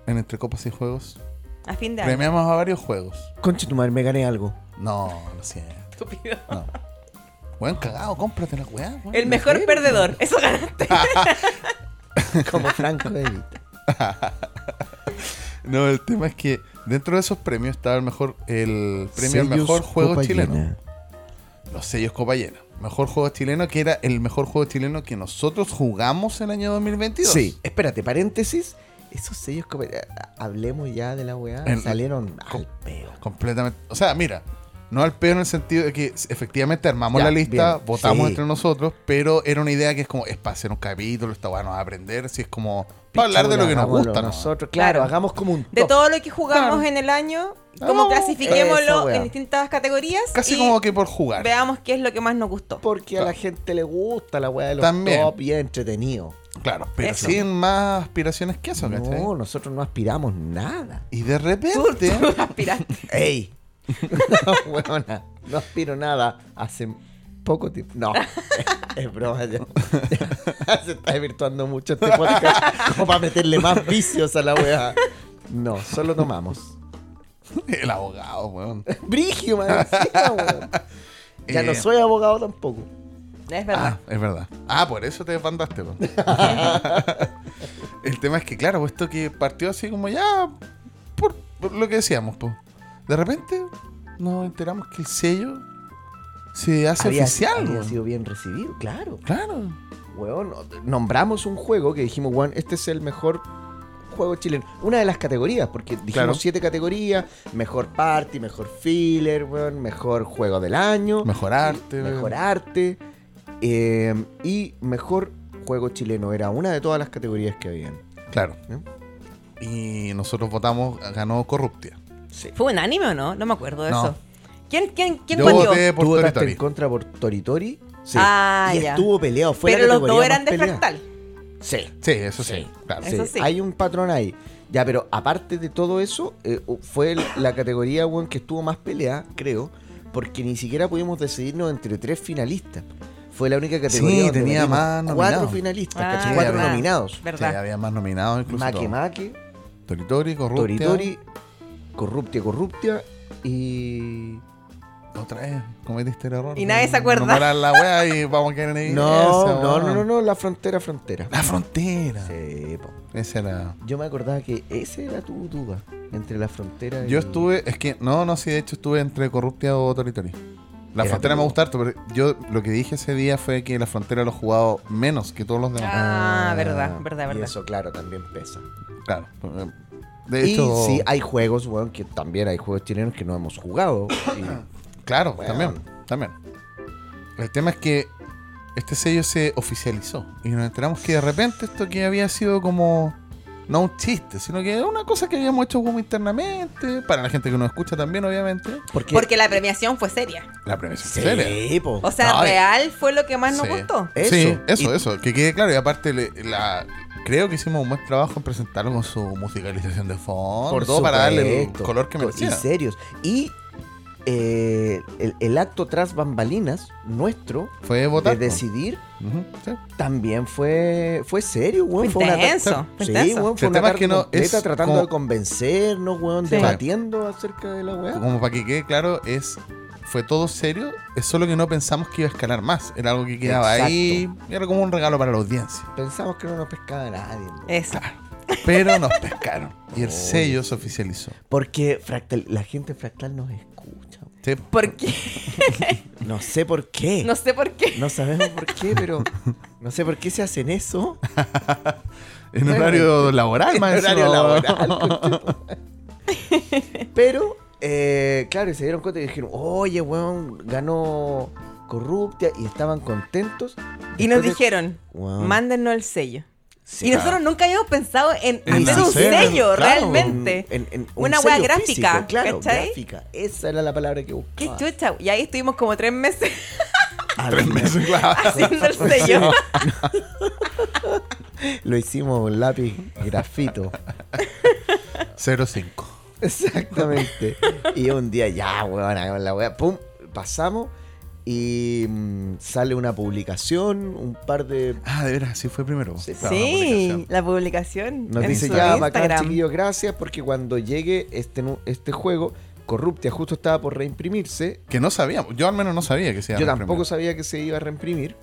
en Entre Copas y Juegos? A fin de año. Premiamos a varios juegos. Concha tu madre, me gané algo. No, lo siento. Estúpido. No. Weón, cagado, cómprate la weá. weón. El mejor perdedor. Eso ganaste. como Franco de Vita. No, el tema es que dentro de esos premios estaba el mejor, el premio al mejor juego chileno. Los sellos Copa Llena. Mejor juego chileno, que era el mejor juego chileno que nosotros jugamos el año 2022. Sí, espérate, paréntesis. Esos sellos Copa ah, Hablemos ya de la weá. En- salieron al Com- peo. Completamente. O sea, mira, no al peor en el sentido de que efectivamente armamos Ya, la lista, bien, votamos sí. entre nosotros, pero era una idea que es como, es para hacer un capítulo, esta bueno, a aprender, si es como, para Pichula, hablar de lo que nos hagámoslo gusta. ¿no? Nosotros, claro, Claro. hagamos como un top. De todo lo que jugamos Claro. en el año, Hagamos como un- Eso, clasifiquémoslo weón. en distintas categorías. Casi y como que por jugar. Veamos qué es lo que más nos gustó. Porque a la Claro. gente le gusta la weá de los También. top y es entretenido. Claro, pero Eso. sin más aspiraciones que eso, ¿cachai? No, nosotros no aspiramos nada. Y de Tú, repente, tú aspiraste. ¡Ey! no, huevona, no aspiro nada hace poco tiempo. No, es broma ya. Se está desvirtuando mucho este podcast como para meterle más vicios a la weá. No, solo tomamos. el abogado, weón. Brigio, man. encima, weón. Ya Eh, no soy abogado tampoco. Es Ah, verdad. es verdad. Ah, por eso te desbandaste. po. el tema es que, claro, puesto que partió así como ya por, por lo que decíamos, po. De repente nos enteramos que el sello se hace Había- oficial, Había weón. sido bien recibido, claro. Claro. Weón, nombramos un juego que dijimos, weón, este es el mejor juego chileno. Una de las categorías, porque dijimos Claro. siete categorías: mejor party, mejor filler, weón, mejor juego del año, Mejor arte. mejor arte eh, y mejor juego chileno. Era una de todas las categorías que habían. Claro. ¿No? Y nosotros votamos, ganó Corruptia. ¿Fue unánime o no? No me acuerdo de No. eso. ¿Quién, quién, quién Yo valió? voté por Tú votaste Tori en contra por Toritori. Sí. Ah, y ya. estuvo peleado. Fue la Pero los categoría dos más eran de peleada. fractal. Sí. Sí, eso sí, Sí. claro. Eso sí. Hay un patrón ahí. Ya, pero aparte de todo eso, eh, fue el- la categoría weón, que estuvo más peleada, creo, porque ni siquiera pudimos decidirnos entre tres finalistas. Fue la única categoría Sí, donde tenía metimos más cuatro nominados. finalistas, Ah, ¿cachai? cuatro verdad. nominados. Sí, ¿Verdad? había más nominados incluso. Maque todo. Maque, Toritori, Corruptia. Toritori, Corruptia Corruptia y... Otra vez cometiste el error. Y nadie se de acuerda. nombrar la wea y vamos a quedar en evidencia, No, no, weón. no, no, no, la frontera, frontera. La frontera. Sí, po. Esa era. Yo me acordaba que esa era tu duda, entre la frontera y... Yo estuve, es que, no, no, sí, de hecho estuve entre Corruptia o Toritori. La Era frontera me tu- gusta harto, pero yo lo que dije ese día fue que la frontera lo he jugado menos que todos los demás. Ah, verdad, verdad, Y verdad. eso, claro, también pesa. Ah. Claro. De hecho, Y sí, hay juegos, weón, que también hay juegos chilenos que no hemos jugado. y- claro, Bueno. también, también. El tema es que este sello se oficializó y nos enteramos que de repente esto que había sido como, no un chiste, sino que era una cosa que habíamos hecho como internamente, para la gente que nos escucha también, obviamente. porque, Porque la premiación fue seria. La premiación Sí, seria. po. O sea, No, eh. real fue lo que más nos Sí. gustó. Eso. Sí, eso, Y- eso. Que quede claro. Y aparte, le- la, creo que hicimos un buen trabajo en presentarlo con su musicalización de fondo. por todo para darle el supuesto. color que Co- merecía. Y serios. Y eh, el, el acto tras bambalinas nuestro Fue votar. de po. decidir Ujú, sí. también fue fue serio, weón. Fue una ta- intenso, fue Sí, intenso. weón, fue El una tema es tarde que no, completa es tratando como- de convencernos, weón, Sí. debatiendo acerca de la weá. Como para que quede claro, es fue todo serio. Es solo que no pensamos que iba a escalar más. Era algo que quedaba Exacto. ahí. Era como un regalo para la audiencia. Pensamos que no nos pescaba nadie. weón. Eh, Eso. Pero nos pescaron. Y el Oh. sello se oficializó. Porque fractal, la gente fractal nos escucha. weón. Sí, po. Porque No sé por qué. no sé por qué. No sabemos por qué, pero no sé por qué se hacen eso. En horario laboral, En más horario encima, weón. laboral, conchetumare. Pero, eh, claro, y se dieron cuenta y dijeron, oye, weón, ganó Corruptia y estaban contentos. Y nos Después de- dijeron, Weón. mándennos el sello. Sí, y claro. nosotros nunca habíamos pensado en En hacer la un serie, sello, claro, realmente. en- en un Una weá sello gráfica, físico, claro, ¿cachai? gráfica. Esa era la palabra que Qué buscaba. Ah, chucha. Y ahí estuvimos como tres meses Tres meses, claro. haciendo el sello. Lo hicimos con lápiz grafito. 05. Exactamente. y un día, ya, weón, hagamos la weá. Pum, pasamos y mm, sale una publicación, un par de. Ah, de veras, así fue primero. Sí. Claro, la sí, publicación. la publicación. Nos en dice, su ya, bacán, Instagram. chiquillos, gracias, porque cuando llegue este, nu- este juego, Corruptia justo estaba por reimprimirse. Que no sabíamos. Yo al menos no sabía que se iba a Yo reimprimir. tampoco sabía que se iba a reimprimir.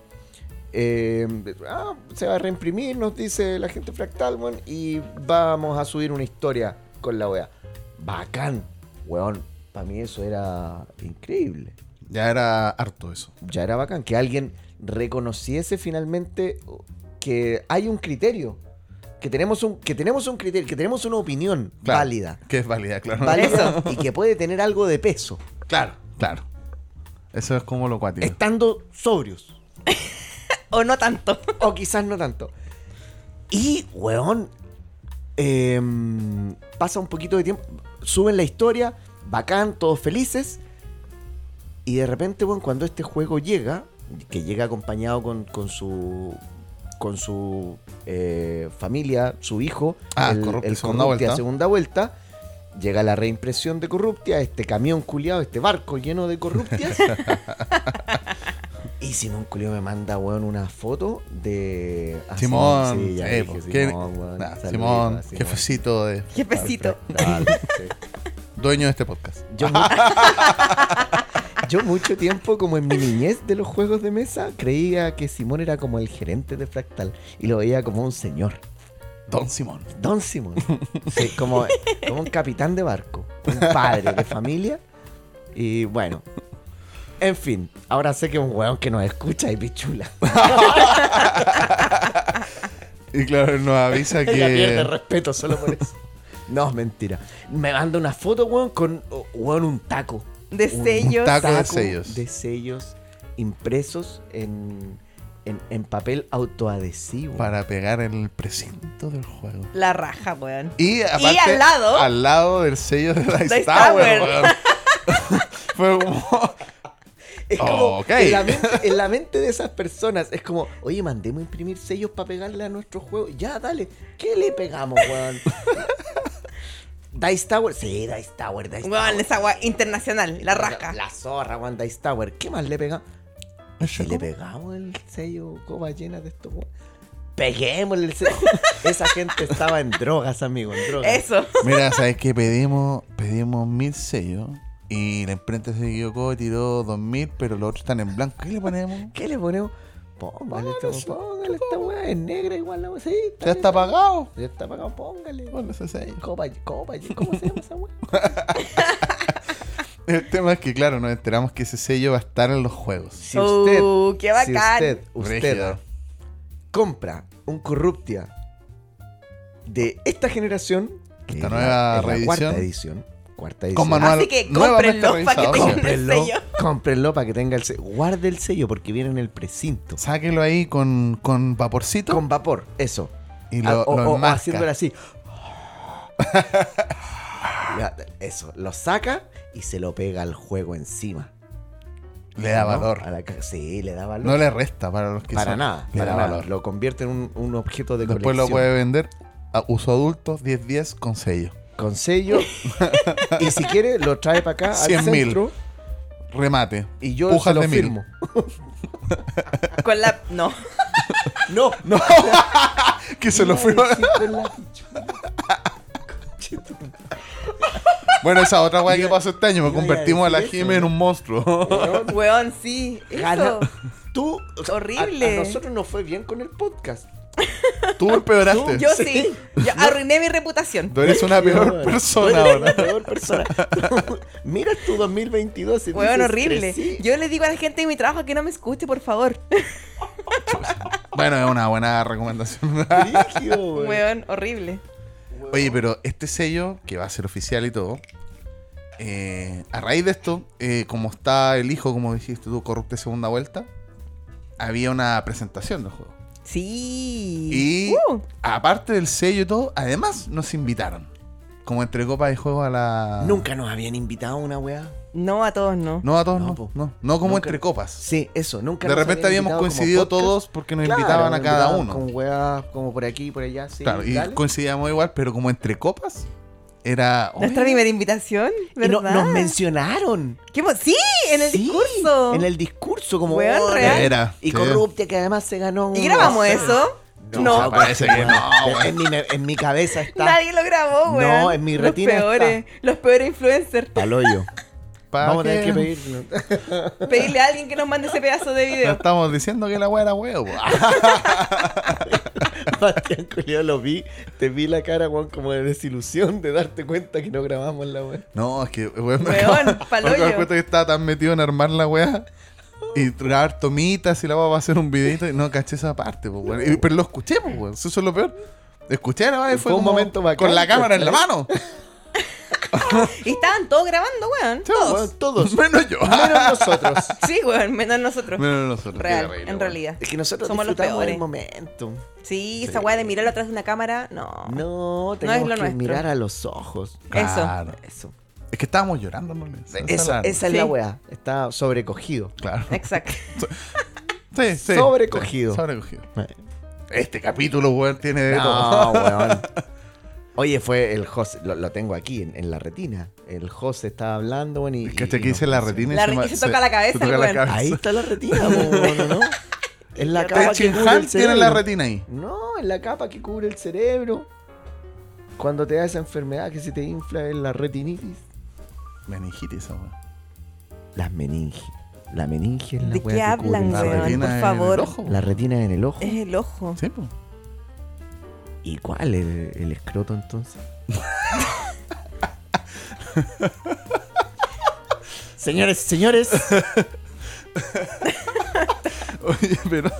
Eh, ah, se va a reimprimir, nos dice la gente fractal, weón, y vamos a subir una historia con la wea. Bacán, weón. Para mí eso era increíble. Ya era harto eso. Ya era bacán que alguien reconociese finalmente que hay un criterio. Que tenemos un, que tenemos un criterio, que tenemos una opinión Claro, válida. Que es válida, claro. Válida y que puede tener algo de peso. Claro, claro. Eso es como lo cuático. Estando sobrios. O no tanto. O quizás no tanto. Y, weón, em, pasa un poquito de tiempo, suben la historia, bacán, todos felices. Y de repente, weón, cuando este juego llega, que llega acompañado con, con su con su eh, familia, su hijo, Ah, el, Corruptia, el segunda Corruptia vuelta. segunda vuelta, llega la reimpresión de Corruptia, este camión culiado, este barco lleno de Corruptias, y Simón Culio me manda, weón, una foto de. a Ah, Simón, Sí, ya eh, dije pues, ¿qué- Simón, weón. nah, Saludos Simón, a Simón. jefecito de Jefecito. Dale, sí. dueño de este podcast. Yo, mu- Yo mucho tiempo, como en mi niñez de los juegos de mesa, creía que Simón era como el gerente de Fractal y lo veía como un señor. Don Simón. Don Simón. Sí, como, como un capitán de barco, un padre de familia. Y bueno. En fin, ahora sé que un weón que nos escucha y pichula. Y claro, él nos avisa Ella pierde que. respeto solo por eso. No, mentira. Me manda una foto, weón, con oh, weón, un taco. De Un sellos. taco. de sellos. de sellos impresos en, en, en papel autoadhesivo. Para pegar el precinto del juego. La raja, weón. Y, aparte, al lado- Al lado del sello de Dice, Dice Tower, Tower. weón. Fue como. Es como Ok. en, la mente, en la mente de esas personas es como, oye, mandemos imprimir sellos para pegarle a nuestro juego. Ya, dale. ¿Qué le pegamos, weón? Dice Tower. Sí, Dice Tower, Dice Weón, Tower. esa weá internacional. La raja. La zorra, weón, Dice Tower. ¿Qué más le pegamos? Si le pegamos el sello copa llena de estos weón. Peguémosle el sello. Esa gente estaba en drogas, amigo, en drogas. Eso. Mira, sabes que pedimos, pedimos mil sellos y la imprenta se equivocó y tiró dos mil, pero los otros están en blanco. ¿Qué le ponemos? ¿Qué le ponemos? Póngale, esta- póngale esta weá, es negra igual la weá. Sí, está Ya está bien. apagado. Ya está apagado, póngale. Bueno, ese sello. Copa, copa, ¿cómo se llama esa weá? El tema es que, claro, nos enteramos que ese sello va a estar en los juegos. Si usted, Uh, qué bacán. si usted, usted Rígido. compra un Corruptia de esta generación, que Esta es nueva es cuarta reedición. edición, cuarta edición, Con manual. Así que Nuevamente cómprenlo para que revisado, tengan el cómprenlo, sello. cómprenlo para que tenga el sello, guarde el sello porque viene en el precinto, Sáquelo ahí con, con vaporcito con vapor, eso, y Ah, lo, o, lo o- o enmasca. haciéndole así. Ya, Eso, lo saca y se lo pega al juego encima. Le da ¿No? valor. A la ca- sí, le da valor. No le resta para los que para son- nada, Le para da nada. valor. Lo convierte en un, un objeto de Después colección. lo puede vender a uso adulto 10-10 con sello. Con sello. y si quiere, lo trae para acá al 100.000. centro Remate. y yo Pujas se lo de mil. firmo. Con la. No. No, no. Que se lo firma. Sí, con la pichula. Bueno, esa otra weá que pasó este año, me iba a convertimos a la decir eso, Jime en un monstruo. Weón, Weón, sí. gana- Eso. Tú, o sea, a- Horrible. a nosotros nos fue bien con el podcast. Tú empeoraste. Yo sí. Yo arruiné mi reputación. Tú eres una Peor peor persona La ahora. peor persona. Mira tu 2022 y Weón, dices, horrible. "Crecí". Yo le digo a la gente de mi trabajo que no me escuche, por favor. Bueno, es una buena recomendación. Brígido, weón. Weón, horrible. Oye, pero este sello, que va a ser oficial y todo, eh, a raíz de esto, eh, como está el hijo, como dijiste tú, corrupte segunda vuelta, había una presentación del juego. Sí. Y Uh, aparte del sello y todo, además nos invitaron. Como entre copas de juego a la. Nunca nos habían invitado a una weá. no a todos, no. No a todos, No, no. po. No, no como Nunca. entre copas. Sí, eso, nunca de nos repente habían habíamos invitado como coincidido podcast. todos porque nos Claro, invitaban a nos cada invitaban uno. Con weas como por aquí, por allá, sí. claro, y dale. coincidíamos igual, pero como entre copas, era. Nuestra "Oye, primera invitación, Y no- ¿verdad? nos mencionaron. ¿Qué mo- sí, en el Sí, discurso. En el discurso, como. Weón, "Oh, real". Era, sí. Y corrupta, que además se ganó. ¿Y un grabamos Oscar. eso? No. No, parece que no, weón. En mi, en mi cabeza está. Nadie lo grabó, No, weón. en mi Los retina peores, los peores influencers. Paloyo. ¿Para Vamos a tener qué? que pedir. Pedirle a alguien que nos mande ese pedazo de No video. estamos diciendo que la weá era huevo. Bastián Culeado lo vi, te vi la cara, weón, como de desilusión de darte cuenta que no grabamos la weón. No, es que, weón, me Weón, acabo- pa'l me acabo de hoyo. cuenta que estaba tan metido en armar la weá y traer tomitas y la weá va a hacer un videito y no caché esa parte, pues, weón. Y- pero lo escuché, pues, weón. Eso es lo peor. Escuché la weá y fue, Fue un como momento bacán, pues, Con la cámara en la ¿cachai? mano. Y estaban todos grabando, weón. Weón, Todos. todos. pues, Menos yo. Menos nosotros. Sí, weón, menos nosotros. Menos nosotros. qué Real, terrible, en weón. realidad. Es que nosotros Somos los disfrutamos peores. el momento. Sí, esa weá de mirarlo atrás de una cámara, no. Ah. No, No es tenemos lo que nuestro. mirar a los ojos. Claro. Eso. Es que estábamos llorando, ¿no? Esa- Esa, la- esa es la Sí. weá. Está sobrecogido. Claro. Exacto. Sí, sí. Sobrecogido. Sí, sobrecogido. Este capítulo, weón, tiene de todo. No, weón. Oye, fue el José, lo, lo tengo aquí en, en la retina. El José estaba hablando, weón, y. Es que hasta y- que y dice no la funciona. retina La ma- re- se toca la cabeza, se el toca la weón. cabeza. Ahí está la retina, weón, ¿no? Es la Te capa que cubre Chinhan tiene el cerebro. la retina ahí. No, es la capa que cubre el cerebro. Cuando te da esa enfermedad que se te infla en la retinitis. Meningitis, esa weón. Las meninges. La meninge es la ¿De weá qué que cubre hablan, el La weón? Eh. cerebro. retina por en el favor. ojo, weón. La retina en el ojo. Es el ojo. Sí, po. ¿Y cuál el, el escroto entonces? señores, señores. Oye, pero.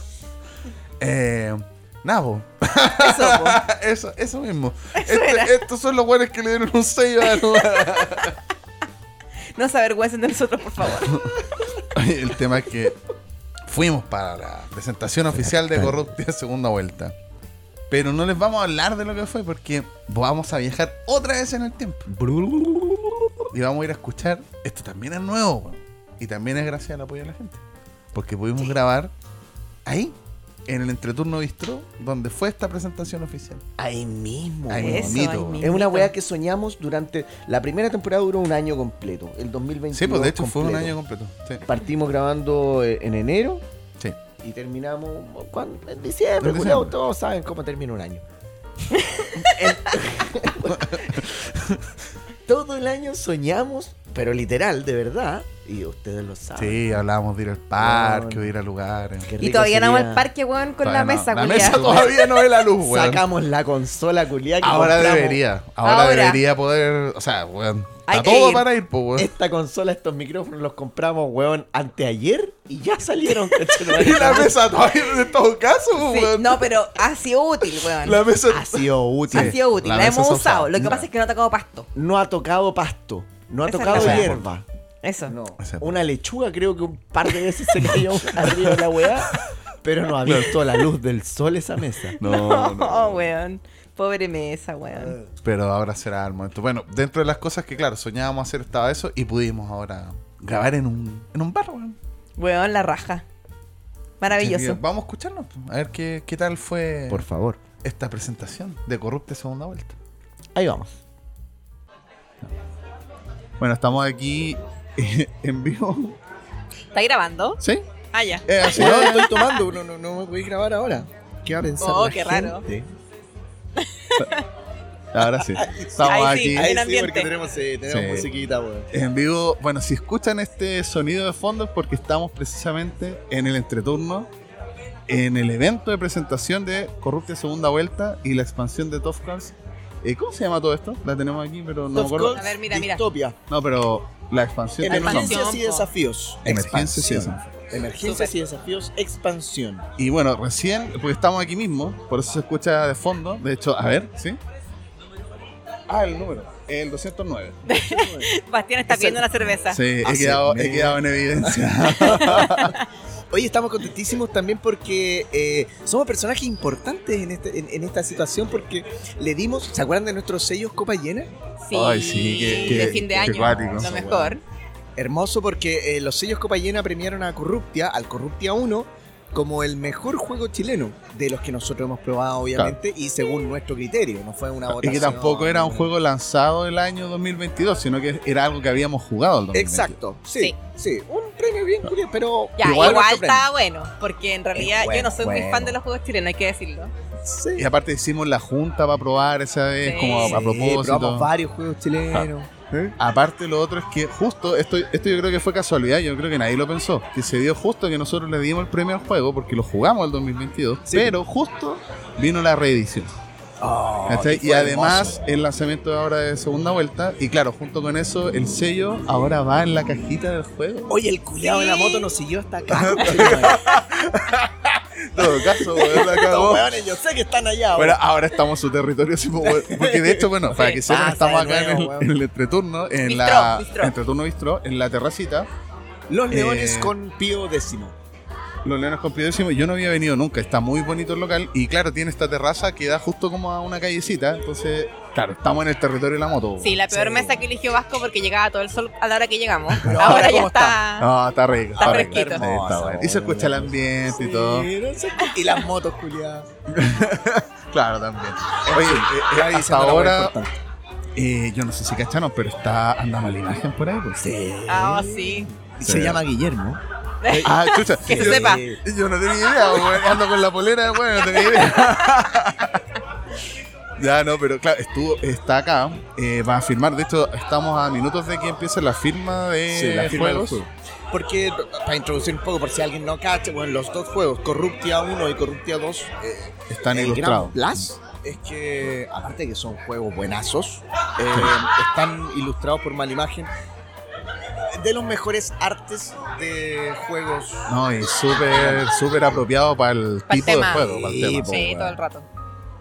Eh, nada, po. Eso, po. Eso, eso mismo. Este- estos son los buenos que le dieron un 6 a No se avergüencen de nosotros, por favor. Oye, el tema es que fuimos para la presentación oficial de Corruptia segunda vuelta. Pero no les vamos a hablar de lo que fue porque vamos a viajar otra vez en el tiempo. Y vamos a ir a escuchar. Esto también es nuevo, weón. Y también es gracias al apoyo de la gente. Porque pudimos grabar ahí, en el entreturno bistro, donde fue esta presentación oficial. Ahí mismo. Ahí weón. mismo. Eso, bonito, ay, weón. mi Es una hijito. weá que soñamos durante. La primera temporada duró un año completo, el 2021. Sí, pues de hecho fue un completo. año completo. Sí. Partimos grabando eh, en enero sí. y terminamos ¿cuándo? en diciembre. En culiao, diciembre. todos saben cómo termina un año. Todo el año soñamos, pero literal, de verdad. Y ustedes lo saben. Sí, hablábamos de ir al parque, Weón. de ir a lugares. Qué Y rico todavía no vamos sería- al parque, weón, con Todavía la no. mesa, La culiá. mesa todavía no ve la luz, weón. Sacamos la consola culiada que Ahora compramos. debería, ahora, Ahora. debería poder, o sea, weón, Hay está que todo ir. para ir, pues, weón. Esta consola, estos micrófonos los compramos, weón, anteayer y ya salieron. Y la conchetumare. mesa todavía, en todo caso, Sí, weón. no, pero ha sido útil, weón. La mesa... ha sido útil. ha sido útil, la la, mesa hemos se ha usado. usado. Lo que No. pasa es que no ha tocado pasto. No ha tocado pasto, no ha Esa es tocado la weá. hierba. Eso. No. Esa es la Una lechuga creo que un par de veces se cayó arriba de la weá, pero no ha visto la luz del sol esa mesa. No, Oh, no. weón. Pobre mesa, weón. Pero ahora será el momento. Bueno, dentro de las cosas que, claro, soñábamos hacer estaba eso y pudimos ahora grabar en un, en un bar, weón. Weón, la raja. Así que Maravilloso. Vamos a escucharnos, pues, a ver qué, qué tal fue Por favor. esta presentación de Corrupte Segunda Vuelta. Ahí vamos. Bueno, estamos aquí en vivo. ¿Está grabando? ¿Sí? Ah, ya. Eh, así, No, ¿no? estoy tomando, no, no, no me podéis grabar ahora. ¿Qué va a pensar Oh, la qué gente? raro. Ahora sí. Estamos Ahí aquí. sí. Ahí En sí, ambiente. porque tenemos, eh, tenemos Sí. musiquita, weón. En vivo, bueno, si escuchan este sonido de fondo es porque estamos precisamente en el entreturno, en el evento de presentación de Corrupte Segunda Vuelta y la expansión de Top Cars. Eh, ¿Cómo se llama todo esto? La tenemos aquí, pero no me Of acuerdo. course, A ver, mira, mira. Distopia, No, pero la expansión tiene un nombre. emergencias y po. desafíos. Emergencias y Expansión. desafíos. Emergencias y desafíos, expansión. Y bueno, recién, porque estamos aquí mismo, por eso se escucha de fondo. De hecho, a ver, ¿sí? Ah, el número, el 209. Bastián está pidiendo una cerveza. Sí, he Hace quedado, he meses. quedado en evidencia. Oye, estamos contentísimos también porque eh, somos personajes importantes en, este- en- en esta situación porque le dimos, ¿se acuerdan de nuestros sellos Copa Llena? Sí, Ay, sí, qué- qué- de fin de qué año. cuático. Lo mejor. Hermoso porque eh, los sellos Copa Llena premiaron a Corruptia, al Corruptia 1, como el mejor juego chileno de los que nosotros hemos probado, obviamente, y según nuestro criterio, no fue una Ah, Y votación. que tampoco era un juego lanzado el año 2022, sino que era algo que habíamos jugado el 2022. Exacto, sí, sí, un premio bien curioso, pero Ya, igual igual, nuestro premio. está bueno, porque en realidad buen yo no soy muy juego. fan de los juegos chilenos, hay que decirlo. Sí. Y aparte hicimos la junta para probar esa vez, Sí. como a, a Sí, probamos propósito. Ah. varios juegos chilenos. ¿Eh? Aparte, lo otro es que justo, esto, esto yo creo que fue casualidad, yo creo que nadie lo pensó, que se dio justo que nosotros le dimos el premio al juego porque lo jugamos el 2022, Sí. pero justo vino la reedición. Oh, ¿cachai? fue y además hermoso. el lanzamiento ahora de segunda vuelta, y claro, junto con eso, el sello ahora va en la cajita del juego. Oye, el culiado de la Sí. moto nos siguió hasta acá. Los En todo caso, weón, la cagó. weones, yo sé que están allá. Bueno, weón. ahora estamos en su territorio, sí, po, weón. porque de hecho, bueno, para que sepan, pasa estamos de acá en nuevo, el, weón. en el entreturno, en Bistró, la bistró. entreturno bistró, en la terracita. Los eh, leones con Pío décimo. Los Leones con Pío Décimo, yo no había venido nunca, está muy bonito el local y claro, tiene esta terraza que da justo como a una callecita, entonces, claro, estamos en el territorio de la moto. Sí, la peor Sí. mesa que eligió Vasco porque llegaba todo el sol a la hora que llegamos. Pero ahora, ahora ya ¿cómo está? está. No, Ah, está rico. Está rico. fresquito. Sí, está bueno. Y se escucha el ambiente y todo. Y las motos, culiadas. Claro, también. Oye, eh, eh, hasta ahora, eh, yo no sé si cacharon, pero está andando la imagen por ahí. pues. Sí. Ah, sí. Y Sí. Se llama Guillermo. Ah, chucha. Que se yo, sepa. yo no tenía idea, weón. Ando con la polera, weón, no tenía idea. Ya, no, pero claro, estuvo, está acá. eh, va a firmar. De hecho, estamos a minutos de que empiece la firma de Sí, la firma de los juegos. Eh, juegos. Porque, para introducir un poco, por si alguien no cacha, bueno, los dos juegos, Corruptia 1 y Corruptia 2, eh, Están el ilustrados. gran plus es que, aparte de que son juegos buenazos, eh, están ilustrados por mala imagen. De los mejores artes de juegos. No, y súper, súper apropiado para el Para el tipo de tema. juego, para el Sí, tema. po, Sí, weón. todo el rato.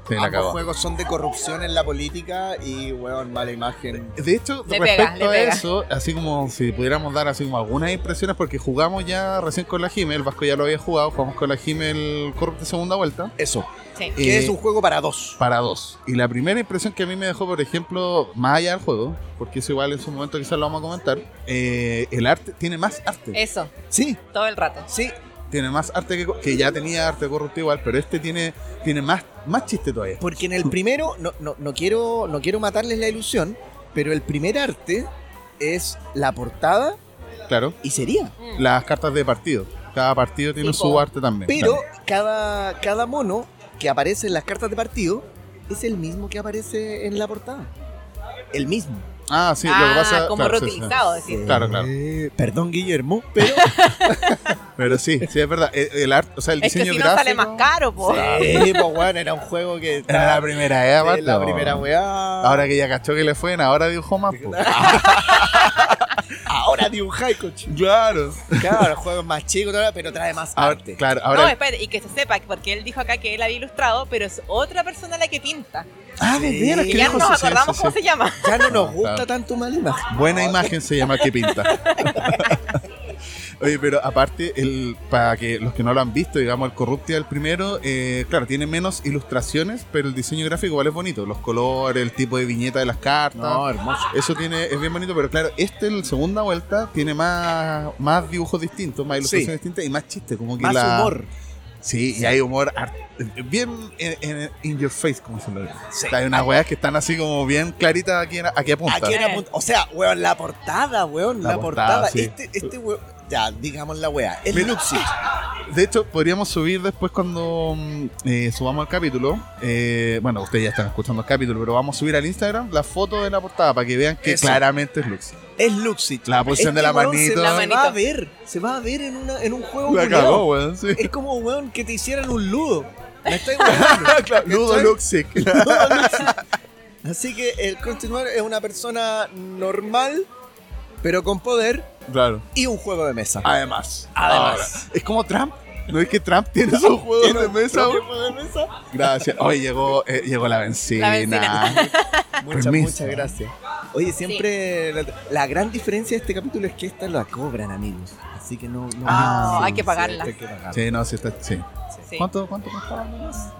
Sí, la Ambos cagó. juegos son de corrupción en la política y, weón, mala imagen. De hecho, Le pega, respecto le a pega. eso, así como si pudiéramos dar así como algunas impresiones, porque jugamos ya recién con la Jimel, el Vasco ya lo había jugado, jugamos con la Jimel Corrupt de segunda vuelta. Eso, Sí. que Eh, es un juego para dos. para dos. Y la primera impresión que a mí me dejó, por ejemplo, más allá del juego, porque eso igual en su momento quizás lo vamos a comentar, eh, el arte tiene más arte. Eso, Sí, todo el rato. sí, Tiene más arte que, co- que ya tenía arte corrupto igual, pero este tiene, tiene más, más chiste todavía. Porque en el primero, no, no, no quiero, no quiero matarles la ilusión, pero el primer arte es la portada Claro. y sería. Mm. Las cartas de partido. Cada partido tiene Sí, su po. arte también. Pero claro. cada, cada mono que aparece en las cartas de partido es el mismo que aparece en la portada. El mismo. Ah, sí, lo ah, que pasa. como claro, sí, sí. reutilizado, decís. Claro, claro. Eh, perdón, Guillermo, pero Pero sí, sí, es verdad. El, el arte, o sea, el Es que diseño si no gráfico. sale más caro, po. Sí, pues, bueno, era un juego que Era la primera, ¿eh? estaba Aparte, en la po. primera weá. Ahora que ya cachó que le fue, ahora dibujó más. po. ahora dibujáis, coche. Claro. Claro, el juego es más chico, todo, pero trae más Ahora, arte. claro, No, ahora. espérate, y que se sepa, porque él dijo acá que él había ilustrado, pero es otra persona la que pinta. ah, de veras, Sí. qué Y ya loco, no nos sí, sí, acordamos sí, cómo sí. se llama. Ya no nos No, gusta claro. tanto mala imagen. Buena No, imagen se llama que pinta. Oye, pero aparte, el, para que los que no lo han visto, digamos, el Corruptia el primero, eh, claro, tiene menos ilustraciones, pero el diseño gráfico igual es bonito. Los colores, el tipo de viñeta de las cartas. No, hermoso. Eso tiene, es bien bonito, pero claro, este en la segunda vuelta tiene más, más dibujos distintos, más ilustraciones Sí. distintas y más chistes, como que Más la- humor. Sí, y hay humor ar- bien en, en- in your face, como se lo dice. Sí. O sea, hay unas weas que están así como bien claritas aquí, aquí apunta. Aquí era punta- O sea, weón, la portada, weón, La la, portada, portada. sí. Este, este weón, ya, digamos la weá. Es Mira. Luxi. De hecho, podríamos subir después cuando mm, eh, subamos el capítulo. eh, bueno, ustedes ya están escuchando el capítulo, pero vamos a subir al Instagram la foto de la portada para que vean que Eso. claramente es Luxi. Es Luxi. La posición de la manito. La se manito. va a ver. Se va a ver en, una, en un juego. La culiao. cagó, weón. Sí. Es como, weón, que te hicieran un ludo. Me estoy weando. Ludo ¿Cachai? Luxi. Así que el continuar es una persona normal, pero con poder claro. y un juego de mesa. Además. Además. Ahora, es como Trump. ¿No es que Trump tiene sus juegos ¿Tiene de un mesa? propio weón? juego de mesa? Gracias. Hoy llegó, eh, llegó la La benzina. benzina. Muchas, Permiso. muchas gracias. Oye, siempre la, la gran diferencia de este capítulo es que esta la cobran, amigos. Así que no. no- Ah, sí, hay que sí, pagarla. hay que pagarla. Sí, no, sí está. Sí. Sí. ¿Cuánto, cuánto costaba?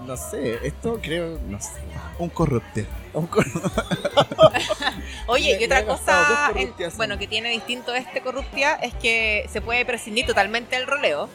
No sé, esto creo. No sé. Un corrupte. Un cor- Oye, Me- y me otra he gastado cosa, dos en- corruptias, sí. bueno, que tiene distinto este corruptia es que se puede prescindir totalmente del roleo.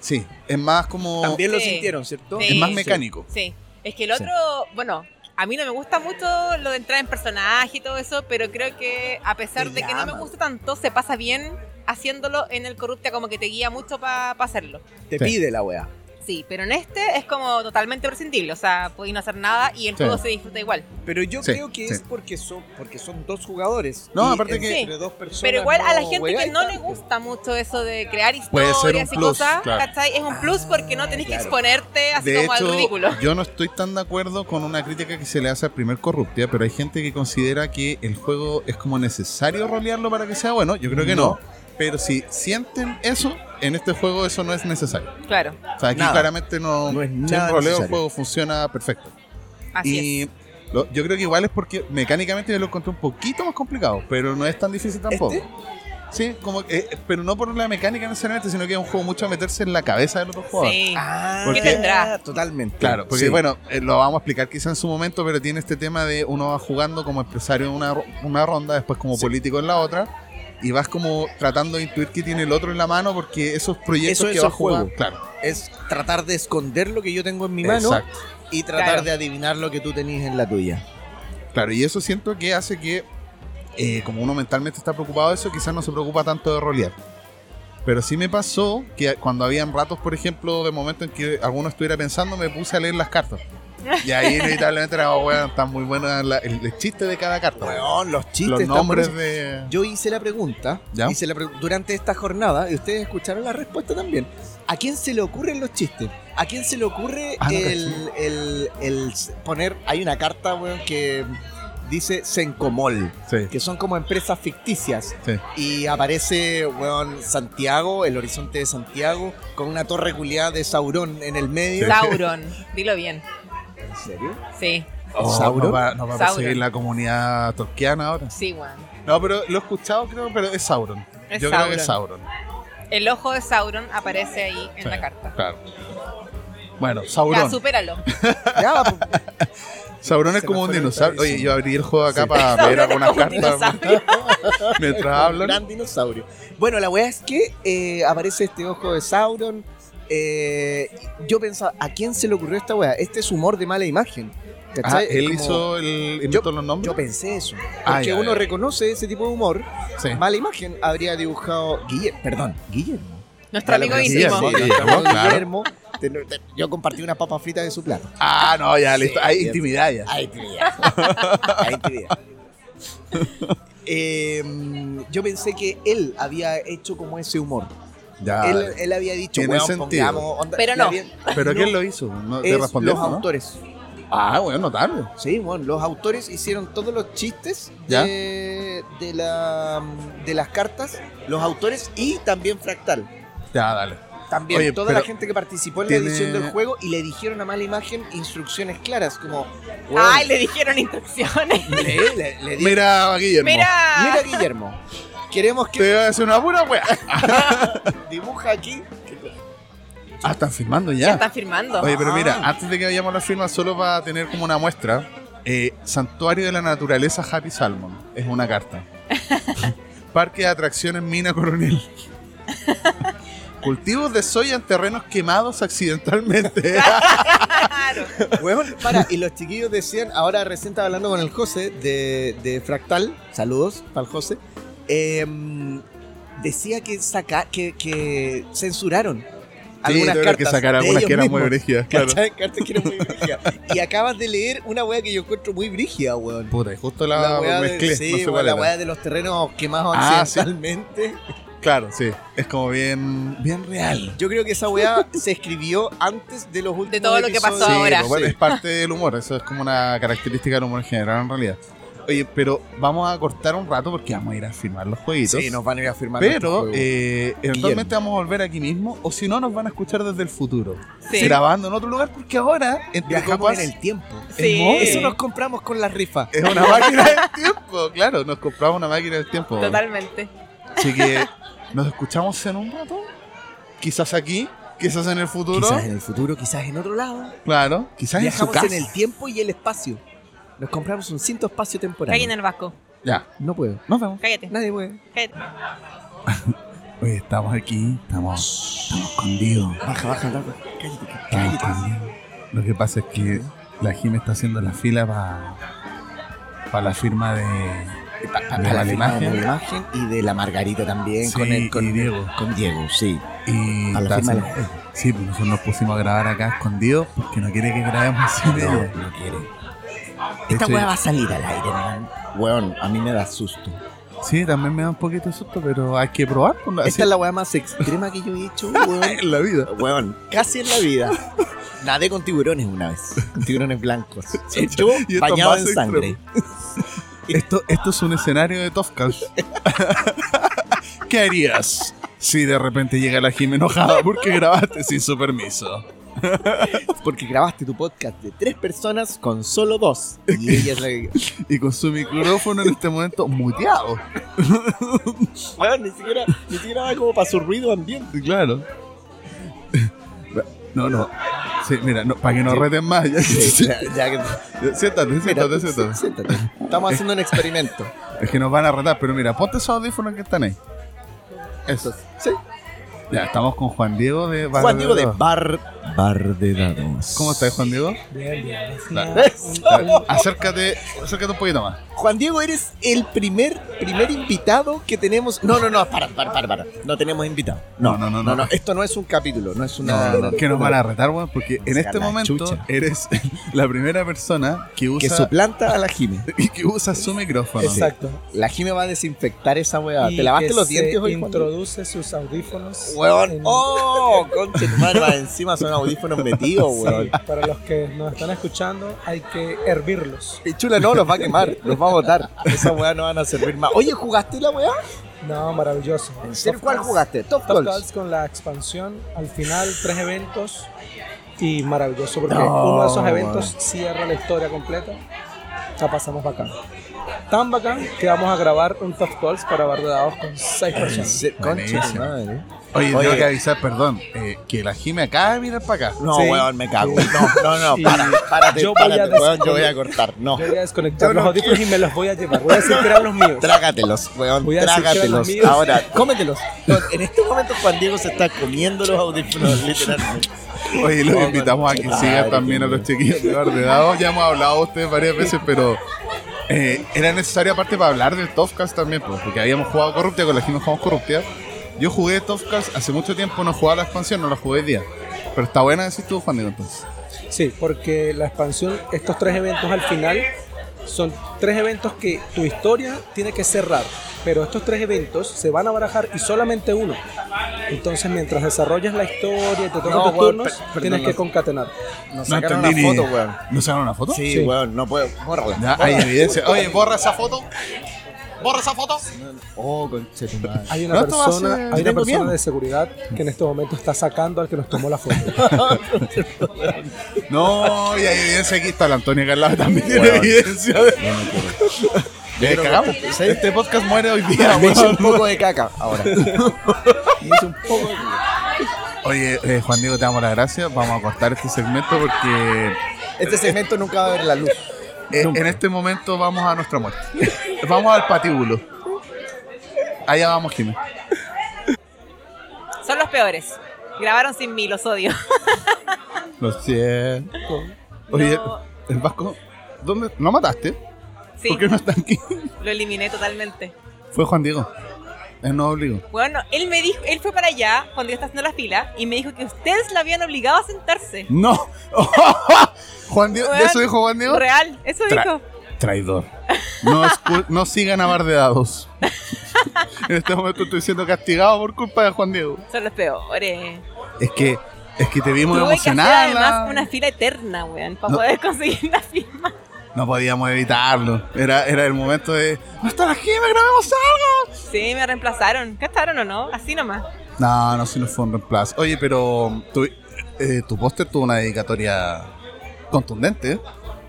Sí. Es más como. También lo Sí. sintieron, ¿cierto? Sí. Es más mecánico. Sí. Es que el otro, bueno, a mí no me gusta mucho lo de entrar en personaje y todo eso, pero creo que a pesar Te de que no me llama. gusta tanto, se pasa bien haciéndolo en el corruptia, como que te guía mucho para hacerlo. Te Sí. pide la weá. Sí, sí, pero en este es como totalmente prescindible, o sea, podéis no hacer nada y el Sí. juego se disfruta igual. Pero yo Sí, creo que sí. es porque son, porque son dos jugadores. No, Y aparte que- entre dos personas Pero igual a la no, gente güey, que ahí no está. le gusta mucho eso de crear Puede ser un historias y plus, cosas, claro. ¿cachai? Es un plus porque no tenés claro. que exponerte así De como al ridículo. hecho, yo no estoy tan de acuerdo con una crítica que se le hace al primer Corruptia, pero hay gente que considera que el juego es como necesario rolearlo para que sea bueno. Yo creo que no. Pero si sienten eso, en este juego eso no es necesario. Claro, O sea, aquí Nada. claramente no, No es sin nada roleo el necesario. juego funciona perfecto. así y es. lo- yo creo que igual es porque mecánicamente yo lo encontré un poquito más complicado, pero no es tan difícil tampoco. ¿Este? Sí, como que- eh, pero no por la mecánica necesariamente, sino que es un juego mucho a meterse en la cabeza del otro jugador. Sí. Ah, Porque- ¿Qué tendrá? Totalmente. Claro, porque Sí. bueno, eh, lo vamos a explicar quizá en su momento, pero tiene este tema de uno va jugando como empresario en una, ro- una ronda, después como político en la otra, y vas como tratando de intuir qué tiene el otro en la mano, porque esos proyectos Eso que es vas el juego. jugando. Claro, es tratar de esconder lo que yo tengo en mi mano exacto. y tratar Claro. de adivinar lo que tú tenías en la tuya. Claro, y eso siento que hace que, eh, como uno mentalmente está preocupado de eso, quizás no se preocupa tanto de rolear. Pero sí me pasó que cuando habían ratos, por ejemplo, de momento en que alguno estuviera pensando, me puse a leer las cartas. Y ahí inevitablemente era, oh, weón, está muy bueno la- el, el chiste de cada carta. Weón, los chistes. los están nombres de... buenísimos. Yo hice la pregunta ¿Ya? hice la pre- durante esta jornada y ustedes escucharon la respuesta también. ¿A quién se le ocurren los chistes? ¿A quién se le ocurre Ah, no el, el- el s- poner... Hay una carta weón, que dice Sencomol, Sí. que son como empresas ficticias. Sí. Y aparece weón, Santiago, el horizonte de Santiago, con una torre culiada de Saurón en el medio. Sauron, dilo bien. ¿En serio? Sí, Oh, Sauron. Nos va, nos va a perseguir Sauron. la comunidad turquiana ahora. sí, weón. No, pero lo he escuchado, creo, pero es Sauron. Es Yo creo que es Sauron. El ojo de Sauron aparece ahí en Sí, la carta. Claro. Bueno, Ya, Sauron. supéralo. Ya, pues, Sauron es Se como me un fue la dinosaurio. tradición. Oye, yo abrí el juego acá para Sauron ver es algunas como un cartas dinosaurio. mientras un hablan. gran dinosaurio. Bueno, la weá es que eh, aparece este ojo de Sauron. eh, yo pensaba, ¿a quién se le ocurrió esta weá? Este es humor de mala imagen. Ah, ¿cachai? Es él como- hizo el inventó los nombres. Yo pensé eso. Porque Ah, ya, uno ya. reconoce ese tipo de humor. Sí. Mala imagen habría dibujado Guillermo. Perdón, Guillermo. Nuestro Ya lo amigo conocí, íntimo. sí, Guillermo, nuestro amigo claro. Guillermo. Te lo- te- Yo compartí unas papas fritas de su plato. Ah, no, ya Sí, listo. Hay ya. intimidad ya. Ahí te diría. Ahí te diría. Eh, yo pensé que él había hecho como ese humor. Ya. él, él había dicho, Ah, Tiene weón, sentido. pongamos onda- Pero le no. habían- Pero no, ¿quién lo hizo? No, es te respondieron, los ¿no? autores. Ah, bueno, notable. Sí, bueno, los autores hicieron todos los chistes ¿Ya? de, de la, de las cartas, los autores y también Fractal. Ya, dale. También Oye, toda pero la gente que participó en tiene- la edición del juego y le dijeron a mala imagen instrucciones claras, como, weón, Ay, le dijeron instrucciones. le, le- le di- mira, Mira, Guillermo. Mira, Guillermo, queremos que Te voy a hacer una pura wea. dibuja aquí. Ah, están filmando ya ya. están firmando. Oye, pero mira, antes de que vayamos a la firma, solo para tener como una muestra, eh, Santuario de la Naturaleza Happy Salmon es una carta. Parque de atracciones Mina Coronel. Cultivos de soya en terrenos quemados accidentalmente. Ah, Claro. Weón, para, y los chiquillos decían, ahora recién estaba hablando con el José de, de Fractal, saludos para el José, em, decía que, saca, que, que censuraron algunas tuvieron cartas. que sacar de algunas ellos que eran muy mismos, brígidas, claro. ¿cachai? Cartas que eran muy brígidas. Y acabas de leer una wea que yo encuentro muy brígida, weón. Puta, y justo la, wea de- mezclé, sí, no sé weón, cuál la era. wea de los terrenos quemados Ah, sí. accidentalmente. Claro, sí. Es como bien, bien real. Yo creo que esa wea se escribió antes de los últimos todo lo que pasó episodios. Sí, ahora. pero bueno, Sí. es parte del humor, eso es como una característica del humor en general en realidad. Oye, pero vamos a cortar un rato porque vamos a ir a firmar los jueguitos. Sí, nos van a ir a firmar nuestro pero juego. eh, eventualmente vamos a volver aquí mismo, o si no, nos van a escuchar desde el futuro. Sí. Grabando en otro lugar, porque ahora, entre Viajamos copas, en el tiempo. Sí. hermoso. Eso nos compramos con la rifa. es una máquina del tiempo. Claro, nos compramos una máquina del tiempo. Totalmente. Así que nos escuchamos en un rato. Quizás aquí, quizás en el futuro. Quizás en el futuro, quizás en otro lado. Claro, quizás en su Viajamos casa. en el tiempo y el espacio. Nos compramos un cinto espacio temporal. Cállate en el vasco. Ya, No puedo. nos vemos. Cállate. Nadie puede. cállate. Oye, estamos aquí, estamos, estamos escondidos. Baja, baja, baja. Cállate, Estamos cállate. escondidos. Lo que pasa es que la Jime está haciendo la fila para la firma de. para De la, firma de imagen. la imagen y de la Margarita también Sí, con, el, con, y Diego. con Diego, sí. Y A la está firma de haciendo- la- Sí, pues nosotros nos pusimos a grabar acá escondidos porque no quiere que grabemos sin ella. no quiere. De Esta hecho, weá va a salir al aire, man. Weón, a mí me da susto. Sí, también me da un poquito de susto, pero hay que probar. pues, así Esta es la weá más extrema que yo he hecho, weón. en la vida. Weón, casi en la vida. Nadé con tiburones una vez. Con tiburones blancos. Yo Y esto bañado más en sangre. Esto, esto es un escenario de Tofcas. ¿Qué harías si de repente llega la Jim enojada porque grabaste sin su permiso? Porque grabaste tu podcast de tres personas con solo dos. Y ella es la que. Y con su micrófono en este momento muteado. Weón, ni siquiera, ni siquiera va como para su ruido ambiente. Claro. No, no. Sí, mira, no, para que no reten más. ya. Ya- ya que- Siéntate, Mira, siéntate, sí, siéntate. siéntate. Estamos haciendo un experimento. Es que nos van a retar, pero mira, ponte esos audífonos que están ahí. Eso. Sí. Ya, estamos con Juan Diego de Bar Juan Diego de Dados. Bar. Bar de Dados. ¿Cómo estás, Juan Diego? Eso. A ver, Acércate, acércate un poquito más. Juan Diego, eres el primer, primer invitado que tenemos. No, no, no, para, para, para, para. No tenemos invitado. No, no, no, no. no. Esto no es un capítulo, no es una. que nos van a retar, weón, porque en Se este la momento chucha. eres la primera persona que Que usa, suplanta a la Jime. que usa su micrófono. Exacto. La Jime va a desinfectar esa weá. Y ¿Te lavaste que los dientes se hoy, Juan Diego? introduce sus audífonos. Weón. en- ¡Oh! Concha, tu madre, más encima son audífonos metidos, Sí, weón. para los que nos están escuchando, hay que hervirlos. Y Chula no, los va a quemar, los va a botar. Esa weá no van a servir más. Oye, ¿jugaste la weá? No, maravilloso. ¿En serio cuál Top jugaste? Top, Cards- Top Goals. Cards con la expansión, al final tres eventos y maravilloso porque No, uno de esos eventos cierra la historia completa. La pasamos bacán. Tan bacán que vamos a grabar un Top Calls para bar de dados con seis personas. Se- Concha, tu Buenísimo. madre. Oye, Oye. tengo que avisar, perdón, eh, que la Jime acaba de mirar para acá. No, Sí. weón, me cago. No, no, no, Y- para, párate, Yo voy a párate, weón, yo voy a desconectar. cortar. No, Yo voy a desconectar Yo los no audífonos y me los voy a llevar. Voy a decir que eran los míos. trágatelos, weón, Voy a decir que eran los trágatelos. míos. Ahora, cómetelos. Weón, En este momento Juan Diego se está comiendo los audífonos, literalmente. Oye, los invitamos a que Madre sigan también a los chiquillos de Bar de Dados. Ya hemos hablado de ustedes varias veces, pero eh, era necesario aparte para hablar del Tofcast también, pues, porque habíamos jugado Corruptia, con la que nos jugamos Corruptia. Yo jugué Tofcast hace mucho tiempo, no jugaba la expansión, no la jugué hoy día. Pero está buena decís tú, Juan Diego, entonces. Sí, porque la expansión, estos tres eventos al final, son tres eventos que tu historia tiene que cerrar. Pero estos tres eventos se van a barajar y solamente uno. Entonces, mientras desarrollas la historia y te tocan No, tus weón, turnos, per- perdón, tienes no. que concatenar. Nos sacaron una foto, weón. ¿No sacaron una foto? Sí, Sí. weón, no puedo, bórrala. Ya, hay evidencia. Oye, borra esa foto. Borra esa foto. Oh, concha tu madre. Hay una No, esto va a persona, ser- hay una tengo persona miedo. de seguridad que en este momento está sacando al que nos tomó la foto. No, y hay evidencia aquí. Está la Antonia acá al lado también. Tiene Weón. evidencia. Ya cagamos. Este podcast muere hoy día, Me hice weón. un poco de caca ahora. Me hice un poco de caca. Oye, eh, Juan Diego, te damos las gracias. Vamos a cortar este segmento porque Este segmento nunca va a ver la luz. eh, en este momento vamos a nuestra muerte. vamos al patíbulo. Allá vamos, Jimmy. Son los peores. Grabaron sin mí, los odio. Lo siento. Oye, No. el Vasco, ¿dónde? ¿No mataste? Sí, ¿Por qué no está aquí? lo eliminé totalmente. Fue Juan Diego. Él nos obligó. Bueno, él me dijo, él fue para allá cuando yo estaba haciendo la fila y me dijo que ustedes la habían obligado a sentarse. ¡No! Juan Diego, ¿de eso dijo Juan Diego? Real, eso Tra- dijo. Traidor. No, escu- no sigan a bardeados. en este momento estoy siendo castigado por culpa de Juan Diego. Son los peores. Es que, es que te vimos Tuve que hacer emocionada. además una fila eterna, weón, para No. poder conseguir la firma. No podíamos evitarlo. Era, era el momento de. ¡No está la Jime, grabemos algo! Sí, me reemplazaron. ¿Castaron o no? Así nomás. No, no, si no fue un reemplazo. Oye, pero tu, eh, tu póster tuvo una dedicatoria contundente. ¿eh?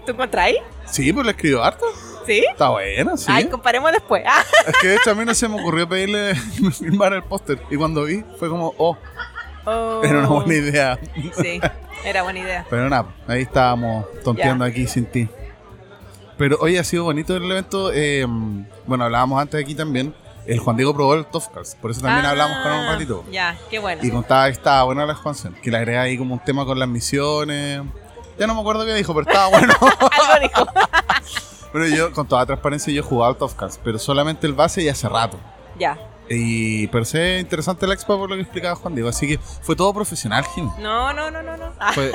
¿Tú encontráis? Sí, pues le escribió harto. ¿Sí? Está buena, sí. Ay, comparemos después. Ah, es que de hecho a mí no se me ocurrió pedirle firmar el póster. Y cuando vi, fue como, oh, oh. era una buena idea. Sí, era buena idea. Pero nada, ahí estábamos tonteando aquí sin ti. Pero hoy ha sido bonito el evento. eh, bueno, hablábamos antes aquí también. El Juan Diego probó el Tofcars, por eso también Ah, hablamos con él un ratito. Ya, qué bueno. Y contaba que estaba buena la expansión, que le agrega ahí como un tema con las misiones. Ya no me acuerdo qué dijo, pero estaba bueno. Algo dijo. pero yo, con toda transparencia, yo jugaba al Tofcars, pero solamente el base y hace rato. Ya. Y per se interesante la expo por lo que explicaba Juan Diego. Así que fue todo profesional, Jimmy. No, no, no, no, no. Ah, Fue,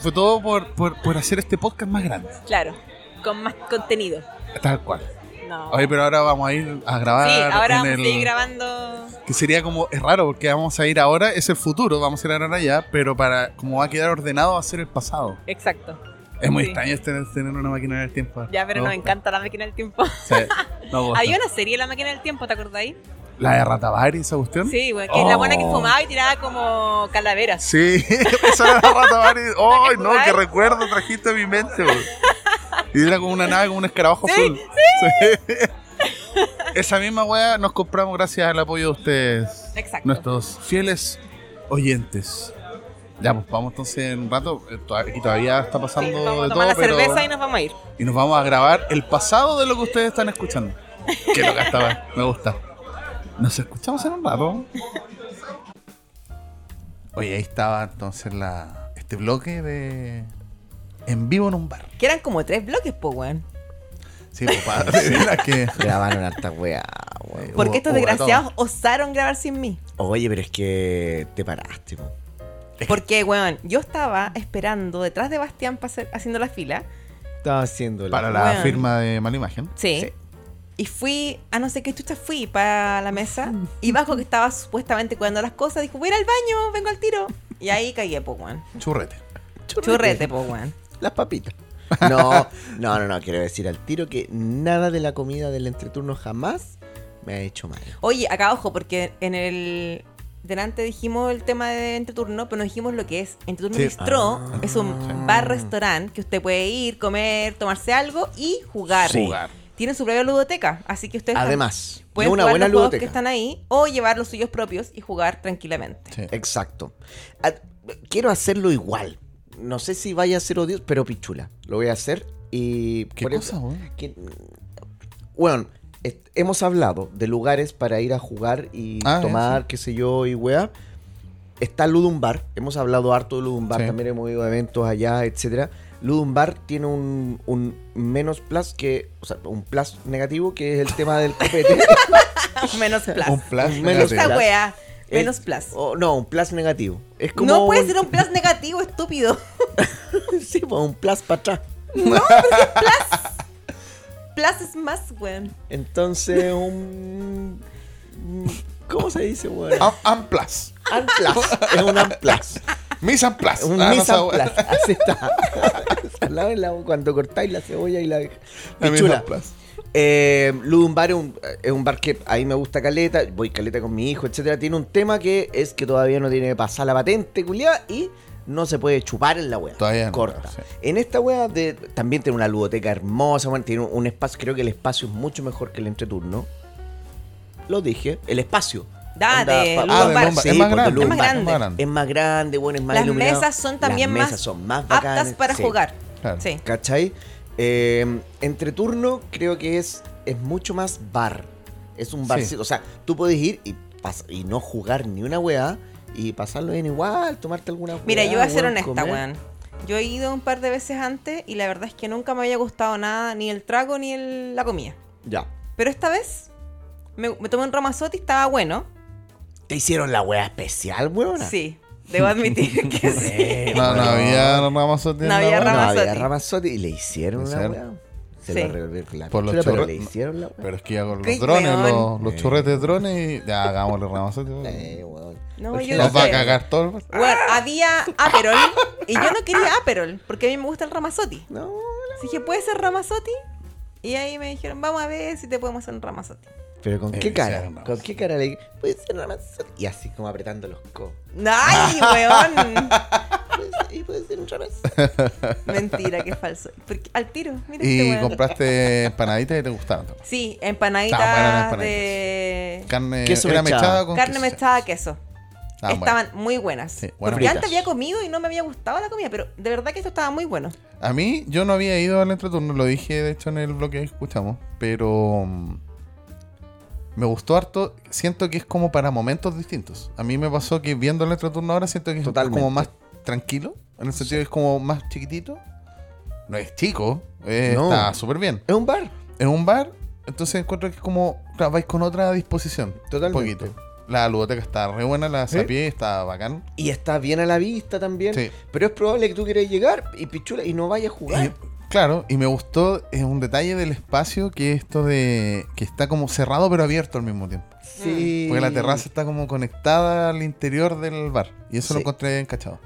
fue todo por, por, por hacer este podcast más grande. claro, con más contenido. Tal cual. No. Oye, pero ahora vamos a ir a grabar. sí, ahora en vamos a el- seguir grabando. Que sería como, es raro porque vamos a ir ahora, es el futuro, vamos a ir ahora allá, pero para como va a quedar ordenado va a ser el pasado. Exacto. Es muy Sí. extraño tener, tener una máquina del tiempo. Ya, pero No, nos encanta la máquina del tiempo. sí, no gusta. Había una serie, La máquina del tiempo, ¿te acordáis? La de Ratavari, esa cuestión. Sí, güey, que es la Oh. buena que fumaba y tiraba como calaveras. Sí, esa era la Ratavari. ¡Ay, no! ¡Qué Ay. recuerdo trajiste a mi mente, güey. Y era como una nave, como un escarabajo Sí, azul. Sí. Esa misma weá nos compramos gracias al apoyo de ustedes. Exacto. nuestros fieles oyentes. Ya, pues vamos entonces en un rato. eh, to- Aquí todavía está Sí, pasando vamos de a tomar todo, la pero. cerveza y nos vamos a ir. Y nos vamos a grabar el pasado de lo que ustedes están escuchando. Que lo que estaba, me gusta. Nos escuchamos en un rato. Oye, ahí estaba entonces la, este bloque de. En vivo en un bar. Que eran como tres bloques, po, weón. Sí, pues, para la que. Grabaron harta weá, weón. Por- Porque estos hubo de desgraciados osaron grabar sin mí. Oye, pero es que te paraste, weón. Porque, weón, yo estaba esperando detrás de Bastián pa' hacer- haciendo la fila. Estaba haciendo Para la Bueno. firma de mala imagen. Sí. Y fui, a no sé qué chucha fui para la mesa. Y bajo que estaba supuestamente cuidando las cosas, dijo, voy a ir al baño, vengo al tiro. Y ahí caí, po, weón. Churrete. Churrete, po, weón. Las papitas. No, no, no, no, quiero decir al tiro que nada de la comida del entreturno jamás me ha hecho mal. Oye, acá ojo, porque en el. Delante dijimos el tema de entreturno, pero no dijimos lo que es. Entreturno Sí. Bistró Ah. es un bar-restaurante que usted puede ir, comer, tomarse algo y jugar. Sí. Jugar. Tiene su propia ludoteca, así que ustedes Además, tam- de pueden una jugar buena los juegos que ludoteca. están ahí o llevar los suyos propios y jugar tranquilamente. Sí. Exacto. Ah, Quiero hacerlo igual. No sé si vaya a ser odioso, pero pichula. Lo voy a hacer y... ¿Qué por eso- cosa, weón? que- Bueno, est- hemos hablado de lugares para ir a jugar y Ah, ya, tomar, qué sé yo, y weá. Está Ludum Bar, hemos hablado harto de Ludum Bar, Sí. también hemos ido a eventos allá, etcétera. Ludum Bar tiene un, un menos plus que, o sea, un plus negativo que es el tema del copete. Menos plus. Un flash. Un menos espérate. Esta plus. wea, menos Es- plus. o Oh, no, un plus negativo. Es como No puede un- ser un plus negativo, estúpido. sí, pues, un plus para atrás. Plus es más, weón. Entonces, un. ¿Cómo se dice, weón? Am- Amplas. Un plus. Es un un plus. Mis Amplas. Un Ah, no, mise esa en wea. place, Así está. Al lado de la- cuando cortáis la cebolla y la. La mise Pichula. en place. Eh, Ludum Bar es un, es un bar que ahí me gusta caleta. Voy caleta con mi hijo, etcétera. Tiene un tema que es que todavía no tiene que pasar la patente, culiada. Y no se puede chupar en la wea. Todavía no, Corta. sí. En esta wea de, también tiene una ludoteca hermosa. bueno, tiene un, un espacio. Creo que el espacio es mucho mejor que el entreturno. Lo dije. El espacio. Da, Onda, de pa- Ludum Ah, Lumbar. de Lumbar. Sí, es más porque grande. Es Lumbar. más grande. Es más grande, bueno, es más Las iluminado. mesas son también Las mesas más son más bacanas, Aptas para sí. jugar. Claro. Sí. ¿Cachai? Eh, entre turno creo que es, es mucho más bar. Es un barcito. O sea, tú puedes ir y, pas- y no jugar ni una weá y pasarlo bien igual, tomarte alguna weá. Mira, yo voy a ser weón, honesta, comer. weón. Yo he ido un par de veces antes y la verdad es que nunca me había gustado nada, ni el trago ni el- la comida. Ya. Pero esta vez me, me tomé un ramazote y estaba bueno. ¿Te hicieron la weá especial, weón? Sí, debo admitir que sí. No, no había Ramazotti en No la había wea. Eh, No, había Ramazzotti. Ramazotti y le hicieron Le la hicieron. weá. Se Sí. lo revolvió la Por los pichula, pero churros- le hicieron la weá. Pero es que ya con los Qué drones, los, weón. los churretes de drones, y ya hagámosle Ramazotti. Eh, weón. No, Porque yo la Nos va a sé. cagar todo el Bueno, había Aperol y yo no quería Aperol porque a mí me gusta el Ramazotti. No, Así Dije, ¿puede ser Ramazotti? Y ahí me dijeron, vamos a ver si te podemos hacer un Ramazotti. Pero con Eh, qué cara, hicieron Ramazotti. con qué cara le puede ser Ramazotti. Y así como apretando los codos. ¡Ay, weón! Puede ser- Y puede ser un Ramazotti. Mentira, qué falso. Porque- al tiro, mira este Y weón. compraste empanaditas y te gustaban. también. Sí, Estaban buenas las empanaditas empanaditas. de Carne Queso era mechado. mechada con carne queso. Ah, mechada, queso. Estaban buenas. Estaban muy buenas. Sí, buenas Porque fritas. antes había comido y no me había gustado la comida, pero de verdad que esto estaba muy bueno. A mí, yo no había ido al entreturno, lo dije de hecho en el bloque que escuchamos, pero mm, me gustó harto. Siento que es como para momentos distintos. A mí me pasó que viendo el entreturno ahora siento que Totalmente. es como más tranquilo, en el sentido que es como más chiquitito. No es chico, eh, No. está súper bien. Es un bar. Es un bar, entonces encuentro que es como, claro, vais con otra disposición. Totalmente. Un poquito. La ludoteca está re buena, la sapié está bacán. Y está bien a la vista también. Sí. Pero es probable que tú quieras llegar y pichula y no vayas a Y- jugar. claro, y me gustó eh, un detalle del espacio que esto de que está como cerrado pero abierto al mismo tiempo. Sí. mm, Porque la terraza está como conectada al interior del bar. Y eso lo Sí. encontré encachado.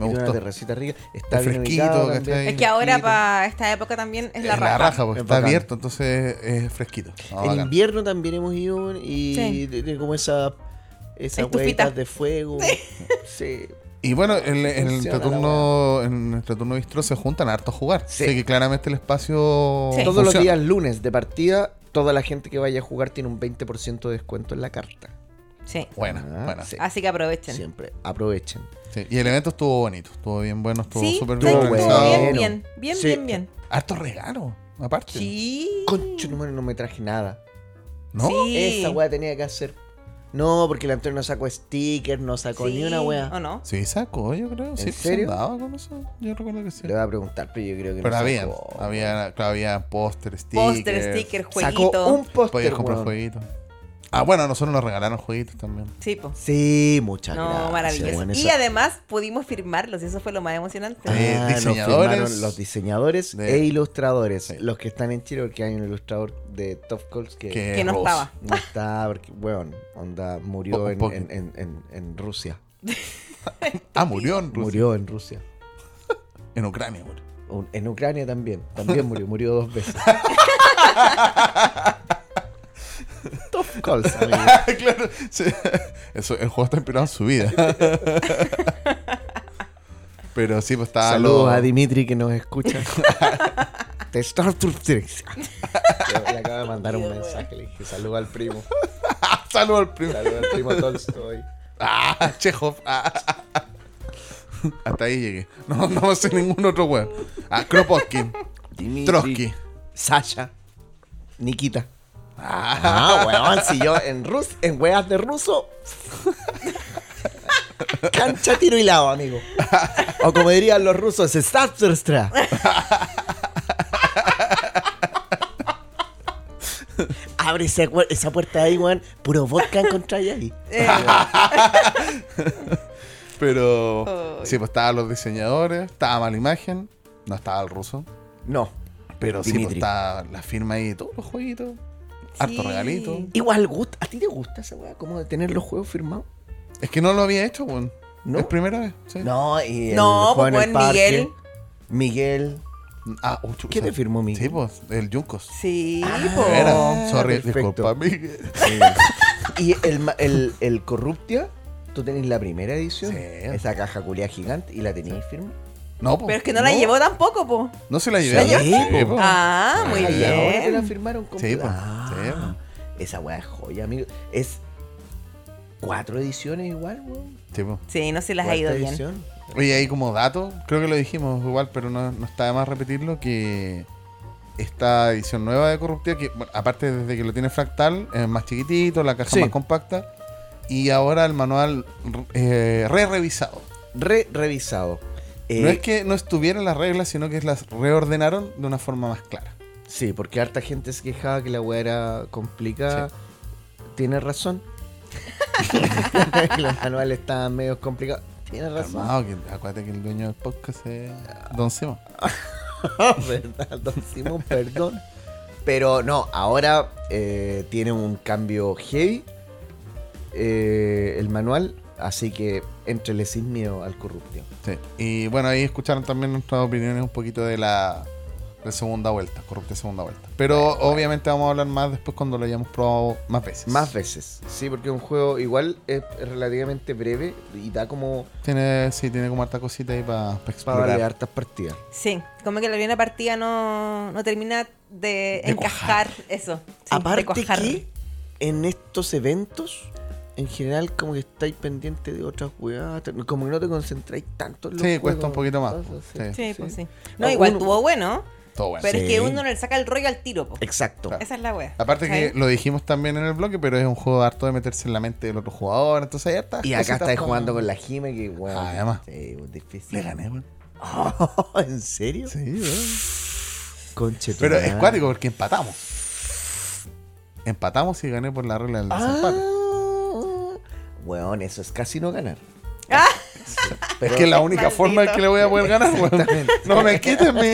Me Tiene gustó. Una terracita rica. Está Es bien fresquito, ubicado ¿cachai? también. Es que ahora Fresquito. para esta época también es la Es raja. porque Es está bacán. abierto, entonces es fresquito. Ah, En bacán. invierno también hemos ido y Sí. tiene como esa esas Estufita. huellas de fuego. Sí. Y bueno, en, en nuestro Funciona la turno, en nuestro turno bistro se juntan harto a jugar. Sí. Así que claramente el espacio. Sí. Todos los funciona. días lunes de partida, toda la gente que vaya a jugar tiene un 20% de descuento en la carta. Sí. Buena, Ah, buena. sí. Así que aprovechen. Sí, Siempre aprovechen. Sí. Y el evento estuvo bonito, estuvo bien bueno, estuvo súper ¿sabes bien que estuvo organizado. bien, Bueno. bien, bien, Sí. bien, bien. Harto regalo, aparte. Sí. Concho, número no me traje nada. ¿No? Sí. Esa weá tenía que hacer. No, porque el Antonio no sacó stickers, no sacó Sí. ni una ¿O weá. no? Sí, sacó, yo creo. Sí, pues, serio? andaba con eso. Yo recuerdo que sí. Le voy a preguntar, pero yo creo que Pero no había, sacó. había, claro, había póster, stickers. Póster, sticker, Sacó jueguito. un póster, Podías comprar weón. jueguitos. Ah, bueno, a nosotros nos regalaron jueguitos también. Sí, po. Sí, muchas No, Ah, gracias. maravilloso. weón, y esa- además pudimos firmarlos y eso fue lo más emocionante. Eh, Ah, nos diseñadores firmaron los diseñadores de- e ilustradores. Sí. Los que están en Chile, porque hay un ilustrador de Top Calls que, Que, que no Ross. estaba. no está, porque, weón, onda, murió Un en, poco. en- en- en- en Rusia. Ah, murió en Rusia. Murió en Rusia. En Ucrania, murió. Un- En Ucrania también. También murió, murió dos veces. Top Calls, amigo. claro. sí. Eso, el juego está inspirado en su vida. Pero sí, pues estaba. Saludos lo- a Dimitri que nos escucha. Te Star Trek. este, Le acabo de mandar un mensaje, le dije saludo al primo. ¡Ah, saludos al primo. Saludo al primo Tolstoy. Ah, Chekhov. Ah, ah, ah, ah. Hasta ahí llegué. No, no sé ningún otro weón. Ah, Kropotkin. Dimitri. Trotsky. Sasha. Nikita. Ah, Ah, weón, si yo en rus, en weas de ruso. Cancha tiro y lado, amigo. O como dirían los rusos, Starterstra. Abre ese hue- esa puerta ahí, weón. Puro vodka encontráis ahí. Eh, pero. Ay. Sí, pues estaban los diseñadores. Estaba mala imagen. No estaba el ruso. No. Pero sí, pues Dimitri. estaba la firma ahí de todos los jueguitos. Harto Sí. regalito. Igual, gust- ¿a ti te gusta esa wea? ¿Cómo de tener los juegos firmados? Es que no lo había hecho, weón. ¿No? Es primera vez. Sí. No, y el No, juego en pues, el weón, parque. Miguel. Miguel. Ah, oh, chucha. ¿Qué te firmó, Miguel? Sí, pues, el Juncos. sí, ah, po. Era, sorry, perfecto. disculpa, Miguel. Y el, ma- el, el Corruptia, tú tenés la primera edición, Sí. esa caja culiada gigante, y la tenías firme. No, pues. Pero es que no, la No. llevó tampoco, po. No se la ¿La llevé. llevaste? po. Ah, muy Ah, y ya. Oh. ahora te la bien. firmaron con Sí, po. Ah, Esa weá es joya, amigo. Es cuatro ediciones igual, weón. Sí, pues. po. Sí, no se las ha Cuarta ido bien. edición. Oye, ahí como dato, creo que lo dijimos igual, pero no, no está de más repetirlo, que esta edición nueva de Corruptia, que bueno, aparte desde que lo tiene Fractal, es más chiquitito, la caja Sí. más compacta, y ahora el manual eh, re-revisado. Re revisado. Eh, No es que no estuvieran las reglas, sino que las reordenaron de una forma más clara. Sí, porque harta gente se quejaba que la weá era complicada. Tiene razón. Los manuales estaban medio complicados. Tiene razón. Calmado, que acuérdate que el dueño del podcast es Don Simon. ¿Verdad, don Simón? Perdón. Pero no, ahora eh, tiene un cambio heavy eh, el manual, así que entrele sin miedo al corruptio. Sí. Y bueno, ahí escucharon también nuestras opiniones un poquito de la de segunda vuelta, corrupta segunda vuelta. Pero obviamente vamos a hablar más después cuando lo hayamos probado más veces. Más veces, sí, porque un juego igual es relativamente breve y da como Tiene, sí, tiene como harta cosita ahí para para darle explorar. hartas partidas. Sí, como que la primera partida no, no termina de, De encajar eso. Sí, de Aparte cuajar. que en estos eventos, en general como que estáis pendientes de otras weas, como que no te concentráis tanto en los Sí, cuesta un juegos. poquito más. Entonces, Sí. Sí, pues sí. Ah, No, igual uno- tuvo bueno, Todo bueno. pero es que Sí. uno le saca el rollo al tiro, po. Exacto. Esa es la wea. Aparte que ¿cachai? lo dijimos también en el bloque, pero es un juego harto de meterse en la mente del otro jugador. Entonces ahí hartas Y acá cositas estáis para- jugando con la Jime que, weón. Ah, además. Sí, weón, difícil. Le gané, weón. ¿En serio? Sí, weón. Conche tu Pero es madre. cuático porque empatamos. Empatamos y gané por la regla del desempate. Ah, weón, eso es casi no ganar. Ah. Pero es que es la única Maldito. forma en que le voy a poder ganar, weón. No me quiten mi.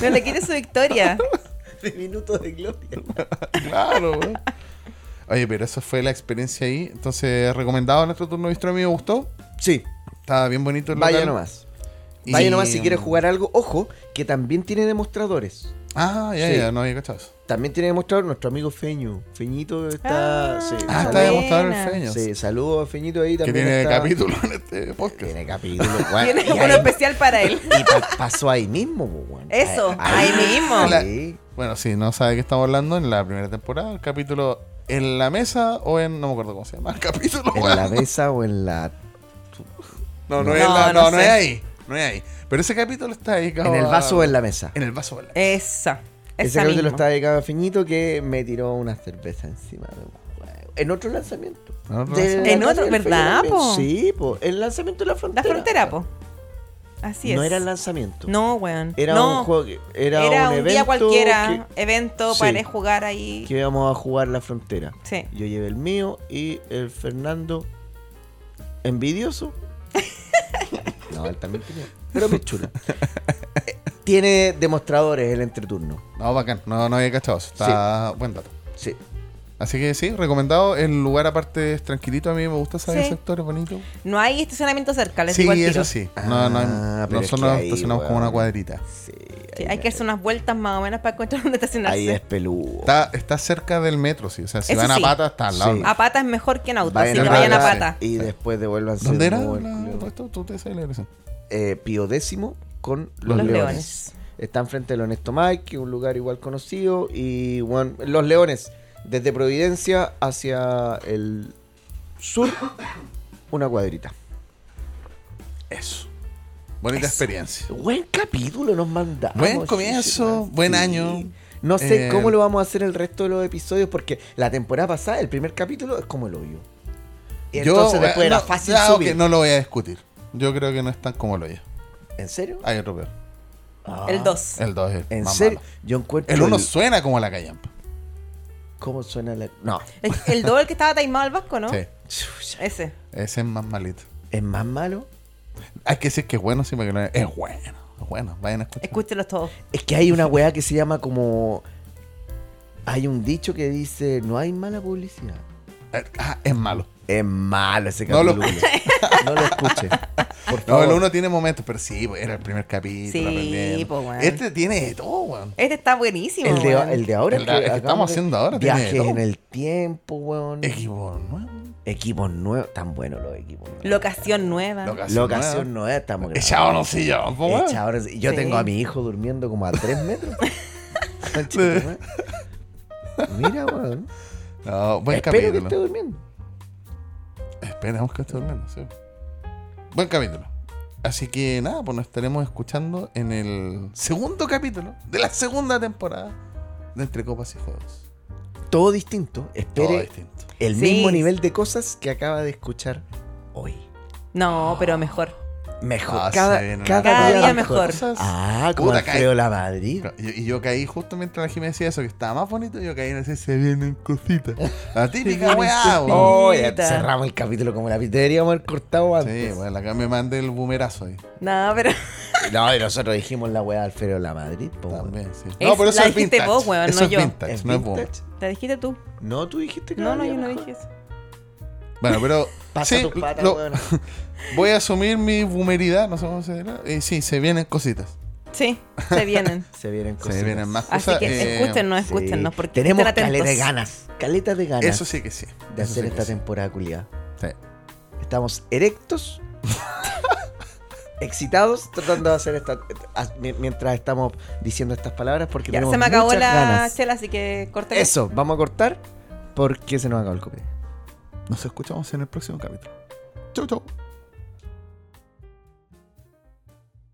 No le quiere su victoria. de minutos de gloria. Claro, weón. Oye, pero eso fue la experiencia ahí. Entonces, recomendado nuestro turno bistro, a mí me gustó. Sí, Estaba bien bonito el vaya local. nomás. Y- Vaya nomás si quieres jugar algo. Ojo, que también tiene demostradores. Ah, ya, Sí. ya, no había cachado eso. También tiene demostrador nuestro amigo Feño. Feñito está. Ah, sí, Ah, está Buena. saludos. demostrado el feño. Sí, saludos a Feñito ahí Que también. tiene está- capítulo en este podcast. Tiene capítulo, weón. Tiene Y uno ahí- especial para él. Y pa- pasó ahí mismo, po, weón. Eso, ahí mismo. Sí. Bueno, si no sabe de qué estamos hablando, en la primera temporada, el capítulo en la mesa o en. No me acuerdo cómo se llama el capítulo. En weón. la mesa o en la. No, no, No, es, la- no, no no sé. es ahí. No es ahí. Pero ese capítulo está ahí, En el vaso o en la mesa. En el vaso o en la Esa. Ese Esa capítulo misma. está dedicado a Feñito que me tiró una cerveza encima de un juego. En otro lanzamiento. En otro Del Ah, lanzamiento. pues, En otro, lanzamiento del ¿verdad, Feñito po? también. Sí, po. El lanzamiento de la frontera. La frontera, po. Así es. No era el lanzamiento. No, weón. Era no. un juego que- Era Era, un, un, evento día cualquiera, que- evento Sí. para jugar ahí. Que, íbamos a jugar la frontera. Sí. Yo llevé el mío y el Fernando. Envidioso. no, él también tenía. Pero me chula. Eh, Tiene demostradores el entreturno. No, bacán. No, no había cachado eso. Está buen dato. Sí. Así que sí, recomendado. El lugar aparte es tranquilito. A mí me gusta saber Sí. el sector, es bonito. No hay estacionamiento cerca, les Sí, digo al eso tiro. sí. No, no, hay- Ah, pero es nosotros que nos ahí, estacionamos como weón. una cuadrita. Sí, Sí, ahí hay que hacer unas vueltas más o menos para encontrar dónde estacionarse. Ahí es peludo. Está, está cerca del metro, sí. O sea, si Eso van a sí. pata, está al lado. Sí. A pata es mejor que en auto, Vayan así que a vayan a pagar pata. Y después devuélvanse. ¿Dónde de era nuevo el la- club. esto? ¿Tú te sabes la dirección? Eh, Pío Décimo con Los Los, Leones. Leones. Están frente al Honesto Mike, que es un lugar igual conocido. Y bueno, Los Leones, desde Providencia hacia el sur, una cuadrita. Eso. Bonita experiencia. Buen capítulo nos mandamos. Buen comienzo, sí. buen año. No sé Eh, cómo lo vamos a hacer el resto de los episodios, porque la temporada pasada, el primer capítulo, es como el hoyo. Y entonces Yo- eh, después no, era fácil ya, ok, subir. no lo voy a discutir. Yo creo que no es tan como lo oye. ¿En serio? Hay otro peor. Ah. El 2. El 2 es el ¿En más serio? malo. Yo encuentro. El 1 suena como la callampa. ¿Cómo suena la.? No. El 2 el que estaba taimado al vasco, ¿no? Sí, Chucha. Ese. ese es más malito. ¿Es más malo? Hay que decir que es bueno, sí, porque no es, es bueno. Es bueno, vayan a escuchar. Escúchenlos todos. Es que hay una weá que se llama como. Hay un dicho que dice: No hay mala publicidad. Eh, ah, es malo. Es malo ese No lo capítulo. No lo escuche. Por No, favor. el 1 tiene momentos, pero sí, pues, era el primer capítulo. Sí, aprendiendo. pues, weón. Este tiene de todo, weón. Este está buenísimo. El de, weón. el de ahora. El de- el que acabamos estamos de- haciendo ahora tiene Viajes todo. en el tiempo, weón. Equipo nuevo. equipos nuevos. Tan buenos los equipos nuevos. Locación nueva. Locación. Locación nueva. nueva. Estamos grabando. Echado no sillón, pues, weón. Echa, ahora sí. yo Sí. tengo a mi hijo durmiendo como a 3 metros. Concha de tu madre. Mira, weón. No, buen Espero que capítulo. esté durmiendo. Esperamos que esté durmiendo, sí. Buen capítulo. Así que nada, pues nos estaremos escuchando en el segundo capítulo de la segunda temporada de Entre Copas y Juegos. Todo distinto. Todo Espere distinto. el Sí. mismo nivel de cosas que acaba de escuchar hoy. No, pero mejor. Mejor. Ah, se cada, viene cada una- Cada día mejor. Cosas- Ah, como Puta, Alfredo la Madrid. Y, y yo caí justo mientras la Jimmy decía eso, que estaba más bonito, yo caí en ese se vienen cositas. La típica weá, weón. Oh, ya Mira. cerramos el capítulo como la pizza. Deberíamos haber cortado Sí, antes. bueno, acá me mandé el boomerazo ahí. Oh, No, pero. No, y nosotros dijimos la weá de Alfredo la Madrid. po, weón. También, sí. Es- la dijiste vos, weón, eso no es yo. vintage, ¿Es no es boomer. vintage? ¿Te dijiste tú? No, tú dijiste que No, no, había yo no mejor. dije eso. Bueno, pero. Pasa sí, tus patas, lo- weón. voy a asumir mi boomeridad, no sé cómo se dirá. Y sí, se vienen cositas. Sí, se vienen. Se vienen cosas. Se vienen más cosas. Así que eh, escúchennos, escúchennos. Porque tenemos estén atentos. caleta de ganas. Caleta de ganas Eso sí que sí. de eso hacer sí esta que sí. temporada culiada. Sí. Estamos erectos, excitados, tratando de hacer esta. a- mi- mientras estamos diciendo estas palabras, porque Ya, tenemos se me acabó la muchas ganas. chela, así que corten. Eso, vamos a cortar porque se nos acabó el copete. Nos escuchamos en el próximo capítulo. Chau, chau.